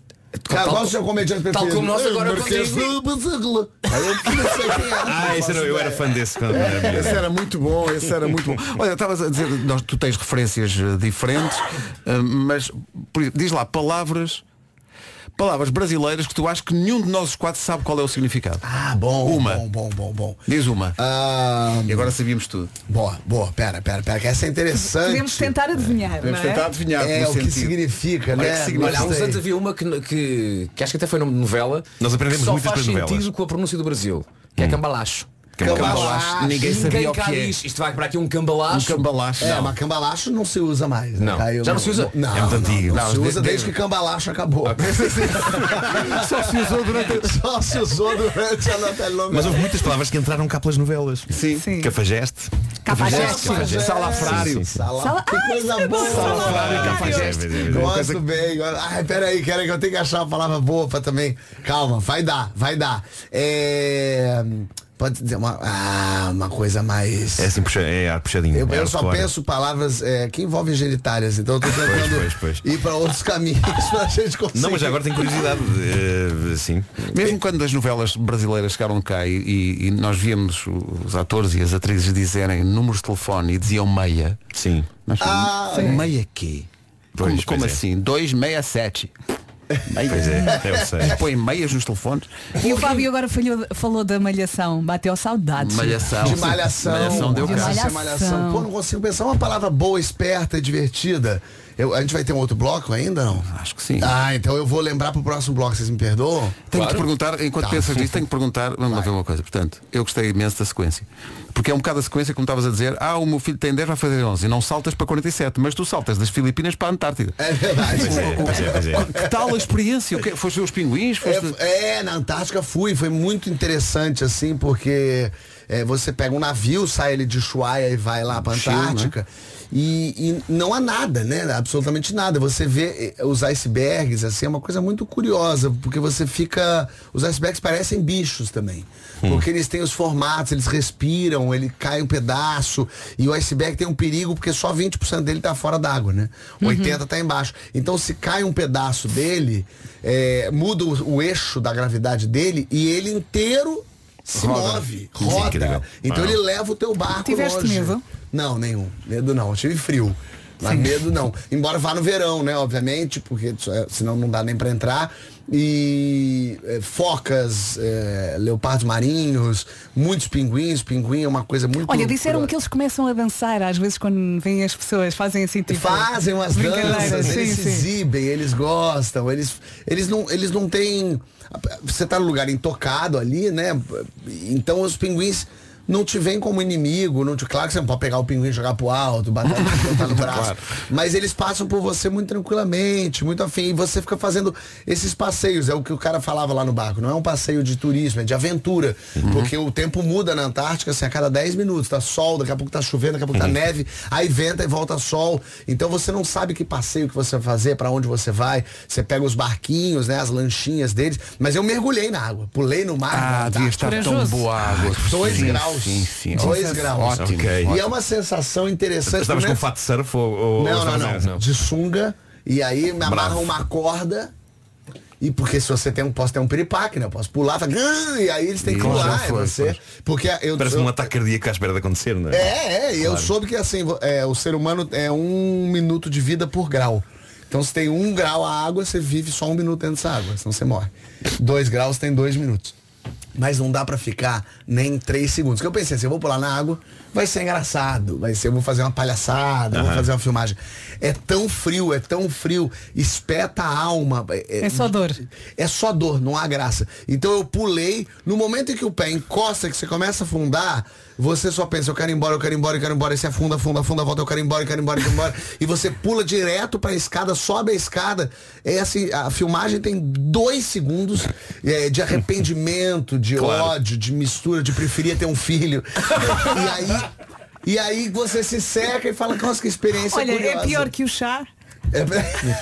Speaker 12: Cara,
Speaker 10: Tal-
Speaker 12: qual o seu comediante
Speaker 10: tal
Speaker 12: preferido?
Speaker 10: como nós agora
Speaker 12: Eu Marquês
Speaker 10: contigo.
Speaker 12: do Buzuglu. Aí eu
Speaker 2: é,
Speaker 12: não sei quem era.
Speaker 9: Ah, esse era, eu era fã desse quando era
Speaker 2: Esse
Speaker 9: miúdo.
Speaker 2: era muito bom, esse era muito bom. Olha, estavas a dizer, nós, tu tens referências eh, diferentes, eh, mas por exemplo, diz lá palavras, palavras brasileiras que tu achas que nenhum de nós os quatro sabe qual é o significado.
Speaker 12: Ah, bom,
Speaker 2: Uma.
Speaker 12: bom, bom, bom, bom.
Speaker 2: Diz uma.
Speaker 12: Ah,
Speaker 2: E agora sabíamos tudo.
Speaker 12: boa, boa, pera, pera, pera, que essa é interessante.
Speaker 4: Podemos tentar adivinhar, não
Speaker 2: Podemos
Speaker 4: é?
Speaker 2: tentar adivinhar
Speaker 12: É,
Speaker 2: no
Speaker 12: o que
Speaker 2: sentido.
Speaker 12: significa,
Speaker 2: Olha
Speaker 12: né?
Speaker 2: que significa.
Speaker 10: Olha, há uns
Speaker 12: Gostei.
Speaker 10: anos havia uma que, que, que acho que até foi nome de
Speaker 2: é.
Speaker 10: novela.
Speaker 9: Nós aprendemos
Speaker 10: que só
Speaker 9: muito
Speaker 10: faz
Speaker 9: das
Speaker 10: sentido
Speaker 9: novelas.
Speaker 10: com a pronúncia do Brasil,
Speaker 2: Hum.
Speaker 10: que é cambalacho.
Speaker 12: Cambalacho.
Speaker 2: Ninguém sabia o
Speaker 10: cá
Speaker 2: que é.
Speaker 10: diz, isto vai para aqui um cambalacho.
Speaker 2: Um cambalacho.
Speaker 12: É,
Speaker 10: Não.
Speaker 12: mas cambalacho não se usa mais. né?
Speaker 10: Não.
Speaker 12: Caiu
Speaker 10: Já não
Speaker 12: no-
Speaker 10: se usa?
Speaker 12: Não,
Speaker 9: É muito
Speaker 12: não,
Speaker 9: antigo.
Speaker 12: Não, se
Speaker 2: Não,
Speaker 12: usa
Speaker 2: de-
Speaker 12: desde que cambalacho acabou.
Speaker 2: Só se usou durante a...
Speaker 12: Só se usou durante a Natália
Speaker 9: Mas houve muitas palavras que entraram cá pelas novelas.
Speaker 2: Sim.
Speaker 4: Sim.
Speaker 9: Cafajeste.
Speaker 4: Cafajeste.
Speaker 9: Cafajeste.
Speaker 2: Salafrário.
Speaker 4: Sala-
Speaker 12: Que
Speaker 4: Ah,
Speaker 12: coisa
Speaker 4: isso é bom,
Speaker 12: boa.
Speaker 4: salafrário,
Speaker 12: Salafrário,
Speaker 4: cafajeste.
Speaker 12: Gosto bem. Ai, peraí, cara, que eu tenho que achar uma palavra boa pra também. Calma, vai dar, vai dar. É. pode dizer uma, ah, uma coisa mais.
Speaker 9: É assim, puxa, é ar puxadinho.
Speaker 12: Eu,
Speaker 9: é
Speaker 12: eu
Speaker 9: ar
Speaker 12: só
Speaker 9: fora.
Speaker 12: penso palavras é, que envolvem genitárias, então eu tô tentando
Speaker 9: Pois, pois, pois.
Speaker 12: ir para outros caminhos pra gente conseguir.
Speaker 9: Não, mas agora tenho curiosidade. eh, sim.
Speaker 2: Mesmo quando as novelas brasileiras chegaram cá e, e- e nós víamos o- os atores e as atrizes dizerem números de telefone e diziam meia.
Speaker 9: Sim.
Speaker 2: ah,
Speaker 12: é.
Speaker 2: meia aqui.
Speaker 9: Pois, pois
Speaker 2: como como
Speaker 9: é.
Speaker 2: assim? 267. Meia.
Speaker 9: Pois é, eu sei.
Speaker 2: E Põem meias nos telefones.
Speaker 4: E o Fábio agora falhou- falou da malhação, bateu saudades.
Speaker 2: Malhação.
Speaker 12: De malhação.
Speaker 2: Malhação deu
Speaker 12: de
Speaker 2: caso.
Speaker 12: malhação.
Speaker 4: Malhação.
Speaker 12: Pô, não consigo pensar uma palavra boa, esperta e divertida. Eu- a gente vai ter um outro bloco ainda, não?
Speaker 2: Acho que sim.
Speaker 12: Ah, então eu vou lembrar pro próximo bloco, vocês me perdoam?
Speaker 2: Tenho que te perguntar, enquanto
Speaker 12: Tá.
Speaker 2: pensas nisso, tenho que perguntar, vamos lá ver uma coisa. Portanto, eu gostei imenso da sequência. Porque é um bocado a sequência, como estavas a dizer, ah, o meu filho tem 10, vai fazer 11. E não saltas para 47, mas tu saltas das Filipinas para a Antártida.
Speaker 12: É verdade.
Speaker 9: Pois é, pois é, pois é.
Speaker 2: Que tal a experiência? O que, foste ver os pinguins? Foste...
Speaker 12: É, é, na Antártica fui, foi muito interessante, assim, porque é, você pega um navio, sai ele de Ushuaia e vai lá pra
Speaker 2: Chile,
Speaker 12: Antártica. E, e não há nada, né? Absolutamente nada. Você vê eh, os icebergs, assim, é uma coisa muito curiosa, porque você fica. Os icebergs parecem bichos também. Porque eles têm os formatos, eles respiram, ele cai um pedaço. E o iceberg tem um perigo, porque só 20% dele tá fora d'água, né?
Speaker 9: Uhum.
Speaker 12: 80% tá embaixo. Então se cai um pedaço dele, eh, muda o, o eixo da gravidade dele e ele inteiro se
Speaker 9: Roda.
Speaker 12: move,
Speaker 9: Sim, que
Speaker 12: roda.
Speaker 9: legal.
Speaker 12: Então
Speaker 9: Ah.
Speaker 12: ele leva o teu barco
Speaker 4: Tiveste
Speaker 12: longe.
Speaker 4: medo?
Speaker 12: Não, nenhum. Medo não. Eu tive frio. Mas medo não. Embora vá no verão, né? Obviamente, porque só- é, senão não dá nem pra entrar. E é, focas, é, leopardos marinhos, muitos pinguins. Pinguim é uma coisa muito.
Speaker 4: Olha, disseram que eles começam a dançar às vezes quando vêm as pessoas, fazem assim tipo.
Speaker 12: fazem umas
Speaker 4: brincadeiras,
Speaker 12: danças, é
Speaker 4: sim,
Speaker 12: eles se
Speaker 4: sim.
Speaker 12: exibem, eles gostam, eles, eles, não, eles não têm. Você tá num lugar intocado ali, né? Então os pinguins não te veem como inimigo, não te, claro que você não pode pegar o pinguim e jogar pro alto, bater botar no braço.
Speaker 2: Claro.
Speaker 12: Mas eles passam por você muito tranquilamente, muito afim. E você fica fazendo esses passeios. É o que o cara falava lá no barco. Não é um passeio de turismo, é de aventura. Porque o tempo muda na Antártica, assim, a cada 10 minutos. Tá sol, daqui a pouco tá chovendo, daqui a pouco tá neve. Aí venta e volta sol. Então você não sabe que passeio que você vai fazer, pra onde você vai. Você pega os barquinhos, né? As lanchinhas deles. Mas eu mergulhei na água. Pulei no mar. na
Speaker 2: Ah, devia
Speaker 12: Antártica.
Speaker 2: estar tão boa a água.
Speaker 12: Dois
Speaker 2: Sim,
Speaker 12: graus.
Speaker 2: Sim, sim.
Speaker 12: Dois
Speaker 2: Ótimo,
Speaker 12: graus.
Speaker 2: Ótimo.
Speaker 9: Ok.
Speaker 12: E é uma sensação interessante. né?
Speaker 9: Estavas com
Speaker 12: primeiro-
Speaker 9: fato de surf ou, ou- ou
Speaker 12: não, não,
Speaker 9: estavas-
Speaker 12: não, De sunga. E aí me amarra
Speaker 9: Bravo.
Speaker 12: uma corda. E porque se você tem um, posso ter um piripaque, né? Eu posso pular, tá, e aí eles têm que
Speaker 9: Claro,
Speaker 12: pular,
Speaker 9: já
Speaker 12: é
Speaker 9: foi,
Speaker 12: você. Porque eu,
Speaker 9: Parece
Speaker 12: eu-
Speaker 9: um ataque cardíaco à espera de acontecer,
Speaker 2: né?
Speaker 9: não é?
Speaker 12: é, é, e eu
Speaker 9: Claro.
Speaker 12: soube que assim, vo- é, o ser humano é um minuto de vida por grau. Então se tem um grau a água, você vive só um minuto dentro dessa água, senão você morre. Dois graus tem dois minutos. Mas não dá pra ficar nem três segundos. Porque eu pensei assim, eu vou pular na água, vai ser engraçado, vai ser, eu vou fazer uma palhaçada, eu vou fazer uma filmagem. É tão frio, é tão frio, espeta a alma.
Speaker 4: É só dor.
Speaker 12: É só dor, não há graça. Então eu pulei, no momento em que o pé encosta, que você começa a afundar, você só pensa, eu quero ir embora, eu quero ir embora, eu quero ir embora, e você afunda, afunda, afunda, volta, eu quero ir embora, eu quero ir embora, eu quero ir embora. E você pula direto pra escada, sobe a escada. É assim, a filmagem tem dois segundos é, de arrependimento, de
Speaker 9: Claro.
Speaker 12: ódio, de mistura, de preferia ter um filho. E aí, e aí você se seca e fala, nossa, que experiência
Speaker 4: Olha,
Speaker 12: curiosa.
Speaker 4: é pior que o chá.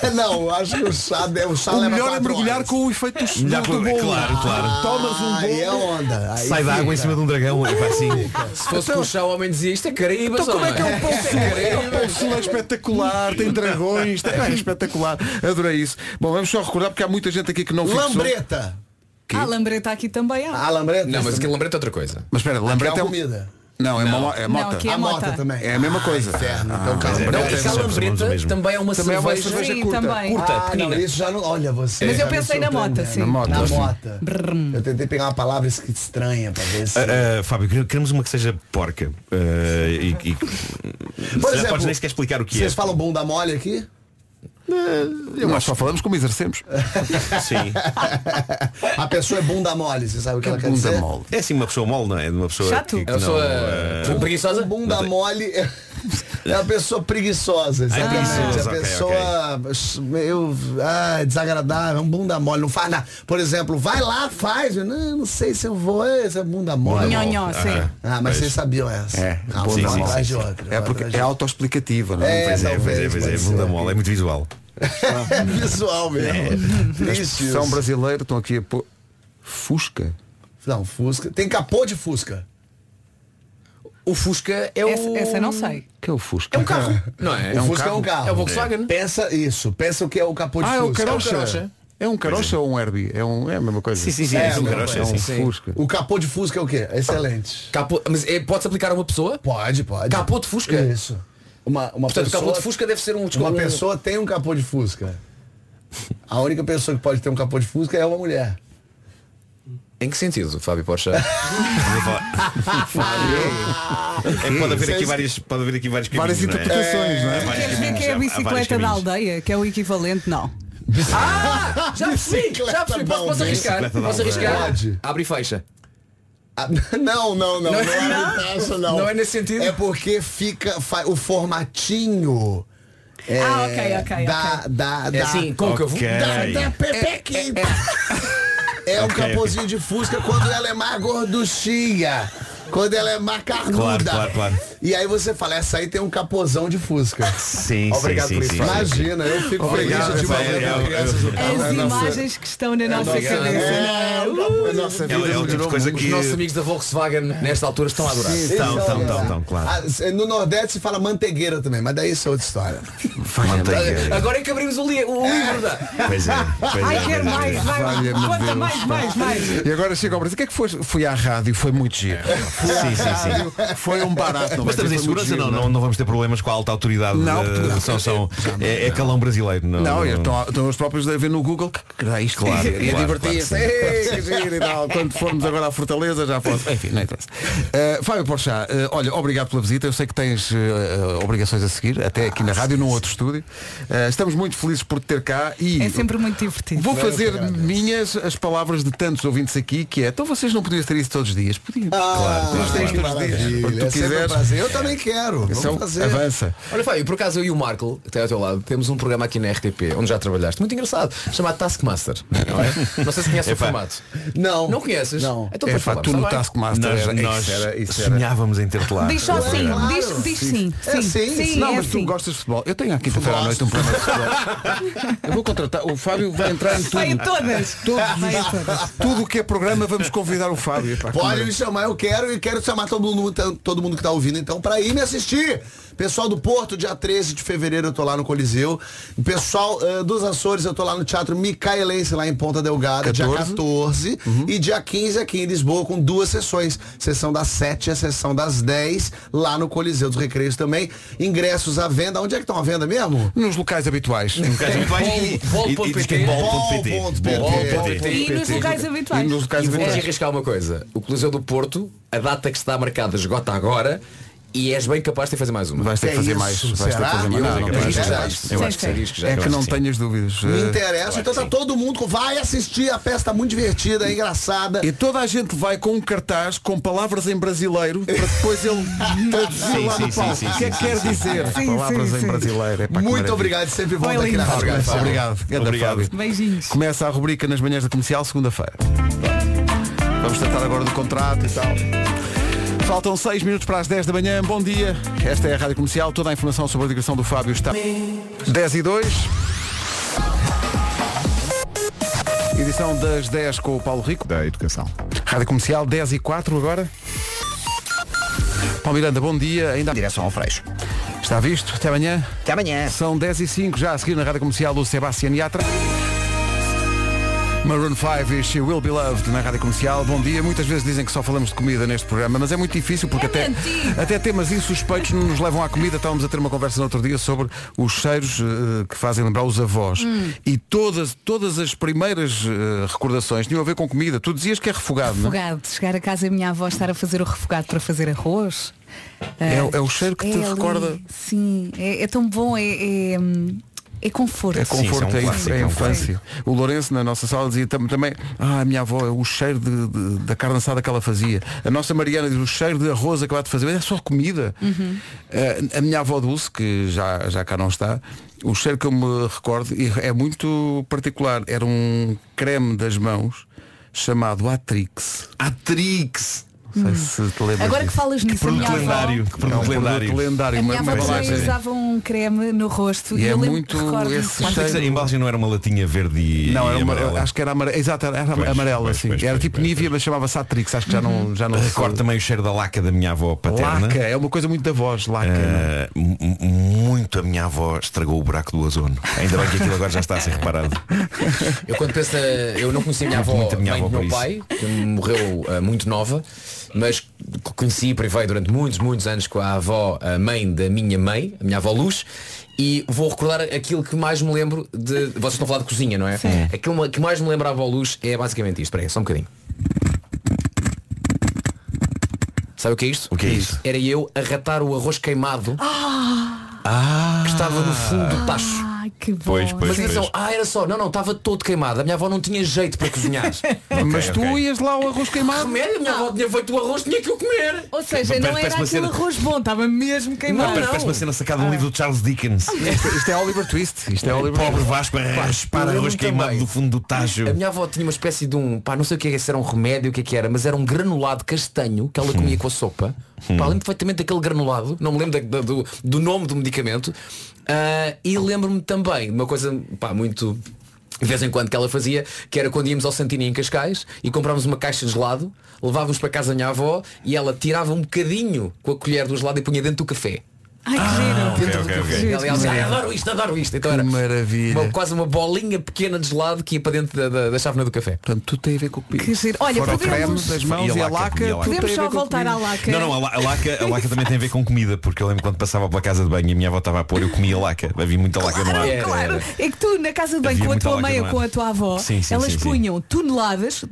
Speaker 12: É, não, eu acho que o chá, o chá
Speaker 2: O
Speaker 12: leva
Speaker 2: melhor é
Speaker 12: quatro
Speaker 2: mergulhar
Speaker 12: horas.
Speaker 2: com o efeito do,
Speaker 9: Mergulhar
Speaker 2: do
Speaker 9: com-
Speaker 2: bolo.
Speaker 9: claro, claro.
Speaker 2: Tomas um
Speaker 12: Ah, aí é
Speaker 2: bolo.
Speaker 12: onda. Aí
Speaker 9: Sai da água em cima de um dragão e vai assim.
Speaker 10: Se fosse com o chão, o homem dizia isto é Caraíbas.
Speaker 2: Então como é que é
Speaker 4: um
Speaker 10: homem."
Speaker 2: o Pão
Speaker 4: assim?
Speaker 2: Sul? É o Pão Sul é espetacular, tem dragões, tem- é espetacular. Adorei isso. Bom, vamos só recordar porque há muita gente aqui que não fixou.
Speaker 12: Lambreta.
Speaker 4: Ah, A lambreta aqui também ah. há.
Speaker 12: A lambreta?
Speaker 10: Não, mas aquele lambrete é outra coisa.
Speaker 2: Mas espera,
Speaker 12: Lambreta
Speaker 2: lambreta
Speaker 12: é
Speaker 2: é
Speaker 12: a
Speaker 2: um-
Speaker 12: comida.
Speaker 2: Não, é, mo- é
Speaker 4: Não,
Speaker 2: mota.
Speaker 4: aqui é
Speaker 12: A mota
Speaker 4: mota.
Speaker 12: também.
Speaker 2: É a mesma coisa.
Speaker 12: Ah, inferno. Então, calma.
Speaker 10: Não,
Speaker 9: é,
Speaker 10: porque a
Speaker 9: somos- somos o
Speaker 10: lambreta
Speaker 9: mesmo.
Speaker 10: também é uma
Speaker 2: Também é uma
Speaker 10: cerveja.
Speaker 2: cerveja
Speaker 4: Sim,
Speaker 2: curta.
Speaker 4: também.
Speaker 10: curta,
Speaker 12: Ah, não,
Speaker 10: pequenina.
Speaker 12: isso já não. Olha você.
Speaker 4: Mas eu
Speaker 12: já me
Speaker 4: pensei na mota, assim.
Speaker 12: surpreendendo.
Speaker 4: sim.
Speaker 2: Na mota.
Speaker 12: Na
Speaker 2: Gosto.
Speaker 12: mota.
Speaker 9: É
Speaker 12: Eu tentei pegar uma palavra es- estranha pra ver se.
Speaker 9: Ah, ah, Fábio, quer- queremos uma que seja porca. Ah, e, e- já
Speaker 12: exemplo,
Speaker 9: podes nem sequer explicar o que
Speaker 12: Vocês
Speaker 9: é.
Speaker 12: falam bunda mole aqui?
Speaker 2: Nós só falamos como exercemos.
Speaker 9: Sim.
Speaker 12: A pessoa é bunda mole, você sabe o que
Speaker 2: É
Speaker 12: ela quer dizer?
Speaker 2: bunda mole.
Speaker 9: É assim uma pessoa mole, não é? De Uma pessoa
Speaker 4: Chato.
Speaker 9: que- que
Speaker 10: É uma
Speaker 9: não,
Speaker 10: pessoa
Speaker 9: ah,
Speaker 10: eh, preguiçosa?
Speaker 12: Bunda mole é, é a pessoa preguiçosa. exatamente.
Speaker 9: preguiçosa,
Speaker 12: a
Speaker 9: ok,
Speaker 12: pessoa meio ah, desagradável, é um bunda mole, não faz nada. Por exemplo, vai lá, faz. eu, Não, não sei se eu vou, essa é bunda mole.
Speaker 4: Nhonhó, sim.
Speaker 12: Ah, mas vocês sabiam essa.
Speaker 2: É,
Speaker 12: Ah,
Speaker 2: bunda
Speaker 12: uma
Speaker 2: mole.
Speaker 12: atrás de outra.
Speaker 2: É
Speaker 12: uma
Speaker 2: porque
Speaker 12: atrás de
Speaker 2: é autoexplicativa, não
Speaker 12: É,
Speaker 2: é?
Speaker 9: Pois é, pois é,
Speaker 12: talvez,
Speaker 9: pois é.
Speaker 12: pode
Speaker 9: Bunda
Speaker 12: ser.
Speaker 9: mole, é muito visual.
Speaker 12: É visual mesmo. Triste
Speaker 2: São
Speaker 12: isso.
Speaker 2: brasileiro, estão aqui a pôr. Fusca.
Speaker 12: Não, Fusca. Tem capô de Fusca.
Speaker 10: O Fusca é o.
Speaker 4: Essa, essa não sei.
Speaker 2: Que é o Fusca?
Speaker 10: É um carro. Não é?
Speaker 12: O
Speaker 10: É um
Speaker 12: Fusca
Speaker 10: carro.
Speaker 12: é um carro.
Speaker 10: É o Volkswagen.
Speaker 12: Pensa isso. Pensa o que é o capô de
Speaker 2: né? Ah, é o
Speaker 12: Fusca.
Speaker 2: carocha. É um carocha ou um Herbie? É, um, é a mesma coisa.
Speaker 12: É,
Speaker 2: um
Speaker 12: não,
Speaker 2: carocha,
Speaker 12: é
Speaker 2: é um
Speaker 12: sim.
Speaker 2: Fusca.
Speaker 12: O capô de Fusca é o quê? Excelente.
Speaker 10: Capô, mas é, pode-se aplicar a uma pessoa?
Speaker 12: Pode, pode.
Speaker 10: Capô de Fusca?
Speaker 12: Isso. Uma, uma
Speaker 10: Portanto, o
Speaker 12: pessoa,
Speaker 10: capô de Fusca deve ser um-
Speaker 12: Uma
Speaker 10: um-
Speaker 12: pessoa tem um capô de Fusca. A única pessoa que pode ter um capô de Fusca é uma mulher.
Speaker 10: Em que sentido, Fábio Pocha? Ah,
Speaker 9: É que pode haver aqui várias, pode haver aqui vários
Speaker 2: Várias
Speaker 9: caminhos, não é?
Speaker 2: interpretações, não é?
Speaker 9: Há vários
Speaker 4: Queres ver
Speaker 9: caminhos,
Speaker 4: que
Speaker 9: há-
Speaker 4: é a
Speaker 9: há vários
Speaker 4: bicicleta da
Speaker 9: caminhos.
Speaker 4: aldeia, que é o equivalente? Não.
Speaker 10: Ah, já percebi, já percebi. Posso, posso arriscar?
Speaker 12: Bicicleta
Speaker 10: Posso
Speaker 12: da aldeia.
Speaker 10: arriscar?
Speaker 12: Pode.
Speaker 10: Abre e fecha.
Speaker 12: Não, não, não. Não,
Speaker 10: Ah, Não é-
Speaker 12: é essa, não.
Speaker 10: Não é nesse sentido?
Speaker 12: É porque fica fa- o formatinho. é,
Speaker 4: Ah, ok, ok, ok.
Speaker 12: Da, da,
Speaker 10: É
Speaker 2: Tá.
Speaker 12: da,
Speaker 10: assim, côncavo.
Speaker 12: Da, da Pepe É, o
Speaker 9: Ok,
Speaker 12: capozinho de Fusca quando ela é mais gorduchinha. Quando ela é mais carnuda.
Speaker 9: Claro, claro, claro.
Speaker 12: E aí você fala, essa aí tem um capozão de Fusca.
Speaker 9: Sim,
Speaker 12: Obrigado
Speaker 9: sim,
Speaker 12: por
Speaker 9: sim,
Speaker 12: isso.
Speaker 9: sim.
Speaker 12: Imagina, eu fico
Speaker 9: Obrigado,
Speaker 12: feliz de te
Speaker 9: Rafael.
Speaker 12: ver
Speaker 9: Eu-
Speaker 12: crianças
Speaker 9: eu-
Speaker 12: do
Speaker 9: eu-
Speaker 2: É
Speaker 4: As
Speaker 12: carro.
Speaker 4: imagens que estão na nossa
Speaker 10: nossa-
Speaker 4: cabeça.
Speaker 12: É,
Speaker 4: não é?
Speaker 12: o-
Speaker 10: A nossa
Speaker 9: vida É, é o tipo de melhorou coisa muito.
Speaker 10: Os
Speaker 9: que-
Speaker 10: nossos amigos da Volkswagen nesta altura estão a adorar.
Speaker 12: Sim,
Speaker 9: Tão,
Speaker 12: esse é
Speaker 9: tão,
Speaker 12: o-
Speaker 9: tão, tão, claro.
Speaker 12: Ah, c- no Nordeste se fala mantegueira também, mas daí isso é outra história.
Speaker 9: Manteiga.
Speaker 10: Agora é que abrimos o, li- o livro da.
Speaker 12: Ah,
Speaker 9: Pois é. Pois é.
Speaker 4: Ai, quero mais, vai,
Speaker 2: Valha-me
Speaker 4: conta
Speaker 2: Deus,
Speaker 4: mais,
Speaker 2: pá.
Speaker 4: mais, mais.
Speaker 2: E agora chega ao Brasil. O que é que foi? Fui à rádio, foi muito giro. Fui à
Speaker 9: Sim, sim, É, sim.
Speaker 2: rádio, Foi um barato. não
Speaker 9: Mas estamos em
Speaker 2: vai dizer, foi muito
Speaker 9: segurança,
Speaker 2: giro,
Speaker 9: não, não, não vamos ter problemas com a alta autoridade.
Speaker 2: Não,
Speaker 9: de-
Speaker 2: não,
Speaker 9: são, são, é, é calão brasileiro. Não,
Speaker 2: Não, eles estão, estão os próprios a ver no Google que que dá isto
Speaker 9: Claro,
Speaker 2: e, e
Speaker 9: claro,
Speaker 2: a divertir-se.
Speaker 9: claro,
Speaker 2: Ei, que giro e tal. Quando formos agora à Fortaleza já posso. Enfim, não interessa. Eh, Fábio Porchá, eh, olha, obrigado pela visita. Eu sei que tens eh, eh, obrigações a seguir, até aqui na rádio, num outro estúdio. Eh, estamos muito felizes por te ter cá e.
Speaker 4: É sempre muito
Speaker 12: um
Speaker 4: divertido.
Speaker 2: Vou fazer minhas as palavras de tantos ouvintes aqui, que é, então vocês não podiam ter isso todos os dias? Podiam.
Speaker 12: Ah,
Speaker 2: Mas tens
Speaker 12: que
Speaker 2: todos os dias.
Speaker 12: maravilha.
Speaker 2: Quando tu
Speaker 12: É sempre um
Speaker 2: quiseres.
Speaker 12: prazer. Eu também quero. Vamos
Speaker 2: Então,
Speaker 12: fazer.
Speaker 2: avança.
Speaker 10: Olha, Fábio, por acaso eu e o Marco, que está ao teu lado, temos um programa aqui na RTP, onde já trabalhaste, muito engraçado, chamado Taskmaster. Não, é? não sei se conheces o
Speaker 9: Epá.
Speaker 10: formato.
Speaker 12: Não.
Speaker 10: Não conheces?
Speaker 12: Não.
Speaker 10: Então
Speaker 2: É,
Speaker 10: depois
Speaker 2: pá,
Speaker 10: falamos,
Speaker 2: tu no
Speaker 10: está bem?
Speaker 2: Taskmaster
Speaker 9: Nós,
Speaker 2: era,
Speaker 9: nós
Speaker 2: isso era, isso era.
Speaker 9: sonhávamos em ter-te lá.
Speaker 4: Diz só sim,
Speaker 12: Claro.
Speaker 4: diz, diz sim.
Speaker 12: É
Speaker 4: Sim,
Speaker 12: sim.
Speaker 4: sim,
Speaker 2: assim? Não,
Speaker 4: é
Speaker 2: mas tu
Speaker 4: sim.
Speaker 2: gostas de futebol. Eu tenho à quinta-feira à noite um programa de futebol. Eu vou contratar. O Fábio vai entrar em tudo.
Speaker 4: Vai em todas.
Speaker 2: Todos os-
Speaker 4: Vai em todas.
Speaker 2: Tudo o que é programa, vamos convidar o Fábio. Epá, que
Speaker 12: Pode me
Speaker 2: maravilha.
Speaker 12: chamar, eu quero e quero chamar todo mundo, todo mundo que tá ouvindo, então, pra ir me assistir. Pessoal do Porto, dia 13 de fevereiro, eu tô lá no Coliseu. Pessoal eh, dos Açores, eu tô lá no Teatro Micaelense, lá em Ponta Delgada,
Speaker 2: 14.
Speaker 12: dia 14. E dia 15 aqui em Lisboa, com duas sessões. Sessão das 7 e a sessão das 10, lá no Coliseu dos Recreios também. Ingressos à venda. Onde é que estão à venda mesmo?
Speaker 2: Nos locais habituais.
Speaker 9: Caso muito baixo e-
Speaker 10: Bol-
Speaker 9: e-
Speaker 10: bol.pt.
Speaker 9: e diz que é bol.pt.
Speaker 12: Bol.pt.
Speaker 9: Bol.pt.
Speaker 4: E nos locais habituais.
Speaker 2: E nos locais
Speaker 10: E vou te
Speaker 2: habituais.
Speaker 10: arriscar uma coisa. O Coliseu do Porto, a data que está marcada esgota agora e és bem capaz de fazer mais uma.
Speaker 2: Vais ter que
Speaker 12: É
Speaker 2: fazer
Speaker 12: isso,
Speaker 2: mais. Vais ter que
Speaker 12: será?
Speaker 2: fazer mais.
Speaker 10: Eu
Speaker 2: Não,
Speaker 10: acho
Speaker 2: não
Speaker 10: que
Speaker 2: vais.
Speaker 12: é
Speaker 10: vais. Eu
Speaker 4: Sim,
Speaker 10: acho que
Speaker 4: sim.
Speaker 10: sim, arrisco já.
Speaker 2: É
Speaker 10: Eu
Speaker 2: que
Speaker 10: acho
Speaker 2: não
Speaker 10: sim.
Speaker 2: tenhas dúvidas.
Speaker 12: Me
Speaker 2: Eh,
Speaker 12: interessa, então tá todo mundo. Vai assistir, a festa é muito divertida, é engraçada.
Speaker 2: E toda a gente vai com um cartaz com palavras em brasileiro para depois ele traduzir
Speaker 9: Sim,
Speaker 2: lá
Speaker 9: sim,
Speaker 2: no
Speaker 9: sim,
Speaker 2: palco.
Speaker 9: sim,
Speaker 2: O que é que
Speaker 9: sim,
Speaker 2: quer
Speaker 9: sim,
Speaker 2: dizer?
Speaker 4: sim.
Speaker 2: Palavras
Speaker 4: Sim, sim,
Speaker 2: em
Speaker 4: sim.
Speaker 2: brasileiro. Epá, que
Speaker 12: Muito
Speaker 2: maravilha.
Speaker 12: obrigado, sempre
Speaker 4: Foi
Speaker 12: volta aqui
Speaker 4: lindo.
Speaker 12: na Rádio
Speaker 2: Obrigado,
Speaker 12: Comercial.
Speaker 2: obrigado. Ganda
Speaker 9: Obrigado.
Speaker 2: Fábio.
Speaker 4: Beijinhos.
Speaker 2: Começa a rubrica nas manhãs da comercial segunda-feira. Vamos tratar agora do contrato e tal. Faltam 6 minutos para as 10 da manhã. Bom dia. Esta é a Rádio Comercial. Toda a informação sobre a digressão do Fábio está 10 e 2. Edição das 10 com o Paulo Rico.
Speaker 11: Da educação.
Speaker 2: Rádio Comercial 10 e 4 agora. Paulo Miranda, bom dia. Ainda
Speaker 1: Direção ao Freixo.
Speaker 2: está visto. Até amanhã.
Speaker 1: Até amanhã.
Speaker 2: São 10 e 5 já a seguir na Rádio Comercial do Sebastián Yatra. Maroon 5 e She Will Be Loved na Rádio Comercial. Bom dia. Muitas vezes dizem que só falamos de comida neste programa, mas é muito difícil porque
Speaker 4: É
Speaker 2: até,
Speaker 4: mentira.
Speaker 2: até temas insuspeitos não nos levam à comida. Estávamos a ter uma conversa no outro dia sobre os cheiros eh, que fazem lembrar os avós.
Speaker 4: Hum.
Speaker 2: E todas, todas as primeiras eh, recordações tinham a ver com comida. Tu dizias que é refogado, não é?
Speaker 4: Refogado. Chegar a casa e a minha avó estar a fazer o refogado para fazer arroz.
Speaker 2: É o-
Speaker 4: Ah,
Speaker 2: é o cheiro que te
Speaker 4: ali.
Speaker 2: recorda.
Speaker 4: Sim, é, é tão bom, é, é, hum, é conforto.
Speaker 2: É
Speaker 9: Sim, isso
Speaker 2: conforto,
Speaker 9: é um
Speaker 2: é,
Speaker 9: clássico,
Speaker 2: é
Speaker 9: é um
Speaker 2: infância. O Lourenço na nossa sala dizia tam- também, ah, a minha avó, o cheiro de- de- da carne assada que ela fazia. A nossa Mariana diz, o cheiro de arroz acabado de fazer, Mas é só comida.
Speaker 4: Uhum.
Speaker 2: Ah, a minha avó Dulce, que já, já cá não está, o cheiro que eu me recordo e é muito particular. Era um creme das mãos chamado Atrix.
Speaker 9: Atrix.
Speaker 2: Não sei se te lembras
Speaker 4: Agora que
Speaker 2: disso.
Speaker 4: falas nisso,
Speaker 9: um
Speaker 4: a minha avó-
Speaker 2: Que É um produto lendário. lendário.
Speaker 4: A minha
Speaker 2: uma
Speaker 4: avó
Speaker 2: embalagem.
Speaker 4: já usava um creme no rosto
Speaker 2: E
Speaker 4: e,
Speaker 2: é
Speaker 4: eu lembro
Speaker 2: muito
Speaker 4: recordo
Speaker 2: esse
Speaker 9: Mas tem que ser, a embalagem não era uma latinha verde e
Speaker 2: Não, era
Speaker 9: e
Speaker 2: uma-
Speaker 9: amarela.
Speaker 2: acho que era amarela, exato, era
Speaker 9: Pois,
Speaker 2: amarela,
Speaker 9: pois,
Speaker 2: assim.
Speaker 9: pois,
Speaker 2: era
Speaker 9: pois,
Speaker 2: tipo Nívia, mas chamava Satrix, acho que já não, já não se-
Speaker 9: Recordo também o cheiro da laca da minha avó paterna.
Speaker 2: Laca, é uma coisa muito da voz, laca.
Speaker 9: Eh,
Speaker 2: é?
Speaker 9: mu- muito a minha avó estragou o buraco do ozono. Ainda bem que aquilo agora já está a ser reparado.
Speaker 10: Eu quando penso, na- eu não conheci a minha
Speaker 9: Muito,
Speaker 10: avó,
Speaker 9: muito a minha
Speaker 10: nem
Speaker 9: avó
Speaker 10: do
Speaker 9: por
Speaker 10: meu
Speaker 9: isso.
Speaker 10: pai, que morreu ah, muito nova, mas co- conheci e privei durante muitos, muitos anos com a avó, a mãe da minha mãe, a minha avó Luz, e vou recordar aquilo que mais me lembro de. Vocês estão a falar de cozinha, não é? Aquilo que mais me lembra a avó Luz é basicamente isto. Espera aí, só um bocadinho. Sabe o que é isto? O que é isto? Era eu arratar o arroz queimado
Speaker 4: Ah,
Speaker 10: que estava no fundo do tacho.
Speaker 4: que bom.
Speaker 10: Ah,
Speaker 4: então,
Speaker 10: Mas atenção, ah, era só, não, não, estava todo queimado. A minha avó não tinha jeito para cozinhar.
Speaker 2: Mas tu ias lá o arroz queimado.
Speaker 10: Remédio, a minha avó tinha feito o arroz, tinha que o comer.
Speaker 4: Ou seja, não
Speaker 9: Parece- parece
Speaker 4: era
Speaker 9: uma
Speaker 4: aquele
Speaker 9: cena-
Speaker 4: arroz bom, estava mesmo queimado.
Speaker 9: Parece parece uma cena sacada de um livro do Charles Dickens.
Speaker 2: Isto, isto é Oliver Twist. Isto é Oliver
Speaker 9: Pobre
Speaker 2: Twist.
Speaker 9: Vasco a raspar
Speaker 10: eu
Speaker 9: arroz
Speaker 10: também.
Speaker 9: queimado do fundo do tajo.
Speaker 10: A minha avó tinha uma espécie de um, pá, não sei o que é, se era um remédio, o que é que era, mas era um granulado castanho que ela comia com a sopa. Pá, lembro perfeitamente daquele granulado, não me lembro da- da- do, do nome do medicamento. Ah, e lembro-me também de uma coisa, pá, muito de vez em quando que ela fazia, que era quando íamos ao Santini em Cascais e comprávamos uma caixa de gelado, levávamos para casa da minha avó e ela tirava um bocadinho com a colher do gelado e punha dentro do café.
Speaker 4: Ai, que
Speaker 9: Ah,
Speaker 4: giro.
Speaker 10: Dentro do café. Ela ia dizer, "Ah, adoro isto, adoro isto. Então era
Speaker 2: maravilha.
Speaker 10: uma- quase uma bolinha pequena de gelado que ia para dentro da, da, da chávena do café.
Speaker 2: Portanto, tudo tem a ver com o
Speaker 4: Que giro. Olha,
Speaker 2: Fora o
Speaker 4: podemos,
Speaker 2: creme das mãos e a laca,
Speaker 9: e a laca.
Speaker 2: tudo
Speaker 4: podemos
Speaker 2: tem a
Speaker 4: só
Speaker 2: ver com
Speaker 4: voltar à
Speaker 2: comida.
Speaker 4: laca.
Speaker 9: Não, não, a, la- a laca, a laca também tem a ver com comida, porque eu lembro quando passava pela casa de banho e a minha avó estava a pôr, eu comia laca. Havia muita laca no ar.
Speaker 4: Claro, claro. É que tu na casa de banho
Speaker 9: Havia
Speaker 4: com a
Speaker 9: muita
Speaker 4: tua
Speaker 9: laca
Speaker 4: mãe
Speaker 9: no
Speaker 4: ou
Speaker 9: ar.
Speaker 4: com a tua avó,
Speaker 9: Sim, sim,
Speaker 4: elas
Speaker 9: sim, sim.
Speaker 4: punham toneladas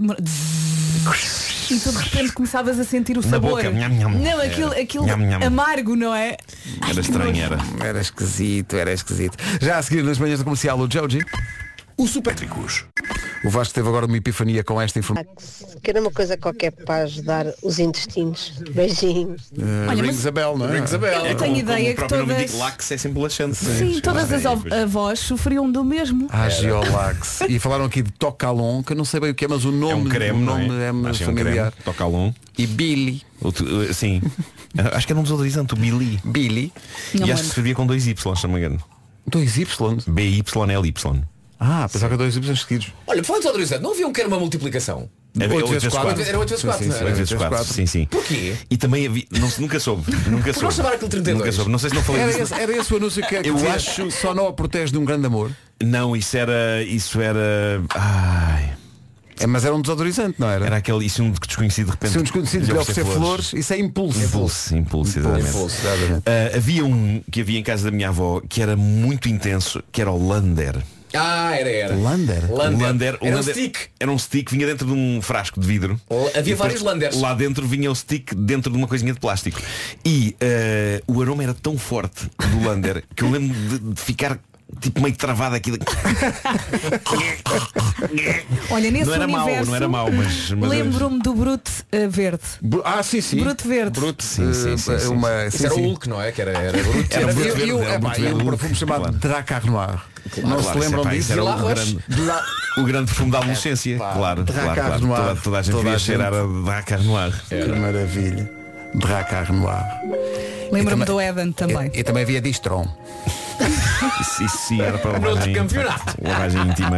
Speaker 4: e tu de repente começavas a sentir o
Speaker 9: Na
Speaker 4: sabor.
Speaker 9: boca, nham, nham.
Speaker 4: Não,
Speaker 2: Era.
Speaker 4: aquilo, aquilo
Speaker 2: Nham, nham.
Speaker 4: amargo, não é? Ai, que nojo.
Speaker 2: era. Era esquisito, era esquisito. Já a seguir nas manhãs do comercial, o Joji. O Super Tricos. O Vasco teve agora uma epifania com esta informação.
Speaker 15: Quero uma coisa qualquer para ajudar os intestinos. Beijinhos.
Speaker 2: Uh,
Speaker 15: Olha,
Speaker 2: rings a bell, não é?
Speaker 15: Rings a bell.
Speaker 4: Eu tenho
Speaker 11: Como-
Speaker 4: ideia
Speaker 11: como
Speaker 4: que
Speaker 11: o próprio nome
Speaker 4: todas-
Speaker 11: diz, Lax é sempre laxante.
Speaker 4: Sim, todas as av- avós sofriam do mesmo.
Speaker 2: Agiolax. Ah, E falaram aqui de Tocalon, que eu não sei bem o que é, mas o nome,
Speaker 9: É um creme,
Speaker 2: o
Speaker 9: não
Speaker 2: nome
Speaker 9: é?
Speaker 2: é,
Speaker 9: Acho que é um
Speaker 2: familiar.
Speaker 9: creme, toca alum.
Speaker 2: E Billy.
Speaker 9: sim. acho que era um desodorizante, o Billy. E
Speaker 4: um
Speaker 2: Billy. Não
Speaker 9: acho que
Speaker 2: lembro.
Speaker 9: se escrevia com dois Y, se não me engano.
Speaker 2: Dois Y?
Speaker 9: B-Y-L-Y.
Speaker 2: Ah, pensava que dois Y seguidos.
Speaker 10: Olha, por falar de autorizante, não havia um que era uma multiplicação?
Speaker 9: Havia
Speaker 10: Oito
Speaker 9: oito É, vezes
Speaker 10: quatro.
Speaker 9: quatro.
Speaker 10: Era 8 vezes
Speaker 9: Sim,
Speaker 10: 4.
Speaker 9: sim,
Speaker 2: é?
Speaker 9: sim, oito vezes quatro, sim, sim.
Speaker 10: Porquê?
Speaker 9: E também havia. não- nunca soube. Nunca
Speaker 10: Por
Speaker 9: soube.
Speaker 10: não chamar aquele 32?
Speaker 9: Nunca soube. Não sei se não falei
Speaker 2: Era
Speaker 9: disso.
Speaker 2: esse, era esse o anúncio que, que
Speaker 9: Eu
Speaker 2: dizia,
Speaker 9: acho-
Speaker 2: só não a protege de um grande amor.
Speaker 9: Não, isso era. Isso era. Ai.
Speaker 2: É, mas era um desodorizante, não era?
Speaker 9: Era aquele. Isso um que desconhecido de repente.
Speaker 2: Se um desconhecido lhe oferecer flores, isso é impulso.
Speaker 9: Impulso, impulso, exatamente.
Speaker 2: Impulso, exatamente.
Speaker 9: Ah, havia um que havia em casa da minha avó que era muito intenso, que era o Lander.
Speaker 10: Ah, era, era.
Speaker 9: Lander?
Speaker 10: Lander.
Speaker 9: Lander. o
Speaker 10: Era um
Speaker 9: Lander-
Speaker 10: stick.
Speaker 9: Era um stick, vinha dentro de um frasco de vidro.
Speaker 10: havia
Speaker 9: E depois
Speaker 10: vários Landers.
Speaker 9: Lá dentro vinha o stick dentro de uma coisinha de plástico. E eh, o aroma era tão forte do Lander que eu lembro de, de ficar tipo meio travado aqui. de-
Speaker 4: Olha, nesse
Speaker 9: Não era mau,
Speaker 4: universo,
Speaker 9: não era mau, mas- mas-
Speaker 4: lembro-me do Brute eh, Verde.
Speaker 2: Bru- Ah, sim, sim.
Speaker 4: Bruto verde.
Speaker 2: Bruto,
Speaker 4: Sim,
Speaker 10: sim, sim,
Speaker 2: eh,
Speaker 10: sim,
Speaker 2: uma-
Speaker 10: sim. Isso
Speaker 2: sim,
Speaker 10: era o
Speaker 2: sim.
Speaker 10: Hulk, não é? Que era- era bruto. Era
Speaker 2: um
Speaker 10: bruto
Speaker 2: e- e
Speaker 10: verde,
Speaker 2: o-
Speaker 10: era
Speaker 2: epá,
Speaker 10: bruto
Speaker 2: e
Speaker 10: verde,
Speaker 2: um
Speaker 10: Hulk,
Speaker 2: perfume chamado
Speaker 10: claro.
Speaker 2: Dracar Noir. não
Speaker 9: Claro,
Speaker 2: se lembram
Speaker 9: epá,
Speaker 2: disso?
Speaker 9: isso era o grande, o grande perfume da adolescência. claro, claro,
Speaker 2: Dracar
Speaker 9: claro.
Speaker 2: Noir.
Speaker 9: Toda, toda a gente
Speaker 2: Toda a
Speaker 9: podia
Speaker 2: gente.
Speaker 9: cheirar a Dracar Noir.
Speaker 2: Que maravilha. Dracar Noir.
Speaker 4: Lembro-me
Speaker 2: E também-
Speaker 4: do Eden também.
Speaker 12: É,
Speaker 2: E, e também havia Distron.
Speaker 9: Isso, isso sim era para lavagem,
Speaker 4: campeonato.
Speaker 9: lavagem íntima.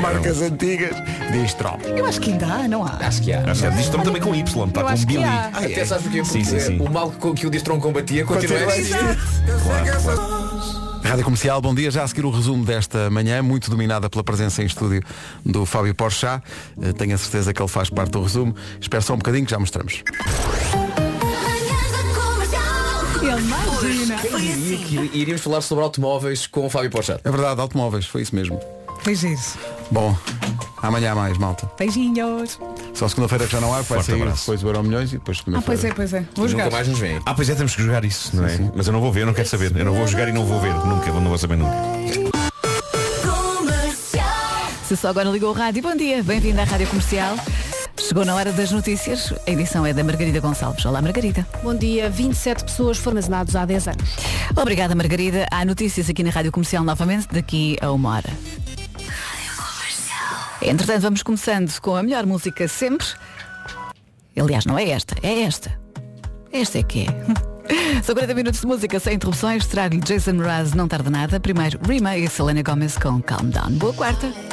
Speaker 2: Marcas antigas. Distron.
Speaker 4: Eu acho que ainda há, não há.
Speaker 10: Acho que há.
Speaker 9: Acho que há. Distron também com Y, está
Speaker 4: eu
Speaker 9: com
Speaker 4: acho que
Speaker 9: Billy.
Speaker 4: há.
Speaker 9: Ah, é?
Speaker 10: Até sabes porquê?
Speaker 9: Sim, sim,
Speaker 10: Porque
Speaker 9: sim.
Speaker 10: O mal que- que o Distron combatia continua a existir.
Speaker 9: Claro, claro.
Speaker 2: Rádio Comercial, bom dia. Já a seguir o resumo desta manhã, muito dominada pela presença em estúdio do Fábio Porchat. Eh, Tenho a certeza que ele faz parte do resumo. Espero só um bocadinho que já mostramos.
Speaker 4: É Imagina.
Speaker 10: Quem diria que iríamos falar sobre automóveis com o Fábio Pochado?
Speaker 2: É verdade, automóveis, foi isso mesmo.
Speaker 4: Fez é isso.
Speaker 2: Bom, amanhã há mais, malta.
Speaker 4: Beijinhos.
Speaker 2: Só segunda-feira que já não há, vai
Speaker 9: Forte
Speaker 2: sair
Speaker 9: abraço.
Speaker 2: depois o Euro Milhões e depois
Speaker 4: Ah, pois
Speaker 2: segunda-feira.
Speaker 4: é, pois é. Vou jogar.
Speaker 10: vêm.
Speaker 9: Ah, pois é, temos que jogar isso, não é? Mas eu não vou ver, eu não quero saber. Eu não vou jogar e não vou ver. Nunca, não vou saber nunca.
Speaker 5: Se só agora ligou o rádio, bom dia, bem-vindo à Rádio Comercial. Chegou na hora das notícias, a edição é da Margarida Gonçalves. Olá, Margarida.
Speaker 16: Bom dia, 27 pessoas foram assassinadas há 10 anos.
Speaker 5: Obrigada, Margarida. Há notícias aqui na Rádio Comercial novamente daqui a uma hora. Entretanto, vamos começando com a melhor música sempre. Aliás, não é esta, é esta. Esta é que é. São 40 minutos de música sem interrupções. Trago-lhe Jason Mraz, não tarda nada. Primeiro, Rima e Selena Gomez com Calm Down. Boa quarta.